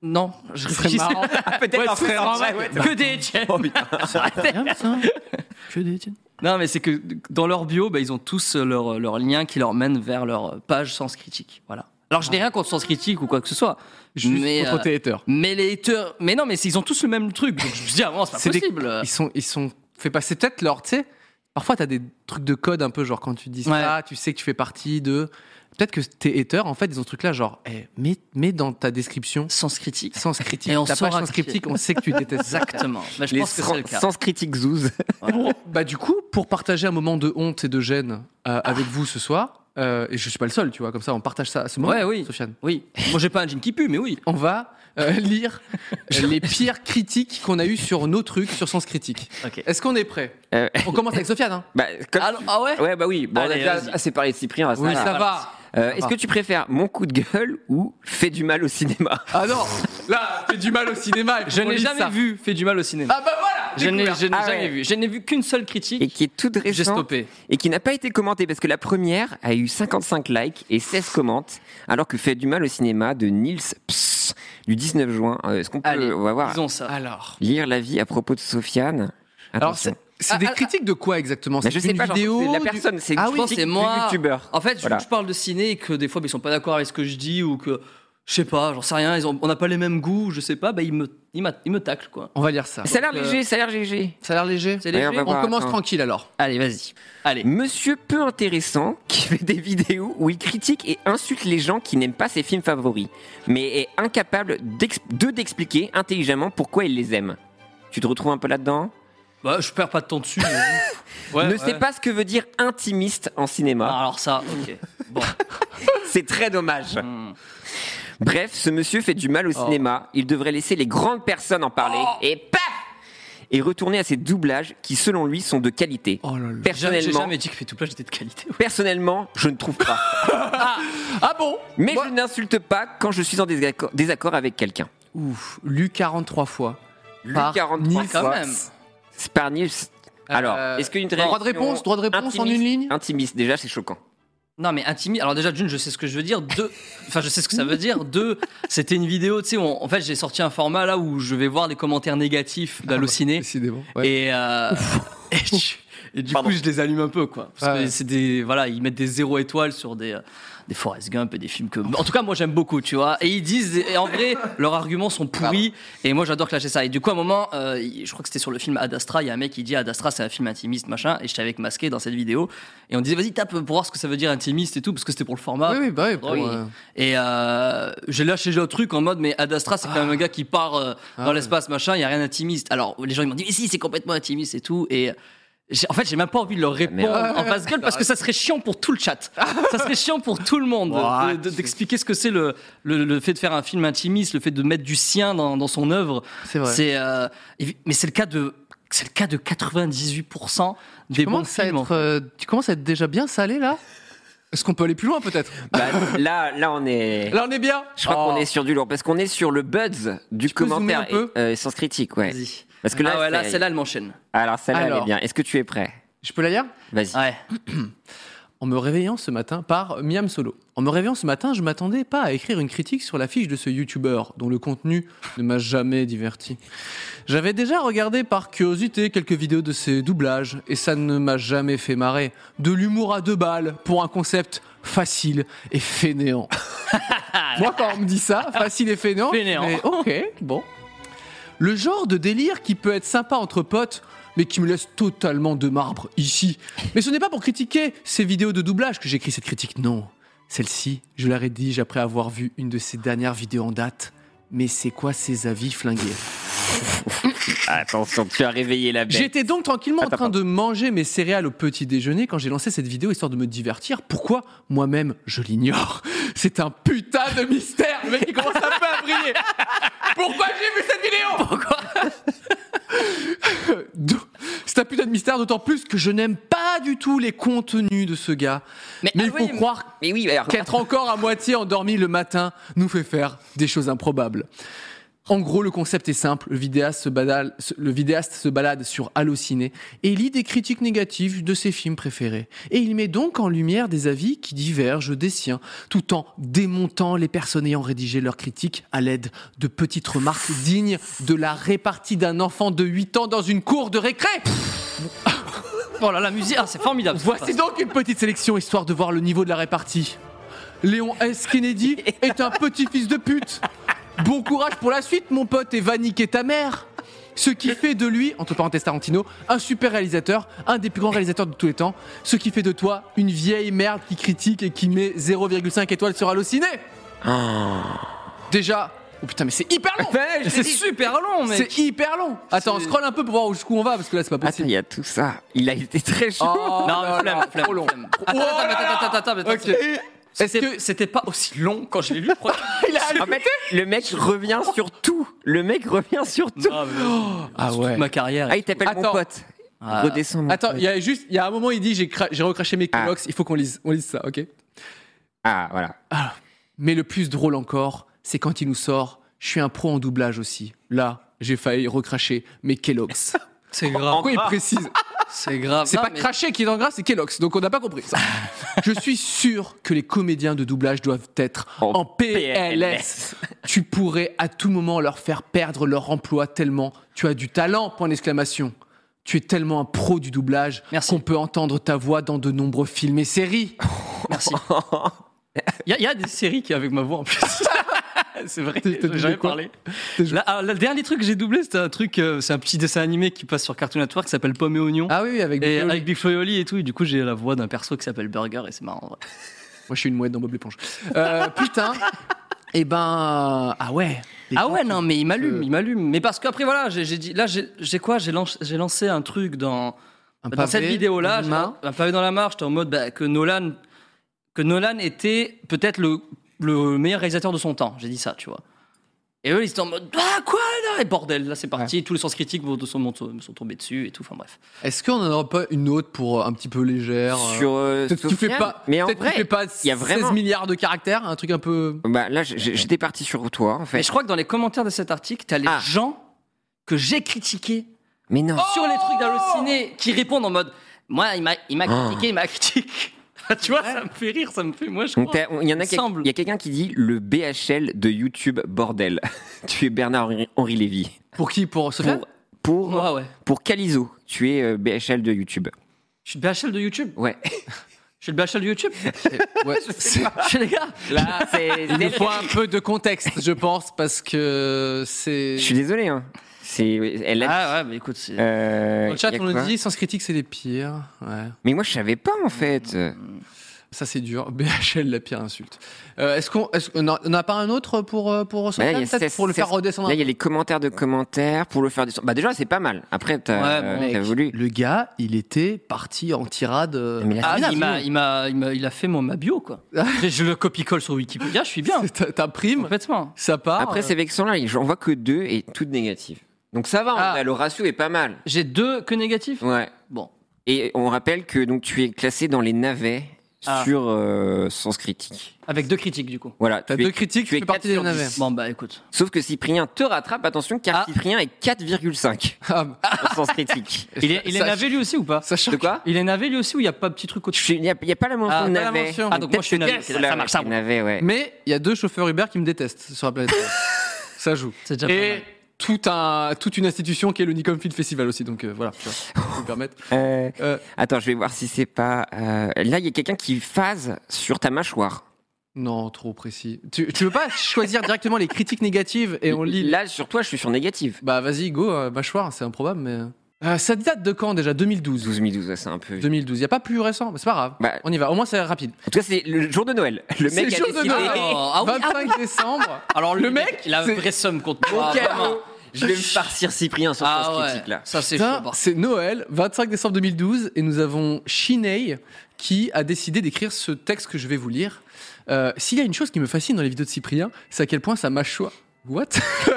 Speaker 2: Non, je réfléchis.
Speaker 5: Peut-être
Speaker 2: Ouais,
Speaker 5: un
Speaker 2: tout
Speaker 5: frère
Speaker 2: sera
Speaker 5: en
Speaker 2: vrai.
Speaker 5: direct.
Speaker 2: que des Etienne.
Speaker 1: Oh, Ah, Que des Étienne.
Speaker 2: Non, mais c'est que dans leur bio, bah, ils ont tous euh, leur, leur lien qui leur mène vers leur page Sens Critique. Voilà. Alors, je n'ai rien contre Sens Critique ou quoi que ce soit.
Speaker 1: Juste
Speaker 2: mais,
Speaker 1: contre
Speaker 2: euh,
Speaker 1: tes haters.
Speaker 2: mais les haters. Mais non, mais c'est- ils ont tous le même truc. Donc, je me dis, ah, vraiment, c'est
Speaker 1: C'est
Speaker 2: pas
Speaker 1: des-
Speaker 2: possible.
Speaker 1: Ils sont, ils sont fait passer peut-être leur, tu sais. Parfois, t'as des trucs de code un peu, genre quand tu dis
Speaker 2: Ouais.
Speaker 1: ça, tu sais que tu fais partie de. Peut-être que tes haters, en fait, ils ont ce truc-là, genre, eh, mets, mets dans ta description
Speaker 2: Sens Critique.
Speaker 1: sens critique.
Speaker 2: Et on
Speaker 1: ta page
Speaker 2: saura
Speaker 1: sens
Speaker 2: qui-
Speaker 1: critique, on sait que tu détestes ça.
Speaker 2: Exactement. Bah, je
Speaker 5: Les
Speaker 2: pense que c'est le
Speaker 5: Sens
Speaker 2: cas.
Speaker 5: Sens Critique Zouz.
Speaker 1: Pour- bah, du coup, pour partager un moment de honte et de gêne euh, avec vous ce soir, euh, et je suis pas le seul, tu vois, comme ça, on partage ça à ce moment.
Speaker 2: Ouais, oui.
Speaker 1: Sofiane.
Speaker 2: Oui. Moi, j'ai pas un jean qui pue, mais oui.
Speaker 1: On va euh, lire les pires critiques qu'on a eues sur nos trucs, sur Sens Critique.
Speaker 2: Ok.
Speaker 1: Est-ce qu'on est prêt
Speaker 5: Euh,
Speaker 1: On commence avec Sofiane. Hein
Speaker 5: bah, comme-
Speaker 2: Ah, ah ouais
Speaker 5: Ouais, bah oui. Bon,
Speaker 2: Allez,
Speaker 5: on a
Speaker 2: vas-y.
Speaker 5: déjà assez parlé de Cyprien.
Speaker 1: oui,
Speaker 5: va.
Speaker 1: ça va.
Speaker 5: Euh, Est-ce que tu préfères mon coup de gueule ou fait du mal au cinéma
Speaker 1: Ah non, là, fait du mal au cinéma. il faut
Speaker 2: Je
Speaker 1: qu'on
Speaker 2: n'ai
Speaker 1: lise
Speaker 2: jamais
Speaker 1: ça.
Speaker 2: vu fait du mal au cinéma.
Speaker 1: Ah bah voilà.
Speaker 2: je n'ai je n'ai
Speaker 5: Ah ouais.
Speaker 2: jamais vu. Je n'ai vu qu'une seule critique.
Speaker 5: Et qui est toute
Speaker 2: J'ai
Speaker 5: récente
Speaker 2: stoppé.
Speaker 5: et qui n'a pas été commentée parce que la première a eu 55 likes et 16 commentes, alors que fait du mal au cinéma de Nils Ps du 19 juin. Euh, Est-ce qu'on peut,
Speaker 2: Allez,
Speaker 5: on va voir,
Speaker 2: disons ça.
Speaker 1: Alors.
Speaker 5: lire l'avis à propos de Sofiane
Speaker 1: Alors
Speaker 5: Attention.
Speaker 1: c'est Ah, c'est des critiques de quoi exactement
Speaker 5: Mais
Speaker 1: C'est
Speaker 5: je sais
Speaker 1: une
Speaker 5: pas, genre,
Speaker 1: vidéo.
Speaker 5: c'est la
Speaker 1: du-
Speaker 5: personne, c'est
Speaker 1: Ah
Speaker 5: une
Speaker 1: oui, Oh,
Speaker 2: pense
Speaker 5: critique
Speaker 2: c'est
Speaker 5: du
Speaker 2: moi.
Speaker 5: youtubeur.
Speaker 2: En fait, je-
Speaker 5: Voilà.
Speaker 2: je parle de ciné et que des fois, bah, ils sont pas d'accord avec ce que je dis ou que je sais pas, j'en sais rien. Ils ont, on n'a pas les mêmes goûts, je sais pas. Bah, ils me, ils m'a- ils me taclent quoi.
Speaker 1: On va lire ça.
Speaker 5: Ça a l'air
Speaker 2: Donc, euh,
Speaker 5: léger, ça a l'air léger.
Speaker 1: Ça a l'air léger.
Speaker 2: C'est
Speaker 5: Ouais,
Speaker 2: léger.
Speaker 5: on va
Speaker 1: On
Speaker 5: voir,
Speaker 1: commence
Speaker 5: attends.
Speaker 1: tranquille alors.
Speaker 2: Allez, vas-y. Allez.
Speaker 5: Monsieur peu intéressant qui fait des vidéos où il critique et insulte les gens qui n'aiment pas ses films favoris, mais est incapable d'ex- de d'expliquer intelligemment pourquoi il les aime. Tu te retrouves un peu là-dedans
Speaker 2: Bah, je perds pas de temps dessus. mais- Ouais,
Speaker 5: Ne
Speaker 2: ouais.
Speaker 5: sais pas ce que veut dire intimiste en
Speaker 2: Ah,
Speaker 5: cinéma.
Speaker 2: alors ça, ok. Bon.
Speaker 5: C'est très dommage.
Speaker 2: Ah. Hmm. Oh.
Speaker 5: Bref, ce monsieur fait du mal au cinéma. Il devrait laisser les grandes personnes en parler. Et paf Et retourner à ses doublages qui, selon lui, sont de qualité.
Speaker 1: Oh là là.
Speaker 2: J'ai j'ai
Speaker 5: Personnellement,
Speaker 2: jamais dit que tout Plage était de qualité.
Speaker 5: personnellement, je ne trouve pas.
Speaker 1: Ah bon
Speaker 5: Mais je n'insulte pas quand je suis en désaccord, désaccord avec quelqu'un.
Speaker 1: Ouf. Lu 43 fois.
Speaker 5: Lu
Speaker 1: Par
Speaker 5: 43
Speaker 1: Nils.
Speaker 2: Quand
Speaker 5: fois.
Speaker 2: même.
Speaker 5: C'est par Nils. Alors, est-ce qu'une
Speaker 1: Euh, droit de
Speaker 5: réaction
Speaker 1: réponse, droit de réponse en
Speaker 5: intimiste-
Speaker 1: une ligne
Speaker 5: Intimiste, déjà, c'est choquant.
Speaker 2: Non, mais intimide. Alors, déjà, d'une, je sais ce que je veux dire. Deux, enfin, je sais ce que ça veut dire. Deux, c'était une vidéo, tu sais, où on- en fait, j'ai sorti un format là où je vais voir les commentaires négatifs bah, d'Hallociné.
Speaker 1: Décidément. ouais.
Speaker 2: Et, euh, et, je- et du coup, je les allume un peu, quoi. Parce
Speaker 1: Ouais.
Speaker 2: que c'est des, voilà, ils mettent des zéro étoiles sur des, euh, des Forrest Gump et des films que. En tout cas, moi, j'aime beaucoup, tu vois. Et ils disent, et en vrai, leurs arguments sont pourris. Et moi, j'adore clasher ça. Et du coup, à un moment, euh, je crois que c'était sur le film Ad Astra, il y a un mec qui dit Ad Astra, c'est un film intimiste, machin. Et j'étais avec Masqué dans cette vidéo. Et on disait, vas-y, tape pour voir ce que ça veut dire intimiste et tout, parce que c'était pour le format.
Speaker 1: Oui, oui, bah oui, pour,
Speaker 2: Oui.
Speaker 1: euh,
Speaker 2: Et euh, j'ai lâché le truc en mode, mais Ad Astra, c'est quand même un gars qui part euh, dans
Speaker 1: ouais.
Speaker 2: l'espace, machin, il n'y a rien d'intimiste. Alors, les gens, ils m'ont dit, mais si, c'est complètement intimiste et tout. Et j'ai- en fait, j'ai même pas envie de leur répondre en face gueule parce que ça serait chiant pour tout le chat. ça serait chiant pour tout le monde de- de- de- d'expliquer ce que c'est le, le, le fait de faire un film intimiste, le fait de mettre du sien dans, dans son œuvre.
Speaker 1: C'est vrai.
Speaker 2: C'est, euh, évi- mais c'est le cas de. C'est le cas de 98% des bons
Speaker 1: commences à
Speaker 2: films. en
Speaker 1: être, euh, tu commences à être déjà bien salé là Est-ce qu'on peut aller plus loin peut-être
Speaker 5: Bah, là, là, on est.
Speaker 1: Là on est bien
Speaker 5: Je crois
Speaker 1: Oh.
Speaker 5: qu'on est sur du lourd parce qu'on est sur le buzz du
Speaker 1: peux zoomer
Speaker 5: commentaire
Speaker 1: un peu
Speaker 5: et- euh, sens critique, ouais.
Speaker 2: Vas-y.
Speaker 5: Parce que là,
Speaker 2: ah ouais, là,
Speaker 5: c'est-
Speaker 2: celle-là, elle m'enchaîne.
Speaker 5: Alors celle-là, elle est
Speaker 1: Alors.
Speaker 5: bien. Est-ce que tu es prêt
Speaker 1: Je peux la lire
Speaker 5: Vas-y.
Speaker 2: Ouais.
Speaker 1: En me réveillant ce matin par Miam Solo. En me réveillant ce matin, je m'attendais pas à écrire une critique sur l'affiche de ce youtubeur dont le contenu ne m'a jamais diverti. J'avais déjà regardé par curiosité quelques vidéos de ses doublages et ça ne m'a jamais fait marrer. De l'humour à deux balles pour un concept facile et fainéant. Moi quand on me dit ça, facile et fainéant,
Speaker 2: Fainéant.
Speaker 1: mais ok, bon. Le genre de délire qui peut être sympa entre potes, mais qui me laisse totalement de marbre ici. Mais ce n'est pas pour critiquer ces vidéos de doublage que j'écris cette critique, non. Celle-ci, je la rédige après avoir vu une de ses dernières vidéos en date. Mais c'est quoi ces avis flingués
Speaker 5: Attention, tu as réveillé la bête.
Speaker 1: J'étais donc tranquillement en
Speaker 5: Attends,
Speaker 1: train de manger mes céréales au petit déjeuner quand j'ai lancé cette vidéo histoire de me divertir. Pourquoi Moi-même, je l'ignore. C'est un putain de mystère. Le mec, il commence un peu à briller. Pourquoi j'ai vu cette vidéo Pourquoi C'est un putain de mystère, d'autant plus que je n'aime pas du tout les contenus de ce gars. Mais,
Speaker 5: ah
Speaker 1: il faut
Speaker 5: oui, mais-
Speaker 1: croire
Speaker 5: Mais oui, alors,
Speaker 1: qu'être encore à moitié endormi le matin nous fait faire des choses improbables. En gros, le concept est simple. Le vidéaste se balade, se- le vidéaste se balade sur Allociné et lit des critiques négatives de ses films préférés. Et il met donc en lumière des avis qui divergent des siens, tout en démontant les personnes ayant rédigé leurs critiques à l'aide de petites remarques dignes de la répartie d'un enfant de 8 ans dans une cour de récré.
Speaker 2: Oh là, la musique, ah, c'est formidable. ce qui se
Speaker 1: Voici
Speaker 2: passe.
Speaker 1: donc une petite sélection histoire de voir le niveau de la répartie. Léon S. Kennedy est un petit fils de pute. Bon courage pour la suite, mon pote, et va niquer ta mère. Ce qui fait de lui, entre parenthèses Tarantino, un super réalisateur, un des plus grands réalisateurs de tous les temps. Ce qui fait de toi une vieille merde qui critique et qui met 0,5 étoiles sur Allociné. Déjà, oh putain, mais c'est hyper long.
Speaker 2: C'est super long, mec.
Speaker 1: C'est hyper long. Attends,
Speaker 2: C'est-
Speaker 1: scroll un peu pour voir jusqu'où on va parce que là c'est pas
Speaker 5: attends,
Speaker 1: possible.
Speaker 5: il y a tout ça. Il a été très chaud.
Speaker 1: Oh là
Speaker 2: Non, mais flemme,
Speaker 1: là,
Speaker 2: flemme,
Speaker 1: trop long.
Speaker 2: flemme.
Speaker 1: Oh
Speaker 2: Ah, Attends,
Speaker 1: là
Speaker 2: attends,
Speaker 1: là.
Speaker 2: attends, attends, attends, attends,
Speaker 1: Ok.
Speaker 2: attends.
Speaker 1: Est-ce
Speaker 2: C'était-
Speaker 1: que
Speaker 2: C'était pas aussi long quand je l'ai lu. Quoi.
Speaker 5: en fait, le mec revient sur tout. Le mec revient sur tout.
Speaker 2: Ah, mais-
Speaker 1: ah ouais.
Speaker 2: Ma carrière.
Speaker 5: Ah, il t'appelle mon
Speaker 1: Attends.
Speaker 5: pote.
Speaker 2: Ah.
Speaker 5: Redescends. mon
Speaker 1: Attends,
Speaker 5: pote.
Speaker 1: il y a juste, il y a un moment, il dit j'ai, cra- j'ai recraché mes Kellogg's, il faut qu'on lise, on lise ça, ok
Speaker 5: Ah, voilà.
Speaker 1: Mais le plus drôle encore, c'est quand il nous sort, je suis un pro en doublage aussi. Là, j'ai failli recracher mes Kellogg's.
Speaker 2: C'est grave.
Speaker 1: Pourquoi il précise
Speaker 2: C'est grave.
Speaker 1: C'est
Speaker 2: Non,
Speaker 1: pas
Speaker 2: mais-
Speaker 1: craché qui est en gras, c'est Kellogg's, donc on n'a pas compris ça. je suis sûr que les comédiens de doublage doivent être
Speaker 5: En
Speaker 1: en, PLS. tu pourrais à tout moment leur faire perdre leur emploi tellement tu as du talent, point d'exclamation. Tu es tellement un pro du doublage
Speaker 2: Merci.
Speaker 1: qu'on peut entendre ta voix dans de nombreux films et séries.
Speaker 2: Merci. Il y a- il y, a des séries qui avec ma voix en plus. c'est vrai,
Speaker 1: T'as- t'as
Speaker 2: j'en ai
Speaker 1: doublé
Speaker 2: jamais
Speaker 1: quoi
Speaker 2: parlé.
Speaker 1: T'as joué-
Speaker 2: Là, ah, le dernier truc que j'ai doublé, c'était un truc, euh, c'est un petit dessin animé qui passe sur Cartoon Network qui s'appelle Pomme et Oignon.
Speaker 1: Ah oui, oui, avec
Speaker 2: et
Speaker 1: Big Flo.
Speaker 2: avec Big Flo et Oli et tout, et du coup j'ai la voix d'un perso qui s'appelle Burger et c'est marrant. en vrai.
Speaker 1: Moi, je suis une mouette dans Bob l'éponge. Euh, putain. Et ben. Ah ouais. Les
Speaker 2: Ah
Speaker 1: gens
Speaker 2: ouais,
Speaker 1: qui-
Speaker 2: non, mais il m'allume,
Speaker 1: Euh.
Speaker 2: il m'allume. Mais parce qu'après, voilà, j'ai j'ai dit, là, j'ai j'ai quoi J'ai lanc- j'ai lancé un truc dans,
Speaker 1: Un
Speaker 2: dans
Speaker 1: pavé
Speaker 2: cette vidéo-là,
Speaker 1: dans
Speaker 2: j'ai
Speaker 1: une main.
Speaker 2: un pavé dans la marche, j'étais en mode bah, que, Nolan, que Nolan était peut-être le, le meilleur réalisateur de son temps. J'ai dit ça, tu vois. Et eux, ils étaient en mode Ah, quoi là Et bordel, là, c'est parti, tous les sens critiques vont- sont, sont, me sont tombés dessus et tout. Enfin, bref.
Speaker 1: Est-ce qu'on en aura pas une autre pour euh, un petit peu légère euh,
Speaker 5: Sur. euh,
Speaker 1: Peut-être que tu fais
Speaker 5: Sofiane,
Speaker 1: pas.
Speaker 5: Mais en
Speaker 1: peut-être que
Speaker 5: vrai,
Speaker 1: tu fais pas
Speaker 5: il y a
Speaker 1: 16
Speaker 5: vraiment.
Speaker 1: milliards de caractères, un truc un peu.
Speaker 5: Bah, là, j'ai- j'ai- j'étais parti sur toi, en
Speaker 2: Mais
Speaker 5: fait.
Speaker 2: je crois que dans les commentaires de cet article, t'as les
Speaker 5: Ah.
Speaker 2: gens que j'ai critiqués
Speaker 5: Mais non.
Speaker 1: Oh Ah.
Speaker 2: sur les trucs d'Hallociné qui répondent en mode Moi, il m'a il m'a critiqué, il m'a critiqué. tu vois, ça me fait rire, ça me fait. Moi, je
Speaker 5: Donc,
Speaker 2: crois.
Speaker 5: t'as- on- Il y en a,
Speaker 2: me
Speaker 5: quel-
Speaker 2: semble.
Speaker 5: il y a quelqu'un qui dit le BHL de YouTube bordel. tu es Bernard Henri, Henri Lévy.
Speaker 1: Pour qui Pour Sofiane
Speaker 5: Pour pour
Speaker 1: Oh.
Speaker 2: Moi, ouais.
Speaker 5: pour Calizo, tu es euh, BHL de YouTube.
Speaker 2: Je suis le BHL de YouTube.
Speaker 5: Ouais.
Speaker 2: Je suis le BHL de YouTube.
Speaker 1: Ouais.
Speaker 2: Je suis les gars.
Speaker 5: Là, c'est
Speaker 1: Il nous faut un peu de contexte, je pense, parce que c'est.
Speaker 5: Je suis désolé hein. C'est elle a-
Speaker 2: Ah ouais, mais écoute, c'est.
Speaker 5: euh,
Speaker 1: Dans le chat,
Speaker 5: y a
Speaker 1: on nous
Speaker 5: quoi
Speaker 1: dit sans critique, c'est les pires. Ouais.
Speaker 5: Mais moi je savais pas en fait.
Speaker 1: Ça, c'est dur. BHL, la pire insulte. Euh, est-ce qu'on est-ce- on a- on n'a pas un autre pour, euh, pour
Speaker 5: Bah, là, il
Speaker 1: Sofiane,
Speaker 5: y a
Speaker 1: peut-être,
Speaker 5: seize-
Speaker 1: pour le faire
Speaker 5: seize-
Speaker 1: redescendre
Speaker 5: Là,
Speaker 1: un
Speaker 5: il y a les commentaires de commentaires pour le faire descendre. Bah déjà, c'est pas mal. Après, t'as
Speaker 2: Ouais,
Speaker 5: euh,
Speaker 2: bon, mec.
Speaker 5: t'as voulu.
Speaker 1: Le gars, il était parti en tirade. euh,
Speaker 5: Mais la
Speaker 2: Ah,
Speaker 5: finale,
Speaker 2: il m'a, il m'a, il m'a- il a fait mon ma bio quoi. je, je le copie-colle sur Wikipédia, je suis bien.
Speaker 1: Ah. c'est ta- ta prime,
Speaker 2: Complètement.
Speaker 1: ça part.
Speaker 2: euh.
Speaker 5: Après, c'est vexant là. J'en vois que deux et toutes négatives. Donc ça va. on
Speaker 2: Ah.
Speaker 5: a- Le ratio est pas mal.
Speaker 2: J'ai deux que négatifs.
Speaker 5: Ouais.
Speaker 2: Bon.
Speaker 5: Et on rappelle que donc tu es classé dans les navets
Speaker 2: Ah.
Speaker 5: sur euh, Sens Critique.
Speaker 2: Avec deux critiques du coup.
Speaker 5: Voilà.
Speaker 1: T'as
Speaker 5: tu es-
Speaker 1: deux critiques, tu
Speaker 5: es
Speaker 1: fais partie
Speaker 5: 4
Speaker 1: des
Speaker 5: sur
Speaker 1: navets.
Speaker 5: 10.
Speaker 2: Bon bah écoute.
Speaker 5: Sauf que Cyprien te rattrape. Attention, car
Speaker 2: Ah.
Speaker 5: Cyprien est 4,5
Speaker 1: Ah,
Speaker 5: au Sens Critique.
Speaker 2: Il est, il est
Speaker 1: Ça-
Speaker 2: navé lui aussi ou pas
Speaker 1: ça
Speaker 5: De
Speaker 1: choque.
Speaker 5: quoi
Speaker 2: Il est navé lui aussi ou il y a pas petit truc
Speaker 5: Je
Speaker 2: au-dessus
Speaker 5: suis- Il n'y a, il y a pas la mention
Speaker 2: Ah,
Speaker 5: de
Speaker 1: pas la
Speaker 5: navet.
Speaker 1: mention.
Speaker 2: Ah donc moi je suis navé.
Speaker 5: Peut-être
Speaker 2: ok,
Speaker 5: là,
Speaker 2: Ça marche, ça
Speaker 5: t'es
Speaker 2: roule.
Speaker 5: navet, ouais.
Speaker 1: Mais il y a deux chauffeurs Uber qui me détestent sur la planète. ça joue.
Speaker 2: C'est déjà pas
Speaker 1: Et
Speaker 2: mal.
Speaker 1: tout un, toute une institution qui est le Nikon Field Festival aussi. Donc euh, voilà, tu vois, si je peux me permettre.
Speaker 5: Euh,
Speaker 1: Euh,
Speaker 5: Attends, je vais voir si c'est pas. euh, Là, il y a quelqu'un qui phase sur ta mâchoire.
Speaker 1: non, trop précis. Tu, tu veux pas choisir directement les critiques négatives et on lit les-
Speaker 5: Là, sur toi, je suis sur négative.
Speaker 1: Bah vas-y, go, euh, mâchoire, c'est improbable, mais. Euh, ça date de quand déjà 2012
Speaker 5: 12 012, ouais, c'est un peu.
Speaker 1: 2012, il a pas plus récent, mais c'est pas grave.
Speaker 5: Bah-
Speaker 1: On y va, au moins c'est rapide.
Speaker 5: En tout cas, c'est le jour de Noël. Le
Speaker 1: C'est
Speaker 5: mec
Speaker 1: le
Speaker 5: a
Speaker 1: jour
Speaker 5: décidé.
Speaker 1: de Noël,
Speaker 2: Oh, ah oui, ah
Speaker 1: 25 décembre.
Speaker 2: Alors
Speaker 1: Le
Speaker 2: lui,
Speaker 1: mec,
Speaker 2: il a un
Speaker 1: c'est-
Speaker 2: vrai somme
Speaker 1: Oh.
Speaker 2: contre
Speaker 5: Au
Speaker 2: moi.
Speaker 5: cadeau.
Speaker 1: Ah.
Speaker 5: Je vais me farcir Cyprien sur
Speaker 2: Ah
Speaker 5: Sens
Speaker 2: ouais.
Speaker 5: Critique, là.
Speaker 2: Ça c'est
Speaker 1: Putain,
Speaker 2: chaud. bah.
Speaker 1: C'est Noël, 25 décembre 2012, et nous avons Shinei qui a décidé d'écrire ce texte que je vais vous lire. Euh, S'il y a une chose qui me fascine dans les vidéos de Cyprien, c'est à quel point sa mâchoire. What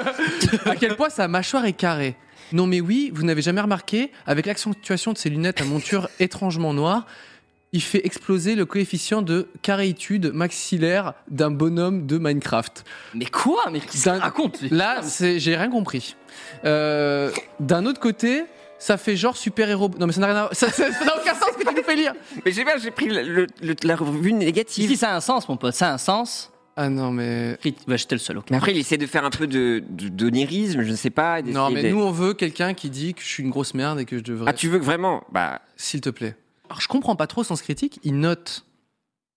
Speaker 1: À quel point sa mâchoire est carrée. Non mais oui, vous n'avez jamais remarqué, avec l'accentuation de ses lunettes à monture étrangement noire, il fait exploser le coefficient de carréitude maxillaire d'un bonhomme de Minecraft.
Speaker 2: Mais quoi Mais qu'est-ce
Speaker 1: D'un-
Speaker 2: qu'il raconte mais-
Speaker 1: Là, c'est- j'ai rien compris. Euh, D'un autre côté, ça fait genre super-héros. Non, mais ça n'a rien à Ça ça- ça n'a aucun sens ce que tu nous fais lire.
Speaker 5: Mais j'ai pas, j'ai pris le- le- le- la revue
Speaker 2: Si,
Speaker 5: négative.
Speaker 2: si, ça a un sens, mon pote, ça a un sens.
Speaker 1: Ah non, mais.
Speaker 2: Crit- Bah, j'étais le seul, ok.
Speaker 5: Mais après, il essaie de faire un peu de de- d'onirisme, je ne sais pas. d'essayer
Speaker 1: Non, mais
Speaker 5: de-
Speaker 1: nous, on veut quelqu'un qui dit que je suis une grosse merde et que je devrais.
Speaker 5: Ah, tu veux que vraiment Bah,
Speaker 1: S'il te plaît. Alors, je comprends pas trop sens critique. Il note.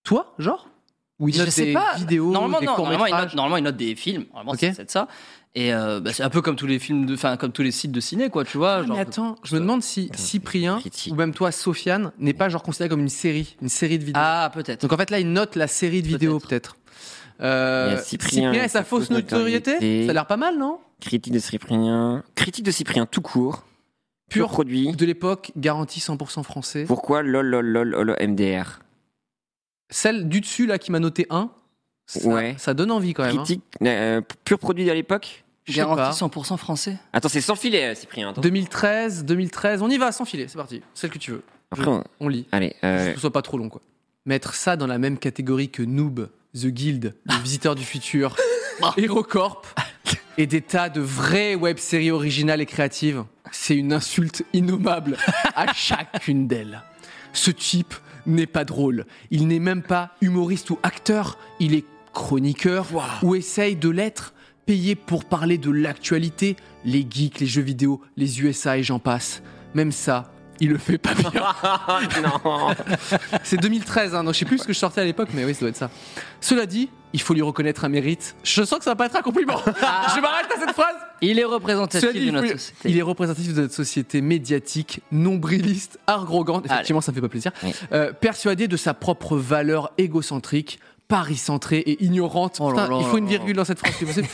Speaker 1: Toi, genre Ou il
Speaker 2: Je
Speaker 1: note
Speaker 2: sais
Speaker 1: des
Speaker 2: pas.
Speaker 1: vidéos,
Speaker 2: normalement,
Speaker 1: des
Speaker 2: non, normalement, il note,
Speaker 1: courts-métrages
Speaker 2: normalement, il note des films. Normalement,
Speaker 1: Ok.
Speaker 2: c'est- c'est de ça. Et euh, bah, c'est un peu comme tous les films, de- enfin, comme tous les sites de ciné, quoi, tu vois.
Speaker 1: Ah,
Speaker 2: genre-
Speaker 1: mais attends, je me demande si Cyprien
Speaker 5: critique.
Speaker 1: ou même toi, Sofiane, n'est pas genre considéré comme une série, une série de vidéos.
Speaker 2: Ah, peut-être.
Speaker 1: Donc en fait là, il note la série de vidéos peut-être. Euh,
Speaker 5: Il y a Cyprien
Speaker 1: et sa fausse notoriété,
Speaker 5: notoriété.
Speaker 1: ça a l'air pas mal, non
Speaker 5: critique de Cyprien. Critique de Cyprien tout court. Pur
Speaker 1: Pur
Speaker 5: produit.
Speaker 1: de l'époque, garantie 100% français.
Speaker 5: Pourquoi lol lol lol lol MDR
Speaker 1: Celle du dessus là qui m'a noté 1, ça,
Speaker 5: Ouais.
Speaker 1: ça donne envie quand même. hein.
Speaker 5: Critique, euh, pur produit à l'époque
Speaker 1: Je sais pas.
Speaker 2: Garantie 100% français.
Speaker 5: Attends, c'est sans filet, euh, Cyprien. attends.
Speaker 1: 2013, 2013, on y va sans filer, c'est parti. Celle que tu veux.
Speaker 5: Après, on-
Speaker 1: On lit.
Speaker 5: Allez,
Speaker 1: Juste
Speaker 5: euh,
Speaker 1: Que ce soit pas trop long quoi. Mettre ça dans la même catégorie que Noob, The Guild, Le Visiteur du Futur, HeroCorp et des tas de vraies web-séries originales et créatives, c'est une insulte innommable à chacune d'elles. Ce type n'est pas drôle. Il n'est même pas humoriste ou acteur. Il est chroniqueur ou essaye de l'être, payé pour parler de l'actualité, les geeks, les jeux vidéo, les USA et j'en passe. Même ça, il le fait pas bien.
Speaker 5: non.
Speaker 1: C'est 2013, hein, donc je sais plus ce que je sortais à l'époque, mais oui, ça doit être ça. Cela dit, il faut lui reconnaître un mérite. Je sens que ça va pas être un compliment. je m'arrête à cette phrase.
Speaker 2: Il est
Speaker 1: Cela
Speaker 2: représentatif
Speaker 1: dit,
Speaker 2: de
Speaker 1: il, faut
Speaker 2: notre
Speaker 1: lui-
Speaker 2: société.
Speaker 1: il est représentatif de notre société médiatique, nombriliste, arrogante. Effectivement, ça me fait pas plaisir.
Speaker 5: Oui.
Speaker 1: Euh, persuadé de sa propre valeur égocentrique. Paris-centrée et ignorante.
Speaker 2: Oh là
Speaker 1: Putain,
Speaker 2: là
Speaker 1: il faut une
Speaker 2: là
Speaker 1: virgule dans cette phrase, c'est possible.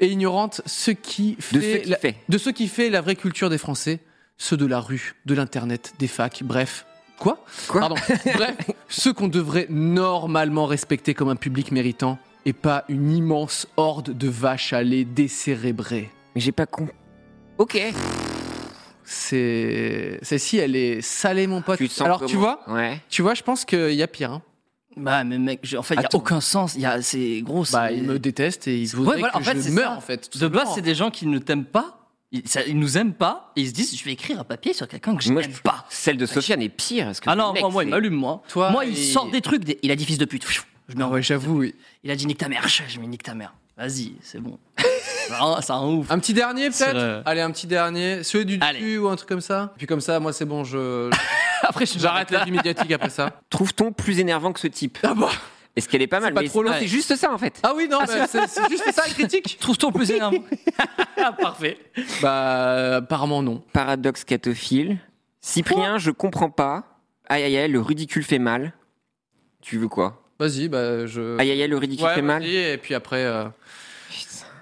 Speaker 1: et ignorante, ce qui fait
Speaker 5: De ce qui
Speaker 1: la-
Speaker 5: fait.
Speaker 1: de ce qui fait la vraie culture des Français, ceux de la rue, de l'internet, des facs, bref. Quoi
Speaker 5: Quoi
Speaker 1: Pardon. Bref, ceux qu'on devrait normalement respecter comme un public méritant et pas une immense horde de vaches à lait décérébrées.
Speaker 5: Mais j'ai pas con. Ok.
Speaker 1: C'est celle-ci, elle est salée, mon pote.
Speaker 5: Tu te sens
Speaker 1: Alors
Speaker 5: comment
Speaker 1: tu vois,
Speaker 5: Ouais.
Speaker 1: tu vois, je pense qu'il y a pire. hein.
Speaker 2: Bah, mais mec, je- en fait, il n'y a
Speaker 1: Attends.
Speaker 2: aucun sens. Il y a- C'est gros.
Speaker 1: Bah,
Speaker 2: c'est-
Speaker 1: il me déteste et il
Speaker 2: Ouais,
Speaker 1: voudrait
Speaker 2: voilà,
Speaker 1: que
Speaker 2: en fait,
Speaker 1: je
Speaker 2: c'est
Speaker 1: meure
Speaker 2: ça.
Speaker 1: en fait. tout
Speaker 2: De base,
Speaker 1: simplement.
Speaker 2: c'est des gens qui ne t'aiment pas. Ils, ça- ils nous aiment pas et ils se disent je vais écrire un papier sur quelqu'un que je
Speaker 5: Moi,
Speaker 2: n'aime pas.
Speaker 5: Celle de Sofiane est pire. parce que
Speaker 2: Ah
Speaker 5: le
Speaker 2: non,
Speaker 5: mec,
Speaker 2: moi, moi, il
Speaker 5: c'est-
Speaker 2: m'allume, moi.
Speaker 1: Toi,
Speaker 2: moi, il
Speaker 1: il-
Speaker 2: sort des trucs. des- Il a dit fils de pute. Pfiou. Je me
Speaker 1: Ouais, j'avoue. oui.
Speaker 2: Il a dit nique ta mère. Je me nique ta mère. Vas-y, c'est bon. Ah, C'est un ouf.
Speaker 1: Un petit dernier
Speaker 2: Sur,
Speaker 1: peut-être
Speaker 2: euh,
Speaker 1: Allez, un petit dernier. Celui du
Speaker 2: Allez.
Speaker 1: dessus ou un truc comme ça. Puis comme ça, moi c'est bon, je
Speaker 2: Après, je
Speaker 1: j'arrête la vie médiatique après ça.
Speaker 5: Trouve-t-on plus énervant que ce type
Speaker 1: Ah bah.
Speaker 5: Est-ce qu'elle est pas mal
Speaker 1: pas
Speaker 5: mais
Speaker 1: trop long.
Speaker 5: C'est juste ça en fait.
Speaker 1: Ah oui, non, mais c'est c'est juste ça la critique Ah,
Speaker 2: Trouve-t-on plus énorme Parfait.
Speaker 1: Bah apparemment non.
Speaker 5: Paradoxe catophile. Cyprien, je comprends pas. Aïe aïe aïe, le ridicule fait mal. Tu veux quoi
Speaker 1: Vas-y, bah je
Speaker 5: Aïe aïe aïe, le ridicule
Speaker 1: Ouais,
Speaker 5: fait mal.
Speaker 1: vas-y, et puis après euh,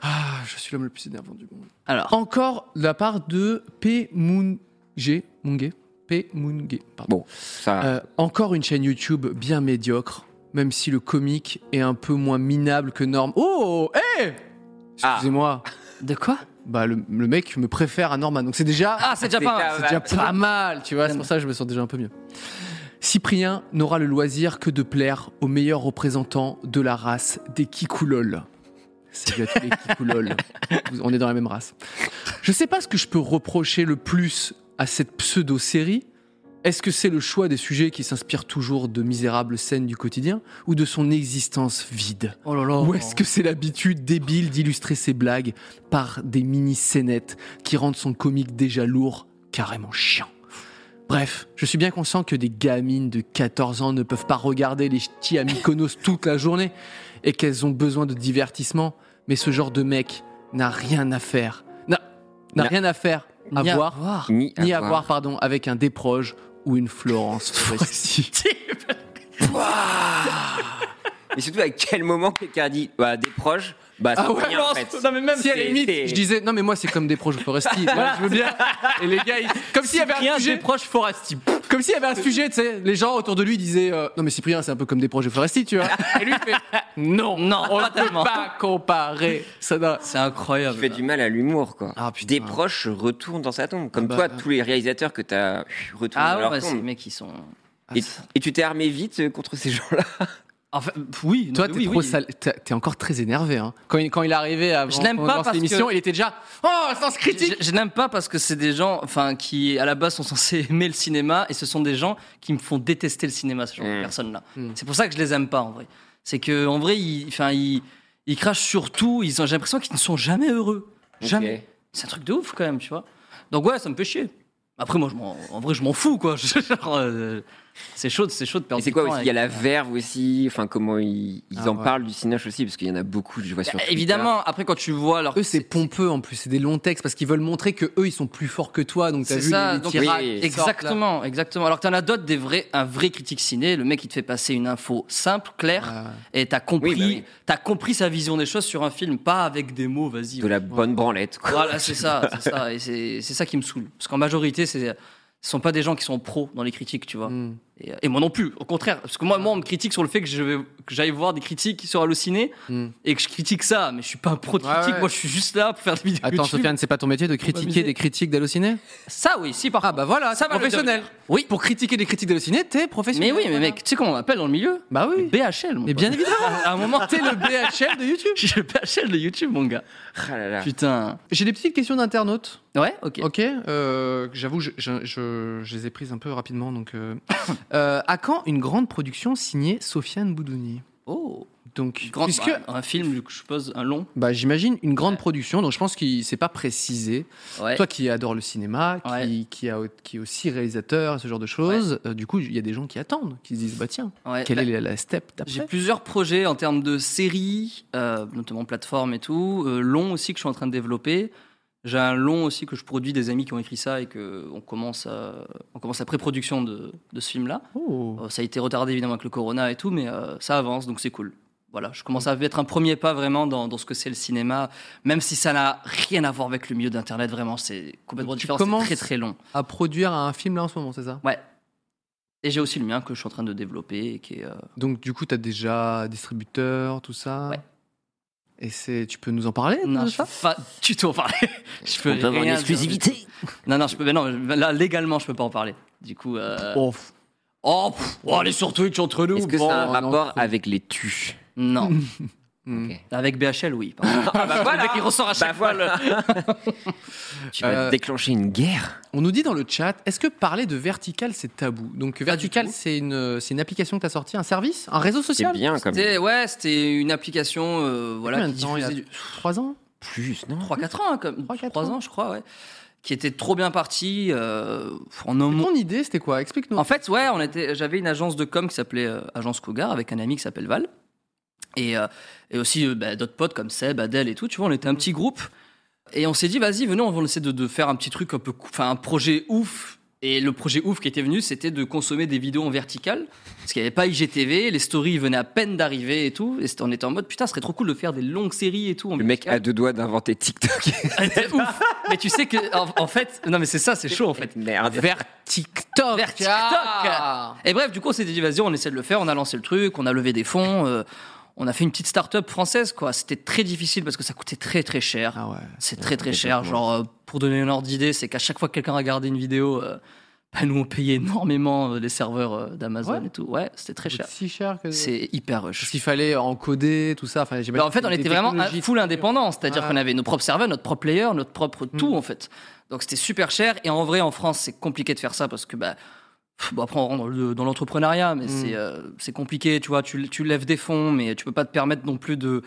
Speaker 1: Ah, je suis l'homme le plus énervant du monde.
Speaker 2: Alors,
Speaker 1: Encore de la part de P Moongé, Moongé, P Moongé, pardon.
Speaker 5: Bon, ça.
Speaker 1: Euh, encore une chaîne YouTube bien médiocre, même si le comique est un peu moins minable que Norm. Oh, hé
Speaker 5: Ah.
Speaker 1: Excusez-moi.
Speaker 2: de quoi
Speaker 1: Bah, le, le mec me préfère à Norman, donc c'est déjà,
Speaker 2: Ah, c'est déjà
Speaker 5: C'est
Speaker 2: pas
Speaker 5: ta-
Speaker 2: mal.
Speaker 1: c'est déjà pas mal, tu vois. C'est pour ça que je me sens déjà un peu mieux. Cyprien n'aura le loisir que de plaire aux meilleurs représentants de la race des Kikoulol. Salut à tous les Kikoulol. Vous- On est dans la même race. Je sais pas ce que je peux reprocher le plus à cette pseudo-série. Est-ce que c'est le choix des sujets qui s'inspirent toujours de misérables scènes du quotidien ou de son existence vide
Speaker 2: Oh là là.
Speaker 1: Ou est-ce que c'est l'habitude débile d'illustrer ses blagues par des mini-scénettes qui rendent son comique déjà lourd carrément chiant Bref, je suis bien conscient que des gamines de 14 ans ne peuvent pas regarder les ch'tis à Mykonos toute la journée et qu'elles ont besoin de divertissement, mais ce genre de mec n'a rien à faire. N'a n'a
Speaker 5: N'a-
Speaker 1: rien à faire, à
Speaker 2: Ni à
Speaker 1: voir,
Speaker 2: voir.
Speaker 5: Ni
Speaker 1: ni à
Speaker 5: avoir.
Speaker 1: voir, pardon, avec un Desproges ou une Florence Foresti.
Speaker 5: Et surtout, à quel moment quelqu'un a dit bah, des proches Bah, c'est
Speaker 1: Ah ouais,
Speaker 5: rien
Speaker 1: non,
Speaker 5: en fait.
Speaker 1: non, mais même si à la
Speaker 5: C'est-
Speaker 1: limite,
Speaker 5: c'est-
Speaker 1: je disais, non, mais moi, c'est comme des proches Foresti. voilà, je veux bien. Et les gars, ils- comme s'il y avait un
Speaker 2: Rien des
Speaker 1: sujet,
Speaker 2: proches Foresti.
Speaker 1: comme s'il y avait un sujet, tu sais, les gens autour de lui disaient, euh, non, mais Cyprien, c'est un peu comme des proches Foresti, tu vois. Et lui, il fait, non,
Speaker 2: Non,
Speaker 1: on
Speaker 2: pas
Speaker 1: ne peut
Speaker 2: tellement.
Speaker 1: pas comparer. Ça n'a-
Speaker 2: C'est incroyable.
Speaker 5: Tu fais du mal à l'humour, quoi.
Speaker 1: Ah, putain.
Speaker 5: Des proches retournent dans sa tombe. Comme
Speaker 1: Ah,
Speaker 5: toi,
Speaker 1: bah,
Speaker 5: tous les réalisateurs que t'as retournent
Speaker 2: Ah
Speaker 5: dans
Speaker 2: ouais,
Speaker 5: leur
Speaker 2: bah, c'est les
Speaker 5: tombe.
Speaker 2: mecs qui sont.
Speaker 1: Ah,
Speaker 5: Et,
Speaker 1: ça-
Speaker 5: et tu t'es armé vite euh, contre ces gens-là.
Speaker 2: Enfin, pff, oui. non,
Speaker 1: Toi,
Speaker 2: mais
Speaker 1: t'es
Speaker 2: oui,
Speaker 1: trop
Speaker 2: oui.
Speaker 1: sale- t'es- T'es encore très énervé. Hein. Quand, il, quand il est arrivé avant
Speaker 2: Je l'aime
Speaker 1: qu'on
Speaker 2: pas
Speaker 1: lance
Speaker 2: parce
Speaker 1: l'émission,
Speaker 2: que-
Speaker 1: il était déjà Oh, sens critique
Speaker 2: Je, je n'aime pas parce que c'est des gens, enfin, qui à la base sont censés aimer le cinéma et ce sont des gens qui me font détester le cinéma, ce genre
Speaker 5: Mm.
Speaker 2: de personnes-là.
Speaker 1: Mm.
Speaker 2: C'est pour ça que je les aime pas en vrai. C'est que en vrai, ils, enfin, ils, ils crachent sur tout. Ils ont, j'ai l'impression qu'ils ne sont jamais heureux, jamais.
Speaker 5: Ok.
Speaker 2: C'est un truc de ouf quand même, tu vois. Donc ouais, ça me fait chier. Après, moi, je m'en, en vrai, je m'en fous quoi. Je- genre, euh, c'est chaud, c'est chaud de perdre.
Speaker 5: Et c'est
Speaker 2: du
Speaker 5: quoi
Speaker 2: temps
Speaker 5: aussi Il
Speaker 2: avec- Bah,
Speaker 5: y a la verve aussi. Enfin, comment ils, ils
Speaker 1: Ah,
Speaker 5: en
Speaker 1: ouais.
Speaker 5: parlent du cinoche aussi, parce qu'il y en a beaucoup, je vois sur Twitter.
Speaker 2: Bah, Évidemment, après quand tu vois leur
Speaker 1: Eux, c'est pompeux en plus, c'est des longs textes parce qu'ils veulent montrer que eux, ils sont plus forts que toi. Donc t'as
Speaker 2: C'est
Speaker 1: vu
Speaker 2: ça,
Speaker 1: les- les
Speaker 2: donc-
Speaker 1: tirades
Speaker 5: Oui,
Speaker 1: qui sortent, là.
Speaker 2: Exactement, exactement. Alors que t'en as d'autres, des vrais, un vrai critique ciné, le mec il te fait passer une info simple, claire,
Speaker 1: Ah,
Speaker 2: et t'as compris,
Speaker 5: Oui, bah oui.
Speaker 2: t'as compris sa vision des choses sur un film, pas avec des mots, vas-y.
Speaker 5: De la bonne branlette, quoi.
Speaker 2: Voilà, c'est ça, c'est ça, et c'est c'est ça qui me saoule. Parce qu'en majorité, c'est ce sont pas des gens qui sont pros dans les critiques, tu vois.
Speaker 1: hmm.
Speaker 2: Et, et moi non plus, au contraire. Parce que moi, moi on me critique sur le fait que je vais- que j'aille voir des critiques sur Allociné
Speaker 1: Mm.
Speaker 2: et que je critique ça, mais je suis pas un pro de
Speaker 1: Ouais,
Speaker 2: critique,
Speaker 1: ouais.
Speaker 2: moi je suis juste là pour faire des vidéos.
Speaker 1: Attends,
Speaker 2: YouTube.
Speaker 1: Sofiane, c'est pas ton métier de critiquer
Speaker 2: m'amuser.
Speaker 1: des critiques d'halluciné
Speaker 2: Ça oui, si par
Speaker 1: Ah bah voilà,
Speaker 2: Ça
Speaker 1: c'est
Speaker 2: va le
Speaker 1: professionnel.
Speaker 2: Oui.
Speaker 1: Pour critiquer des critiques d'halluciné, t'es
Speaker 2: Mais
Speaker 1: professionnel.
Speaker 2: oui, mais
Speaker 1: voilà.
Speaker 2: mec, tu sais comment on m'appelle dans le milieu
Speaker 1: Bah oui.
Speaker 2: BHL, mon
Speaker 1: Mais
Speaker 2: pote.
Speaker 1: bien évidemment.
Speaker 2: À un moment,
Speaker 1: T'es le BHL de YouTube.
Speaker 2: j'ai le BHL de YouTube, mon gars.
Speaker 5: Ah là là.
Speaker 2: Putain.
Speaker 1: J'ai des petites questions d'internautes.
Speaker 2: Ouais, ok.
Speaker 1: Ok, euh, j'avoue, je, je- je- je les ai prises un peu rapidement. Donc, euh, Euh, à quand une grande production signée Sofiane Boudouni
Speaker 2: Oh,
Speaker 1: Donc,
Speaker 2: grande,
Speaker 1: puisque
Speaker 2: bah, un film, je suppose, un long.
Speaker 1: bah, j'imagine une grande production, donc je pense qu'il s'est pas précisé.
Speaker 2: Ouais.
Speaker 1: Toi qui adore le cinéma, qui,
Speaker 2: Ouais.
Speaker 1: qui, a- qui est aussi réalisateur, ce genre de choses, euh, du coup, il y a des gens qui attendent, qui se disent bah tiens,
Speaker 2: Ouais,
Speaker 1: quelle
Speaker 2: bah,
Speaker 1: est la, la step
Speaker 2: J'ai
Speaker 1: d'après
Speaker 2: plusieurs projets en termes de séries, euh, notamment plateforme et tout, euh, long aussi que je suis en train de développer. J'ai un long aussi que je produis des amis qui ont écrit ça et que on commence à, on commence la pré-production de, de ce film-là.
Speaker 1: Oh.
Speaker 2: Euh, ça a été retardé évidemment avec le corona et tout, mais euh, ça avance, donc c'est cool. Voilà, je commence à être un premier pas vraiment dans, dans ce que c'est le cinéma, même si ça n'a rien à voir avec le milieu d'Internet, vraiment, c'est complètement
Speaker 1: Tu
Speaker 2: différent,
Speaker 1: commences-
Speaker 2: c'est très très long.
Speaker 1: À produire un film là en ce moment, c'est ça
Speaker 2: Ouais. Et j'ai aussi le mien que je suis en train de développer, et qui est... euh,
Speaker 1: Donc du coup, tu as déjà distributeur, tout ça
Speaker 2: Ouais.
Speaker 1: Et c'est, tu peux nous en parler
Speaker 2: Non,
Speaker 1: de
Speaker 2: je
Speaker 1: ça
Speaker 2: peux pas du tout en parler. je peux
Speaker 5: On peut avoir une
Speaker 2: rien dire.
Speaker 5: exclusivité.
Speaker 2: Non, non, je peux, mais non, là, légalement, je peux pas en parler. Du coup... euh,
Speaker 1: Oh, pff.
Speaker 2: Oh, pff, oh, allez sur Twitch entre nous
Speaker 5: Est-ce que ça a un
Speaker 1: bon, non,
Speaker 5: rapport
Speaker 1: trop.
Speaker 5: avec les tues
Speaker 2: Non.
Speaker 1: Hmm.
Speaker 5: Ok.
Speaker 2: Avec BHL, oui. par
Speaker 1: Ah
Speaker 2: contre.
Speaker 1: bah
Speaker 5: voilà.
Speaker 2: Dès qu'il ressort à chaque fois. le-
Speaker 5: Tu vas
Speaker 1: Euh,
Speaker 5: déclencher une guerre
Speaker 1: On nous dit dans le chat, est-ce que parler de Vertical, c'est tabou Donc Vertical, c'est une, c'est une application que tu as sortie, un service, un réseau
Speaker 5: C'est
Speaker 1: social
Speaker 5: bien comme
Speaker 2: C'était- Ouais, c'était une application euh, voilà,
Speaker 1: Combien
Speaker 2: qui
Speaker 1: de temps, il y a
Speaker 2: diffusait du...
Speaker 1: Trois ans
Speaker 5: plus, non
Speaker 2: 3-4 ans, hein, comme...
Speaker 1: 3-4
Speaker 2: 3
Speaker 1: ans.
Speaker 2: ans, je crois, ouais. Qui était trop bien parti. euh, en un
Speaker 1: Ton idée, c'était quoi Explique-nous.
Speaker 2: En fait, ouais, on était, j'avais une agence de com qui s'appelait euh, Agence Cougar avec un ami qui s'appelle Val. Et, euh, et aussi euh, bah, d'autres potes comme Seb, Adèle et tout. Tu vois, on était un petit groupe. Et on s'est dit, vas-y, venez, on va essayer de, de faire un petit truc un peu. cou- Enfin, un projet ouf. Et le projet ouf qui était venu, c'était de consommer des vidéos en vertical. Parce qu'il n'y avait pas IGTV, les stories venaient à peine d'arriver et tout. Et c'était- on était en mode, putain, ce serait trop cool de faire des longues séries et tout. en
Speaker 5: Le mec
Speaker 2: vertical.
Speaker 5: a deux doigts d'inventer TikTok.
Speaker 2: C'était ouf. Mais tu sais que, en, en fait, non, mais c'est ça, c'est chaud en fait.
Speaker 5: Merde.
Speaker 1: TikTok
Speaker 2: Vers TikTok. Et bref, du coup, on s'est dit, vas-y, on essaie de le faire. On a lancé le truc, on a levé des fonds. euh, on a fait une petite start-up française, quoi. C'était très difficile parce que ça coûtait très, très cher.
Speaker 1: Ah ouais.
Speaker 2: C'est très, très cher. Genre, euh, pour donner un ordre d'idée, c'est qu'à chaque fois que quelqu'un regardait une vidéo, euh, bah, nous, on payait énormément euh, les serveurs euh, d'Amazon
Speaker 1: Ouais.
Speaker 2: et tout. Ouais, c'était très cher.
Speaker 1: Si cher que.
Speaker 2: C'est hyper rush.
Speaker 1: Parce qu'il fallait encoder, tout ça. Enfin, j'imagine
Speaker 2: Bah, en fait, on
Speaker 1: des
Speaker 2: était vraiment un-
Speaker 1: technologies- Ah.
Speaker 2: full indépendant, c'est-à-dire
Speaker 1: Ouais.
Speaker 2: qu'on avait nos propres serveurs, notre propre player, notre propre
Speaker 1: Mm.
Speaker 2: tout en fait. Donc c'était super cher et en vrai en France c'est compliqué de faire ça parce que bah pff, bon, après on rentre dans le- dans l'entrepreneuriat
Speaker 1: Mm.
Speaker 2: mais c'est euh, c'est compliqué, tu vois, tu, tu lèves des fonds mais tu peux pas te permettre non plus de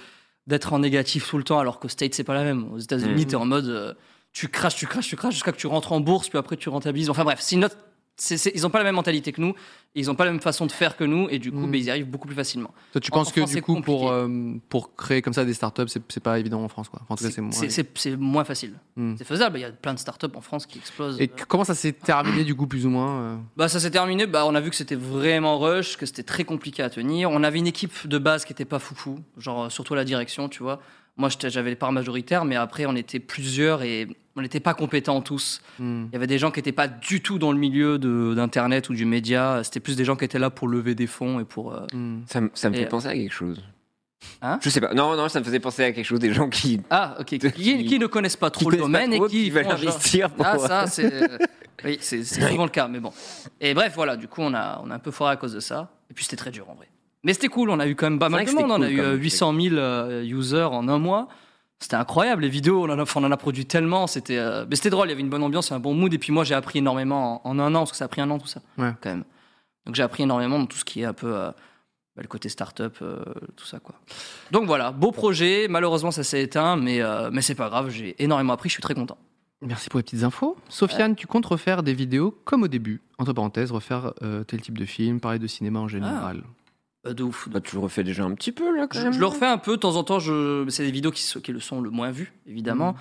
Speaker 2: d'être en négatif tout le temps alors qu'au States c'est pas la même. Aux États-Unis
Speaker 1: Mm.
Speaker 2: t'es en mode euh, tu craches, tu craches, tu craches jusqu'à que tu rentres en bourse puis après tu rentabilises. Enfin bref, c'est une autre- c'est- c'est- ils ont pas la même mentalité que nous, ils ont pas la même façon de faire que nous et du coup
Speaker 1: Mm.
Speaker 2: bah, ils y arrivent beaucoup plus facilement.
Speaker 1: Toi, tu
Speaker 2: en-
Speaker 1: penses
Speaker 2: en
Speaker 1: que
Speaker 2: France,
Speaker 1: du
Speaker 2: c'est
Speaker 1: coup, pour,
Speaker 2: compliqué.
Speaker 1: euh, pour créer comme ça des startups, c'est c'est pas évident en France, quoi. Enfin, en tout cas, c'est
Speaker 2: C'est-
Speaker 1: moins.
Speaker 2: C'est c'est- c'est moins facile.
Speaker 1: Hmm.
Speaker 2: C'est faisable. Il y a plein de startups en France qui explosent.
Speaker 1: Et comment ça s'est terminé, du coup, plus ou moins euh
Speaker 2: Bah, ça s'est terminé. Bah, on a vu que c'était vraiment rush, que c'était très compliqué à tenir. On avait une équipe de base qui était pas foufou, genre euh, surtout la direction, tu vois. Moi, j'étais- j'avais les parts majoritaires, mais après, on était plusieurs et on n'était pas compétents tous.
Speaker 1: Hmm.
Speaker 2: Il y avait des gens qui n'étaient pas du tout dans le milieu de- d'Internet ou du média. C'était plus des gens qui étaient là pour lever des fonds et pour. euh,
Speaker 1: Hmm.
Speaker 5: Ça, me- ça me
Speaker 2: Et-
Speaker 5: fait penser à quelque chose.
Speaker 2: Hein
Speaker 5: Je sais pas. Non, non, ça me faisait penser à quelque chose des gens qui.
Speaker 2: Ah, ok. Qui,
Speaker 5: qui-
Speaker 2: qui ne connaissent pas trop le
Speaker 5: connaissent pas
Speaker 2: domaine
Speaker 5: trop,
Speaker 2: et qui,
Speaker 5: veulent
Speaker 2: font genre-
Speaker 5: investir pour.
Speaker 2: Ah, ça, c'est euh, oui, c'est c'est souvent le cas, mais bon. Et bref, voilà, du coup, on a, on a un peu foiré à cause de ça. Et puis, c'était très dur en vrai. Mais c'était cool, on a eu quand même pas
Speaker 5: C'est
Speaker 2: mal
Speaker 5: vrai
Speaker 2: de
Speaker 5: que c'était
Speaker 2: monde. on a
Speaker 5: cool,
Speaker 2: eu
Speaker 5: quand
Speaker 2: euh,
Speaker 5: même.
Speaker 2: 800 000 euh, users en un mois. C'était incroyable, les vidéos, on en a, enfin, on en a produit tellement. C'était euh, mais c'était drôle, il y avait une bonne ambiance, un bon mood. Et puis, moi, j'ai appris énormément en, en un an, parce que ça a pris un an tout ça,
Speaker 1: Ouais.
Speaker 2: quand même. Donc, j'ai appris énormément de tout ce qui est un peu. euh, bah, le côté start-up, euh, tout ça quoi. Donc voilà, beau projet. Malheureusement, ça s'est éteint, mais, euh, mais c'est pas grave. J'ai énormément appris. Je suis très content.
Speaker 1: Merci pour les petites infos. Sofiane, tu comptes refaire des vidéos comme au début Entre parenthèses, refaire euh, tel type de film, parler de cinéma en général.
Speaker 2: Euh, de ouf, de
Speaker 5: Bah, tu le refais déjà un petit peu, là, quand
Speaker 2: Je,
Speaker 5: même.
Speaker 2: je le refais un peu de temps en temps. Je, c'est des vidéos qui, se- qui le sont le moins vues, évidemment.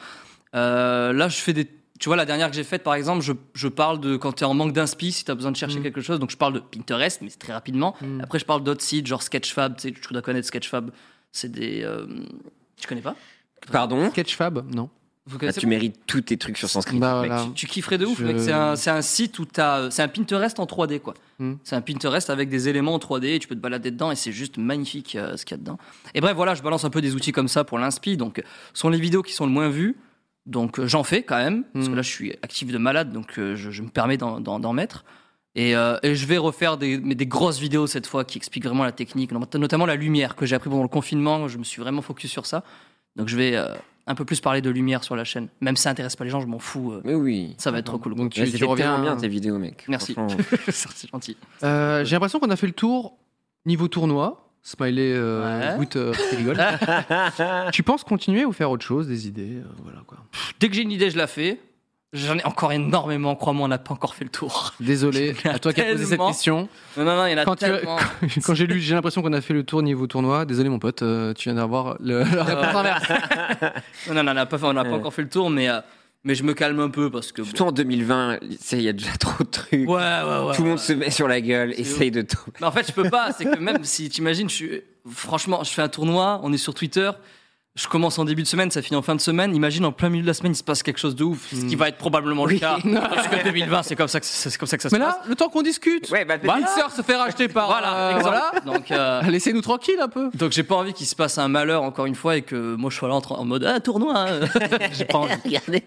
Speaker 2: Euh, là, je fais des. Tu vois, la dernière que j'ai faite, par exemple, je, je parle de quand t'es en manque d'inspi, si t'as besoin de chercher
Speaker 1: Mm.
Speaker 2: quelque chose. Donc, je parle de Pinterest, mais c'est très rapidement.
Speaker 1: Mm.
Speaker 2: Après, je parle d'autres sites, genre Sketchfab. Tu sais, tu dois connaître Sketchfab. C'est des. euh, tu connais pas
Speaker 5: Pardon
Speaker 1: Sketchfab Non.
Speaker 2: Vous
Speaker 5: Ah,
Speaker 2: connaissez
Speaker 5: Tu
Speaker 2: pas
Speaker 5: mérites tous tes trucs sur Sanskrit.
Speaker 1: Bah,
Speaker 5: mec.
Speaker 1: voilà.
Speaker 2: tu kifferais de ouf,
Speaker 1: Je-
Speaker 2: mec. C'est un, c'est un site où t'as. euh, C'est un Pinterest en 3D, quoi.
Speaker 1: Mm.
Speaker 2: C'est un Pinterest avec des éléments en 3D et tu peux te balader dedans et c'est juste magnifique euh, ce qu'il y a dedans. Et bref, voilà, je balance un peu des outils comme ça pour l'inspi. Donc, euh, ce sont les vidéos qui sont le moins vues. Donc, euh, j'en fais quand même. Parce
Speaker 1: Mm.
Speaker 2: que là, je suis actif de malade, donc euh, je, je me permets d'en- d'en d'en mettre. Et, euh, et je vais refaire des, mais des grosses vidéos cette fois qui expliquent vraiment la technique, not- notamment la lumière que j'ai appris pendant le confinement. Je me suis vraiment focus sur ça. Donc, je vais euh, un peu plus parler de lumière sur la chaîne. Même si ça intéresse pas les gens, je m'en fous. euh.
Speaker 5: Mais oui.
Speaker 2: Ça va être trop cool.
Speaker 1: Donc
Speaker 5: Ouais,
Speaker 1: tu,
Speaker 5: c'était
Speaker 1: tu reviens.
Speaker 5: tellement bien tes vidéos, mec.
Speaker 2: Merci.
Speaker 5: Franchement,
Speaker 2: c'est gentil.
Speaker 1: Euh, J'ai l'impression qu'on a fait le tour niveau tournoi. Smiley, euh,
Speaker 2: Ouais.
Speaker 1: goutte, euh, qui rigole. tu penses continuer ou faire autre chose, des idées euh, Voilà quoi.
Speaker 2: Dès que j'ai une idée, je la fais. J'en ai encore énormément, crois-moi, on n'a pas encore fait le tour.
Speaker 1: Désolé
Speaker 2: Il y en a
Speaker 1: à toi qui as posé cette
Speaker 2: tellement.
Speaker 1: question.
Speaker 2: Non, non, non, il y en a
Speaker 1: Quand, tu-
Speaker 2: Ah, tellement.
Speaker 1: quand- quand j'ai lu, j'ai l'impression qu'on a fait le tour niveau tournoi. Désolé mon pote, euh, tu viens d'avoir le, la réponse inverse.
Speaker 2: Non, non, non, on n'a pas, fait- on
Speaker 1: Eh.
Speaker 2: n'a pas encore fait le tour, mais, euh, mais je me calme un peu parce que. bon.
Speaker 5: Surtout en 2020, il y a déjà trop de trucs.
Speaker 2: Ouais, ouais, ouais.
Speaker 5: Tout le monde se met sur la gueule, essaye de tout.
Speaker 2: Mais en fait, je peux pas. C'est que même si, t'imagines, je suis. Franchement, je fais un tournoi, on est sur Twitter. je commence en début de semaine, ça finit en fin de semaine. Imagine en plein milieu de la semaine, il se passe quelque chose de ouf,
Speaker 1: Hmm.
Speaker 2: ce qui va être probablement le
Speaker 5: Oui.
Speaker 2: cas. Parce que 2020, c'est comme ça que c'est comme ça que ça
Speaker 1: Mais
Speaker 2: se
Speaker 1: là, le temps qu'on discute,
Speaker 5: Ouais, bah,
Speaker 1: ma petite sœur se fait racheter par.
Speaker 2: passe. Voilà,
Speaker 1: euh,
Speaker 2: exemple.
Speaker 1: voilà.
Speaker 2: Donc, euh,
Speaker 1: Laissez-nous tranquille un peu.
Speaker 2: donc j'ai pas envie qu'il se passe un malheur encore une fois et que moi je sois là en, train- en mode ah tournoi. hein. j'ai pas envie.
Speaker 5: Regardez.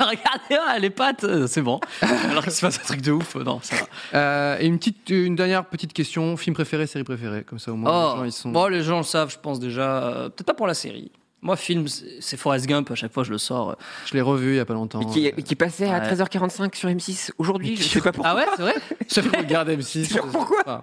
Speaker 2: Regardez ah, les pattes, euh, c'est bon. Alors qu'il se passe un truc de ouf, euh, non ça va.
Speaker 1: Euh, et une, petite, une dernière petite question film préféré, série préférée, comme ça au moins
Speaker 2: oh,
Speaker 1: les gens ils sont.
Speaker 2: bon, les gens le savent, je pense déjà. euh, Peut-être pas pour la série. Moi, film, c'est c'est Forrest Gump. À chaque fois, je le sors. euh.
Speaker 1: Je l'ai revu il y a pas longtemps.
Speaker 5: Et qui, et qui passait à
Speaker 2: Ouais.
Speaker 5: 13h45 sur M6 aujourd'hui, je sais pas pourquoi.
Speaker 2: Ah ouais, c'est vrai.
Speaker 1: Je regarde M6.
Speaker 5: Sûr, pourquoi
Speaker 1: Ah.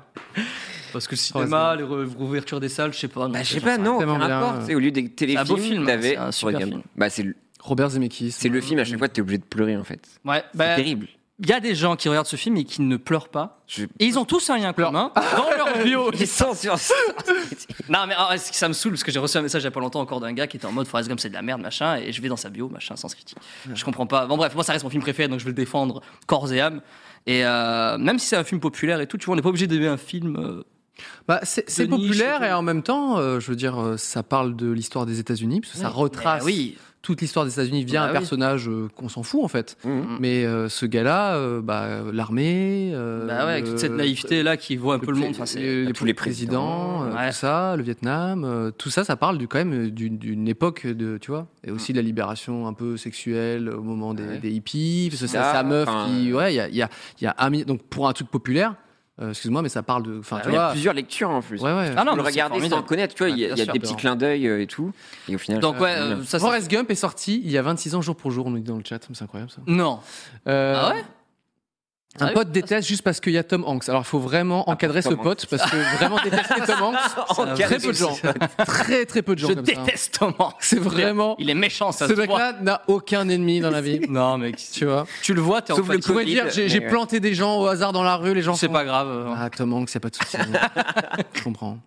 Speaker 2: Parce que le
Speaker 1: Forrest
Speaker 2: cinéma, les re- rouvertures des salles, je sais pas. non,
Speaker 5: Bah, je sais
Speaker 2: j'en
Speaker 5: pas, non, aucun
Speaker 1: tellement bien,
Speaker 5: rapport.
Speaker 1: euh.
Speaker 5: C'est au lieu des
Speaker 2: un
Speaker 5: téléfilms,
Speaker 2: beau film, hein,
Speaker 5: t'avais-
Speaker 2: c'est un super
Speaker 5: Regarde.
Speaker 2: film.
Speaker 5: Bah, c'est le-
Speaker 1: Robert Zemeckis.
Speaker 5: c'est le film, à chaque fois, t'es obligé de pleurer, en fait.
Speaker 2: Ouais,
Speaker 5: C'est
Speaker 2: bah,
Speaker 5: terrible.
Speaker 2: il y a des gens qui regardent ce film et qui ne pleurent pas.
Speaker 5: Je-
Speaker 2: Et ils ont tous un lien commun. Dans leur bio.
Speaker 5: Ils sont sur
Speaker 2: non, mais ah, c'est que ça me saoule parce que j'ai reçu un message il y a pas longtemps encore d'un gars qui était en mode Forrest Gump, c'est de la merde, machin. Et je vais dans sa bio, machin, sans critique. Je comprends pas. Bon, bref, moi, ça reste mon film préféré, donc je vais le défendre corps et âme. Et euh, même si c'est un film populaire et tout, tu vois, on n'est pas obligé d'aimer un film. euh,
Speaker 1: Bah, c'est c'est
Speaker 2: de niche
Speaker 1: populaire
Speaker 2: et tout.
Speaker 1: et en même temps, euh, je veux dire, euh, ça parle de l'histoire des États-Unis, parce que ça retrace
Speaker 2: bah oui.
Speaker 1: toute l'histoire des États-Unis via
Speaker 2: Bah
Speaker 1: un
Speaker 2: oui. Mmh.
Speaker 1: personnage euh, qu'on s'en fout en fait.
Speaker 5: Mmh.
Speaker 1: Mais euh, ce gars-là, euh, bah, l'armée. euh,
Speaker 2: Bah ouais, avec
Speaker 1: le-
Speaker 2: toute cette naïveté là qui voit un peu le monde. Enfin, c'est-
Speaker 1: les,
Speaker 5: tous les
Speaker 1: présidents, euh,
Speaker 2: Ouais.
Speaker 1: tout ça, le Vietnam, euh, tout ça, ça parle du, quand même euh, d'une- d'une époque de, tu vois, et
Speaker 2: Mmh.
Speaker 1: aussi de la libération un peu sexuelle au moment des,
Speaker 5: Ouais.
Speaker 1: des hippies, parce que c'est
Speaker 5: Ah,
Speaker 1: sa meuf
Speaker 5: enfin,
Speaker 1: qui,
Speaker 5: euh,
Speaker 1: ouais, il y a, il y a- il y a un mi- donc pour un truc populaire, euh, excuse-moi, mais ça parle de, enfin, Ah, tu
Speaker 5: Il y a
Speaker 1: vois,
Speaker 5: plusieurs lectures, en plus.
Speaker 1: ouais, ouais.
Speaker 2: Ah non,
Speaker 5: le
Speaker 2: mais c'est
Speaker 5: regarder sans
Speaker 2: formidable.
Speaker 5: connaître, tu vois, il y a,
Speaker 1: Ouais,
Speaker 5: il y a
Speaker 1: bien
Speaker 5: des
Speaker 1: sûr,
Speaker 5: petits
Speaker 1: bien.
Speaker 5: clins d'œil euh, et tout. Et au final,
Speaker 2: Donc, ouais,
Speaker 5: bien.
Speaker 2: euh, ça c'est.
Speaker 1: Forrest Gump est sorti il y a 26 ans jour pour jour, on nous dit dans le chat, c'est incroyable ça.
Speaker 2: Non.
Speaker 1: Euh,
Speaker 2: Ah ouais
Speaker 1: un
Speaker 2: Ah oui.
Speaker 1: pote déteste juste parce qu'il y a Tom Hanks. Alors il faut
Speaker 2: Ah,
Speaker 1: vraiment encadrer ce
Speaker 5: Tom
Speaker 1: pote parce que vraiment détester Tom Hanks, très peu de gens, très très peu de gens
Speaker 2: Je
Speaker 1: comme ça.
Speaker 2: déteste Thomas.
Speaker 1: C'est vraiment-
Speaker 2: Il est méchant, ça
Speaker 1: Ce
Speaker 2: se voit.
Speaker 1: mec-là n'a aucun ennemi dans la vie.
Speaker 2: Non, mec.
Speaker 1: Tu vois
Speaker 2: Tu le vois, t'es en
Speaker 5: Sauf
Speaker 2: fait.
Speaker 5: le
Speaker 1: Je pourrais
Speaker 5: Covid,
Speaker 1: dire, j'ai
Speaker 5: mais
Speaker 1: j'ai
Speaker 5: ouais.
Speaker 1: planté des gens au hasard dans la rue, les gens
Speaker 2: C'est
Speaker 1: font-
Speaker 2: pas grave.
Speaker 1: Ah, Tom Hanks, y a pas de souci. Je comprends.